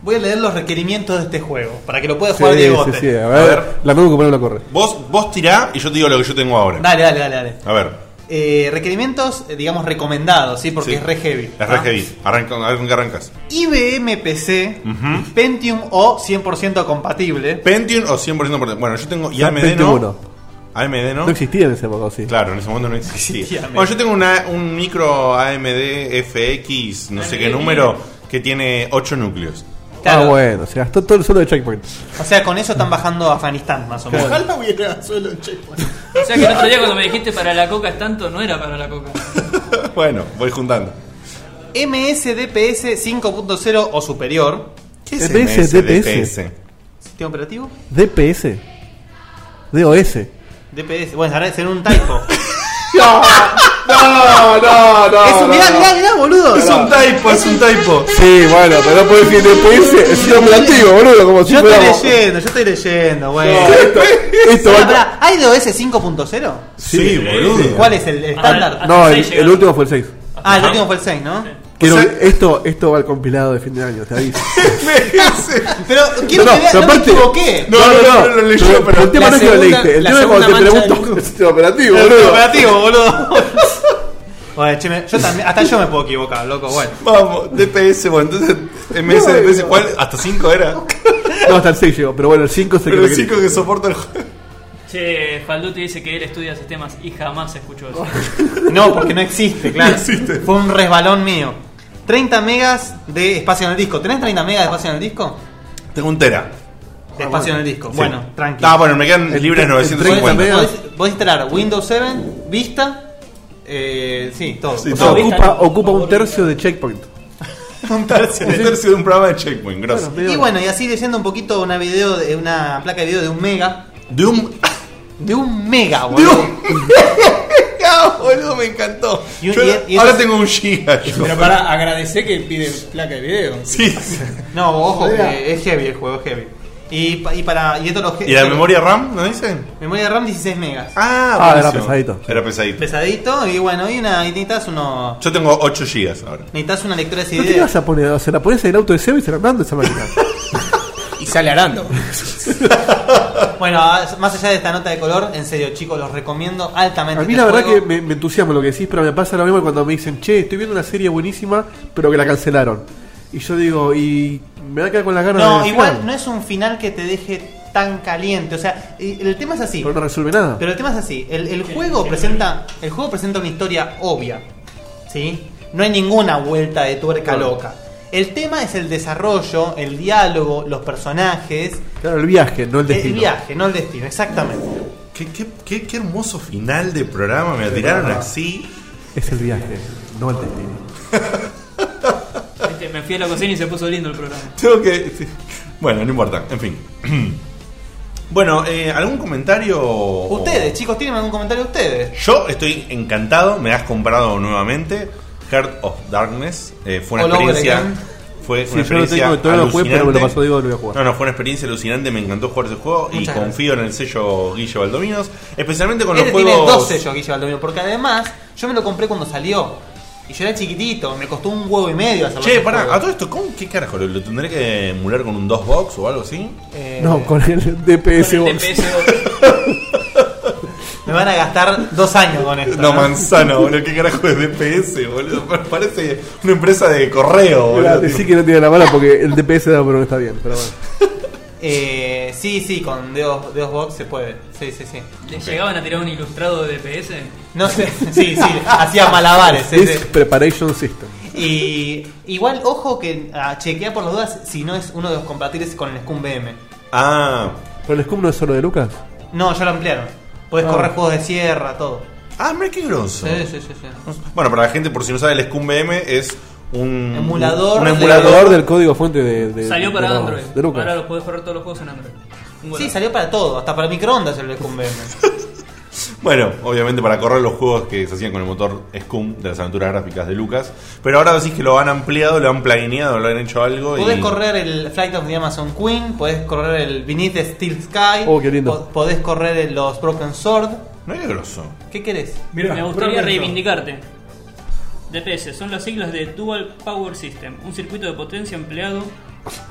S4: Voy a leer los requerimientos de este juego, para que lo pueda jugar Diego.
S3: sí, sí, a ver. La nube que no la corre.
S2: Vos, vos tirá y yo te digo lo que yo tengo ahora.
S4: Dale, dale, dale, dale.
S2: A ver,
S4: Eh, requerimientos, eh, digamos, recomendados, ¿sí? Porque
S2: Sí.
S4: es re heavy. Ah.
S2: es re heavy. Arranca, a ver con qué arrancas.
S4: IBM PC, Pentium o 100% compatible.
S3: Ah,
S2: Pentium o 100% compatible. Bueno, yo tengo. Y
S3: Ya,
S2: AMD
S3: Pentium
S2: no.
S3: uno.
S2: AMD no.
S3: No existía en ese momento, sí.
S2: Claro, en ese momento no existía. Bueno, yo tengo una- un micro AMD FX, no sé qué número, que tiene 8 *laughs* núcleos.
S3: Ah, bueno, se gastó todo el sueldo de Checkpoint.
S4: O sea, con eso están bajando a Afganistán, más o menos.
S5: Ojalá
S1: hubiera solo un checkpoint.
S5: O sea que el otro día cuando me dijiste para la coca es tanto, no era para la coca.
S2: bueno, voy juntando.
S4: MSDPS 5.0 o superior.
S2: ¿Qué
S3: es DPS? DPS?
S4: ¿Sistema operativo?
S3: DPS. DOS.
S4: DPS. Bueno, ahora será un
S3: *laughs*
S4: typo. *laughs*
S3: No, no, no, no.
S4: Eso, mirá,
S3: no.
S4: mirá, mirá, boludo.
S3: Es un
S2: typo, es un typo.
S3: Sí, bueno, pero no puedes decir DPS. Es un antiguo, boludo. Como si
S4: Yo estoy
S3: fuéramos-
S4: leyendo, yo estoy leyendo, güey.
S3: No, esto- *laughs* esto
S4: Pará,
S3: va-
S4: pará, ¿Hay DOS 5.0?
S3: Sí, boludo.
S4: ¿Cuál es el estándar?
S3: ah, No, el, el último fue el 6.
S4: Ah, el último fue el 6, ¿no?
S3: Quiero- esto, esto va al compilado de fin de año, te aviso.
S4: Pero *laughs* quiero que vean, no me
S3: aparte-
S4: equivoqué.
S3: No, no, no, lo leyó, pero, el tema no es que lo leíste. El tema es cuando te pregunto el sistema operativo,
S4: El
S3: boludo.
S4: operativo, *laughs* boludo. Bueno, che, me- yo también, hasta yo me puedo equivocar, loco, bueno.
S2: Vamos, DPS, bueno, entonces MS, DPS, ¿cuál? ¿Hasta 5 *laughs* era?
S3: No, hasta el 6 llegó, pero bueno, el 5 se
S2: Pero el 5 que soporta el
S5: Che, Falduti dice que él estudia sistemas y jamás escuchó eso.
S4: No, porque no *laughs* existe, claro. Fue un resbalón mío. 30 megas de espacio en el disco. ¿Tenés 30 megas de espacio en el disco?
S2: Tengo un tera.
S4: De espacio en el disco. Ah, Bueno, tranquilo.
S2: Ah, bueno, me quedan libres 950.
S4: Podés, podés instalar Windows 7, Vista, eh, sí, todo.
S3: O
S2: *laughs*
S3: sea, ocupa, ocupa un tercio de checkpoint.
S4: un tercio.
S2: Un tercio de un programa de Checkpoint, gracias.
S4: Y bueno, y así leyendo un poquito una video de una placa de video de un mega.
S2: De un
S4: de un mega, boludo.
S2: *laughs* Ah, boludo, me encantó.
S4: Y un-
S2: Yo
S4: y-
S2: ahora-
S4: y
S2: ahora
S4: eso-
S2: tengo un giga. yo.
S1: Pero para agradecer que piden placa de video.
S2: Sí.
S4: No, ojo,
S1: Joder.
S4: que es heavy el juego, es heavy. Y, pa- y para y esto lo
S2: ¿Y la memoria RAM? ¿No dicen?
S4: Memoria RAM 16 megas.
S2: Ah,
S3: Ah, era
S2: buenísimo.
S3: pesadito.
S2: Era pesadito.
S4: Pesadito y bueno, y una y necesitas uno
S2: Yo tengo 8 gigas ahora.
S4: necesitas una lectura de
S3: ¿No te
S4: CD.
S3: vas a poner? O sea, la pones en el auto de Seba y se la mando esa máquina.
S1: Y sale arando.
S4: Bueno, a- más allá de esta nota de color, en serio, chicos, los recomiendo altamente.
S3: A mí
S4: este
S3: la verdad
S4: juego.
S3: que me, me entusiasma lo que decís, pero me pasa lo mismo cuando me dicen, che, estoy viendo una serie buenísima, pero que la cancelaron. Y yo digo, y me da a quedar con las ganas de...
S4: No,
S3: decir
S4: igual
S3: algo.
S4: no es un final que te deje tan caliente, o sea, y- el tema es así.
S3: Pero no resuelve nada.
S4: Pero el tema es así, el, el juego presenta el juego presenta una historia obvia, ¿sí? No hay ninguna vuelta de tuerca
S3: Claro.
S4: loca. El tema es el desarrollo, el diálogo, los personajes,
S3: Claro, el viaje, no el
S4: el
S3: destino.
S4: viaje, no el destino, exactamente.
S2: Qué, qué, qué, qué hermoso final de programa. Me lo tiraron así.
S3: Es el viaje, no el destino.
S5: Viste, Me fui a la cocina y se puso lindo el programa.
S2: Tengo que. sí. Bueno, no importa. En fin. *clears throat* Bueno, eh, ¿algún comentario? Oh.
S4: Ustedes, chicos, ¿tienen algún comentario ustedes?
S2: Yo estoy encantado, me has comprado nuevamente. Heart of Darkness eh, fue
S4: All
S2: una
S4: over
S2: experiencia.
S4: again.
S2: Fue una
S3: Sí, yo lo
S2: experiencia.
S3: tengo, todavía lo jugué, pero me lo
S2: alucinante.
S3: pasó Diego, lo voy a jugar.
S2: No, no, fue una experiencia alucinante, me encantó jugar ese juego y
S4: Muchas
S2: confío en el sello Guille Baldominos, especialmente con los
S4: Este
S2: juegos.
S4: tiene dos sellos, Guille Baldomino, porque además yo me lo compré cuando salió. Y yo era chiquitito, me costó un huevo y medio hacerlo.
S2: Che,
S4: ese
S2: pará,
S4: juego.
S2: a todo esto, ¿cómo, ¿qué carajo? ¿Lo, lo tendré que emular con un 2box o algo así?
S4: Eh,
S3: No, con el DPS Box.
S4: Me van a gastar dos años con esto.
S2: No, manzana, boludo, ¿qué carajo es DPS, boludo? Pa- Parece una empresa de correo,
S3: Era
S2: boludo.
S3: decir que no tiene la mala porque el DPS da, pero no está bien. Pero bueno.
S4: Eh, sí, sí, con Deos, Deos Box se puede. Sí, sí, sí.
S5: ¿Le llegaban a tirar un ilustrado de PS?
S4: No sé, sí, sí, hacía malabares. sí,
S3: Es
S4: sí.
S3: Preparation System.
S4: Y igual, ojo que ah, chequea por las dudas si no es uno de los compatibles con el Scum BM.
S2: Ah.
S3: Pero el Scum no es solo de Lucas.
S4: No, ya lo ampliaron. Puedes
S3: Ah.
S4: correr juegos de sierra, todo.
S2: Ah, mira qué grosso.
S4: Sí, sí, sí. sí.
S2: Bueno, para la gente, por si no sabe, el Scum BM es un
S4: Emulador
S2: un
S4: de-
S2: emulador
S3: del código fuente de. de-
S5: Salió
S3: de
S5: para
S3: los-
S5: Android.
S3: De Lucas.
S5: Ahora los podés correr todos los juegos en Android.
S4: Sí, salió para todo, hasta para microondas el Scum BM.
S2: Bueno, obviamente para correr los juegos que se hacían con el motor Scum de las aventuras gráficas de Lucas. Pero ahora decís que lo han ampliado, lo han planeado, lo han hecho algo.
S4: Podés
S2: y...
S4: correr el Flight of the Amazon Queen, podés correr el Beneath the Steel Sky,
S2: Oh, qué lindo.
S4: po- podés correr el- los Broken Sword.
S2: No es grosso.
S4: ¿Qué querés?
S5: Me gustaría reivindicarte. DPS son las siglas de Dual Power System, un circuito de potencia empleado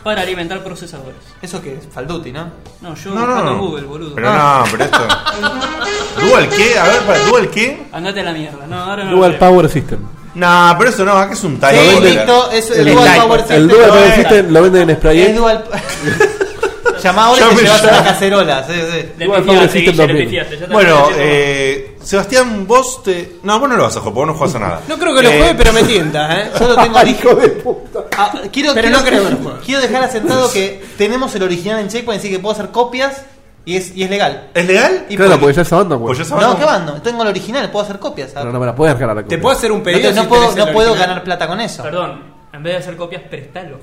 S5: para alimentar procesadores.
S4: ¿Eso qué es? Falduti, ¿no?
S5: No, yo
S4: No, no,
S5: buscando en
S4: no. Ah.
S5: Google, boludo.
S2: Pero no, pero esto.
S4: *laughs*
S2: ¿Dual qué? A ver, para ¿Dual qué?
S5: Andate a la mierda. No, ahora no. lo
S3: Dual
S5: sé.
S3: Power System.
S2: No, pero eso no, acá es un typo.
S5: Sí,
S2: Lo venden-
S5: listo, es
S4: el Dual Power System.
S3: El Dual
S4: Este No
S3: Power
S4: es.
S3: System lo venden en Sprayet.
S4: Es dual. *laughs* Llamá ahora
S2: Ya
S4: y
S2: me
S4: te
S2: *laughs*
S4: llevas
S2: llama.
S4: una cacerola. Sí, sí.
S2: Dual Power System 2000. Bueno, eh, Sebastián, vos te. No, vos no lo vas a jugar, porque vos no jugás a nada.
S4: No creo que lo
S2: Eh,
S4: juegue, pero me tienta, ¿eh?
S2: *laughs*
S4: Solo
S3: *laughs*
S4: tengo el hijo de puta. quiero,
S1: Pero
S4: quiero-
S1: no creo que lo juegue.
S4: Quiero
S2: *laughs*
S4: dejar asentado que tenemos el original en Checkpoint, así que puedo hacer copias y es, y es legal.
S2: ¿Es legal? Pues
S4: Y
S3: Claro,
S4: porque-
S3: porque ya es Abandon, güey.
S4: No, ¿qué bando? Tengo el original, puedo hacer copias.
S3: Pero no me la puedes regalar la copia.
S4: No te- No, puedo, no puedo ganar plata con eso.
S5: Perdón, en vez de hacer copias, prestalo.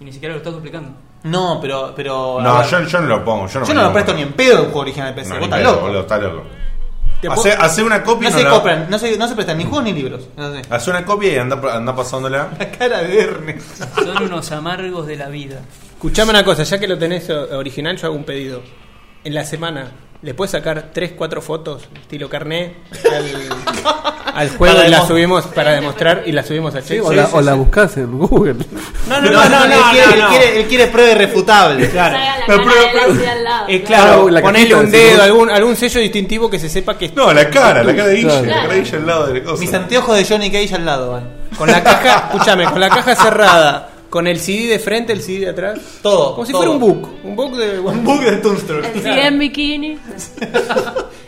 S5: Y ni siquiera lo estás duplicando.
S4: No, pero. pero
S2: No,
S4: a ver,
S2: yo, yo no lo pongo. Yo no,
S4: yo no lo presto ni en pedo un juego original de PC.
S2: No,
S4: vos
S2: ni
S4: estás
S2: pedo,
S4: loco.
S2: boludo, está loco.
S4: Te
S2: Hace,
S4: puedo-
S2: hace una copia y
S4: no
S2: no
S4: se
S2: la-
S4: compran, no se, no se prestan ni juegos ni libros.
S2: Hace una copia y anda, anda pasándola.
S4: *laughs* La cara de Ernest.
S5: Son unos amargos de la vida.
S1: Escuchame una cosa, ya que lo tenés o- original, yo hago un pedido. En la semana, ¿le puedes sacar 3, 4 fotos, estilo carné, al, al juego
S3: Para
S1: y la
S3: demo-
S1: subimos para demostrar y la subimos a
S3: Sí,
S1: Check?
S3: o, la, o la buscas en Google.
S1: No,
S4: no, no, no, él quiere- él quiere- él quiere prueba irrefutable.
S1: Claro.
S4: Salga la
S1: Pero
S4: cara
S1: prueba-
S4: del
S1: prueba-
S4: Lancia al lado,
S1: Eh,
S4: claro.
S1: claro,
S4: La
S1: ponele
S4: cajita
S1: un
S4: del
S1: dedo,
S4: seguro.
S1: algún, algún sello distintivo que se sepa que
S2: No, la cara, la cara de Guille,
S1: Guille.
S2: la cara de Guille al lado de la cosa.
S4: Mis anteojos de Johnny Cage al lado van.
S1: Con la *laughs*
S3: *laughs*
S1: caja, escúchame, con la caja cerrada, con el CD de frente, el CD de atrás.
S4: Todo.
S1: Como si
S4: todo.
S1: fuera un book. Un book de. Un
S4: book de Toonstruck.
S7: Sí, en bikini.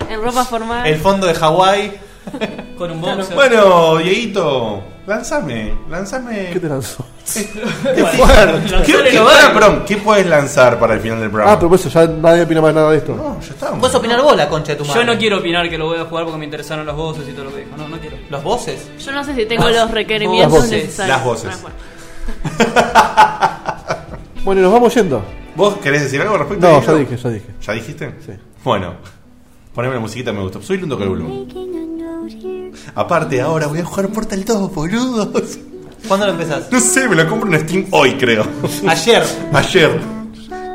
S7: en ropa formal.
S4: El fondo de Hawái.
S5: Con un boxer.
S2: Bueno, Dieguito, lanzame, lanzame.
S3: ¿Qué te lanzó?
S2: ¿Qué,
S3: Bueno,
S2: fuerte.
S3: lanzale
S2: ¿Qué,
S3: lo
S2: qué-
S3: bueno.
S2: pará, perdón, ¿qué puedes lanzar para el final del programa?
S3: Ah, pero por eso ya nadie opina más nada de esto. No,
S2: ya está.
S4: Puedes opinar vos, la concha de tu madre.
S5: Yo no quiero opinar que lo voy a jugar porque me interesaron los voces y todo lo que dijo. No, no quiero.
S4: ¿Los voces?
S7: Yo no sé si tengo los requerimientos
S5: Las voces.
S7: necesarios.
S5: Las voces.
S7: Ah, bueno.
S3: Bueno, y nos vamos yendo.
S2: ¿Vos querés decir algo al respecto?
S3: No,
S2: Dieguito?
S3: ya dije, ya dije.
S2: ¿Ya dijiste? Sí. Bueno, poneme la musiquita, me gusta. Soy un toque el volumen. Aparte, ahora voy a jugar Portal 2, boludos.
S4: ¿Cuándo lo empezás?
S2: No sé, me la compro en Steam hoy,
S3: *laughs*
S2: creo.
S4: Ayer.
S2: Ayer.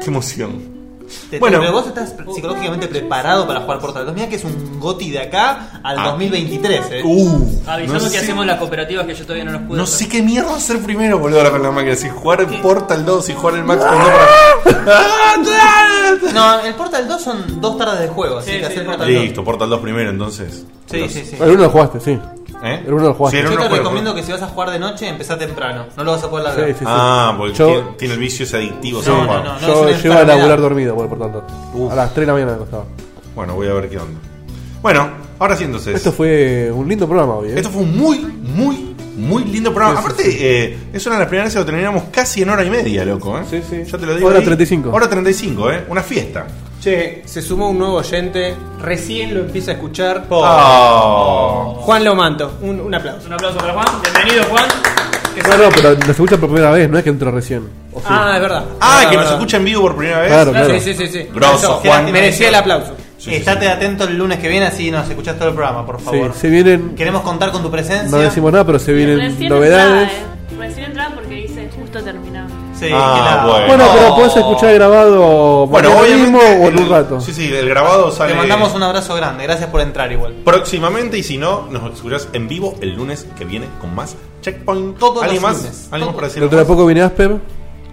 S2: Qué emoción.
S4: Te-
S2: Bueno.
S4: Pero vos estás psicológicamente preparado para jugar Portal 2. Mira que es un goti de acá al
S2: Ah.
S4: 2023, eh.
S2: Uh,
S5: Avisando
S2: no
S5: que
S2: sé.
S5: hacemos las cooperativas que yo todavía no los pude.
S2: No
S5: hacer.
S2: sé qué mierda hacer primero, boludo, ahora con la máquina. Si jugar el Portal 2 y jugar el Max Payne 2
S3: ¡Ah!
S2: para-
S4: No, el Portal 2 son dos tardes de juego, así que hacer
S3: *laughs*
S4: Portal 2.
S2: Listo, Portal 2 primero entonces.
S4: Sí, sí, sí.
S3: El uno lo jugaste, sí.
S2: ¿Eh?
S3: El uno lo jugaste.
S2: Sí, el
S4: Yo
S2: uno
S4: te
S2: lo juego,
S4: recomiendo que si vas a jugar de noche, empezá temprano. No lo vas a poder largar.
S3: Sí, sí, sí.
S2: Ah, porque
S3: Yo-
S2: tiene, tiene el vicio ese adictivo. ese
S4: No, no,
S2: juego.
S4: no,
S3: Yo llevo a laburar dormido, bueno, por tanto. A las 3 de la mañana me costaba.
S2: Bueno, voy a ver qué onda. Bueno, ahora sí entonces.
S3: Esto fue un lindo programa hoy, ¿eh?
S2: Esto fue un muy, muy, muy lindo programa.
S3: Sí, sí,
S2: Aparte, eh, es una de las primeras veces que lo terminamos casi en hora y media, loco, ¿eh? Sí, sí. Ya te lo digo.
S3: Hora
S2: ahí.
S3: 35.
S2: Hora 35, ¿eh? Una fiesta.
S1: Che, se sumó un nuevo oyente, recién lo empieza a escuchar.
S2: Oh.
S1: Juan Lomanto, un, un aplauso.
S5: Un aplauso para Juan. Bienvenido, Juan. Que
S3: No, no, pero nos escucha por primera vez, no es que entró recién. O sí.
S1: Ah, es verdad.
S2: Ah,
S1: Es
S2: que
S1: verdad,
S2: nos
S1: verdad.
S2: escucha en vivo por primera vez.
S3: Claro, claro.
S1: Sí, sí, sí, sí.
S2: Grosso, Juan.
S1: Merecía el aplauso.
S4: Estate atento el lunes que viene, así nos escuchás todo el programa, por
S3: Sí,
S4: favor.
S3: se vienen.
S4: Queremos contar con tu presencia.
S3: No decimos nada, pero se vienen
S7: Recién
S3: novedades.
S7: entrada, eh. Recién entrada porque dice justo terminado.
S4: Sí,
S2: Ah, bueno.
S3: Bueno, pero podés escuchar grabado
S2: Bueno,
S3: mañana
S2: obviamente
S3: mismo o en
S2: el-
S3: un rato.
S2: Sí, sí, el grabado sale.
S4: Te mandamos un abrazo grande, gracias por entrar igual.
S2: Próximamente, y si no, nos escuchás en vivo el lunes que viene con más Checkpoint.
S4: Todos
S2: ¿Alguien
S4: los
S2: más?
S4: lunes.
S2: ¿Alguien más para decir
S3: Dentro de
S2: algo
S3: poco viene Asper.
S2: más?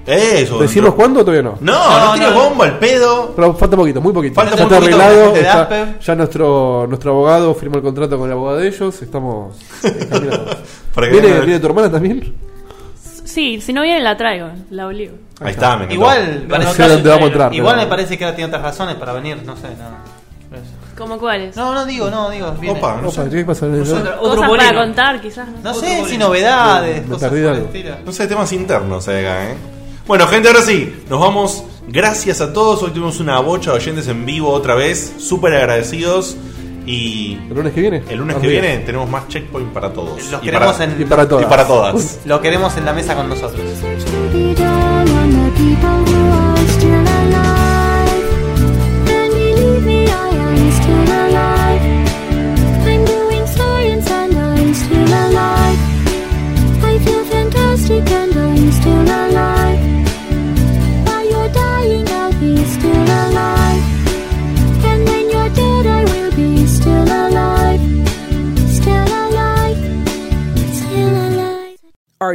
S2: Eso.
S3: ¿Decimos cuándo o todavía no?
S2: No, no, tires bombo al pedo.
S3: Pero falta poquito, muy poquito.
S2: Falta
S3: ya
S2: muy
S3: está
S2: poquito,
S3: arreglado.
S2: gente de
S3: está-
S2: Asper.
S3: ya nuestro, nuestro abogado firma el contrato con el abogado de ellos. Estamos eh, caminando.
S2: *laughs* Para que
S3: ¿Viene,
S2: vengan a-
S3: viene tu hermana también?
S7: Sí, si no viene la traigo, la obligo.
S2: Ahí está, me encantó.
S4: Igual,
S3: No sé dónde vamos a entrar,
S4: igual
S3: pero-
S4: me parece que ahora tiene otras razones para venir, no sé, nada.
S5: ¿Como cuáles?
S4: No, no digo, no digo. viene.
S3: Opa, no sé. ¿qué pasa?
S5: Cosas para contar, quizás. No,
S4: No sé si novedades.
S2: Me perdí algo. No sé, temas internos hay acá, ¿eh? Bueno, gente, ahora sí, nos vamos. Gracias a todos. Hoy tuvimos una bocha de oyentes en vivo otra vez. Súper agradecidos. Y.
S3: ¿El lunes que viene? Ah,
S2: El lunes
S3: Nos
S2: que
S3: vemos.
S2: viene tenemos más checkpoint para todos.
S4: Los
S2: Y
S4: queremos
S2: para-
S4: en-
S2: y para todas.
S3: *laughs*
S4: Lo queremos en la mesa con nosotros.
S7: Still alive, still alive, still alive.
S9: Are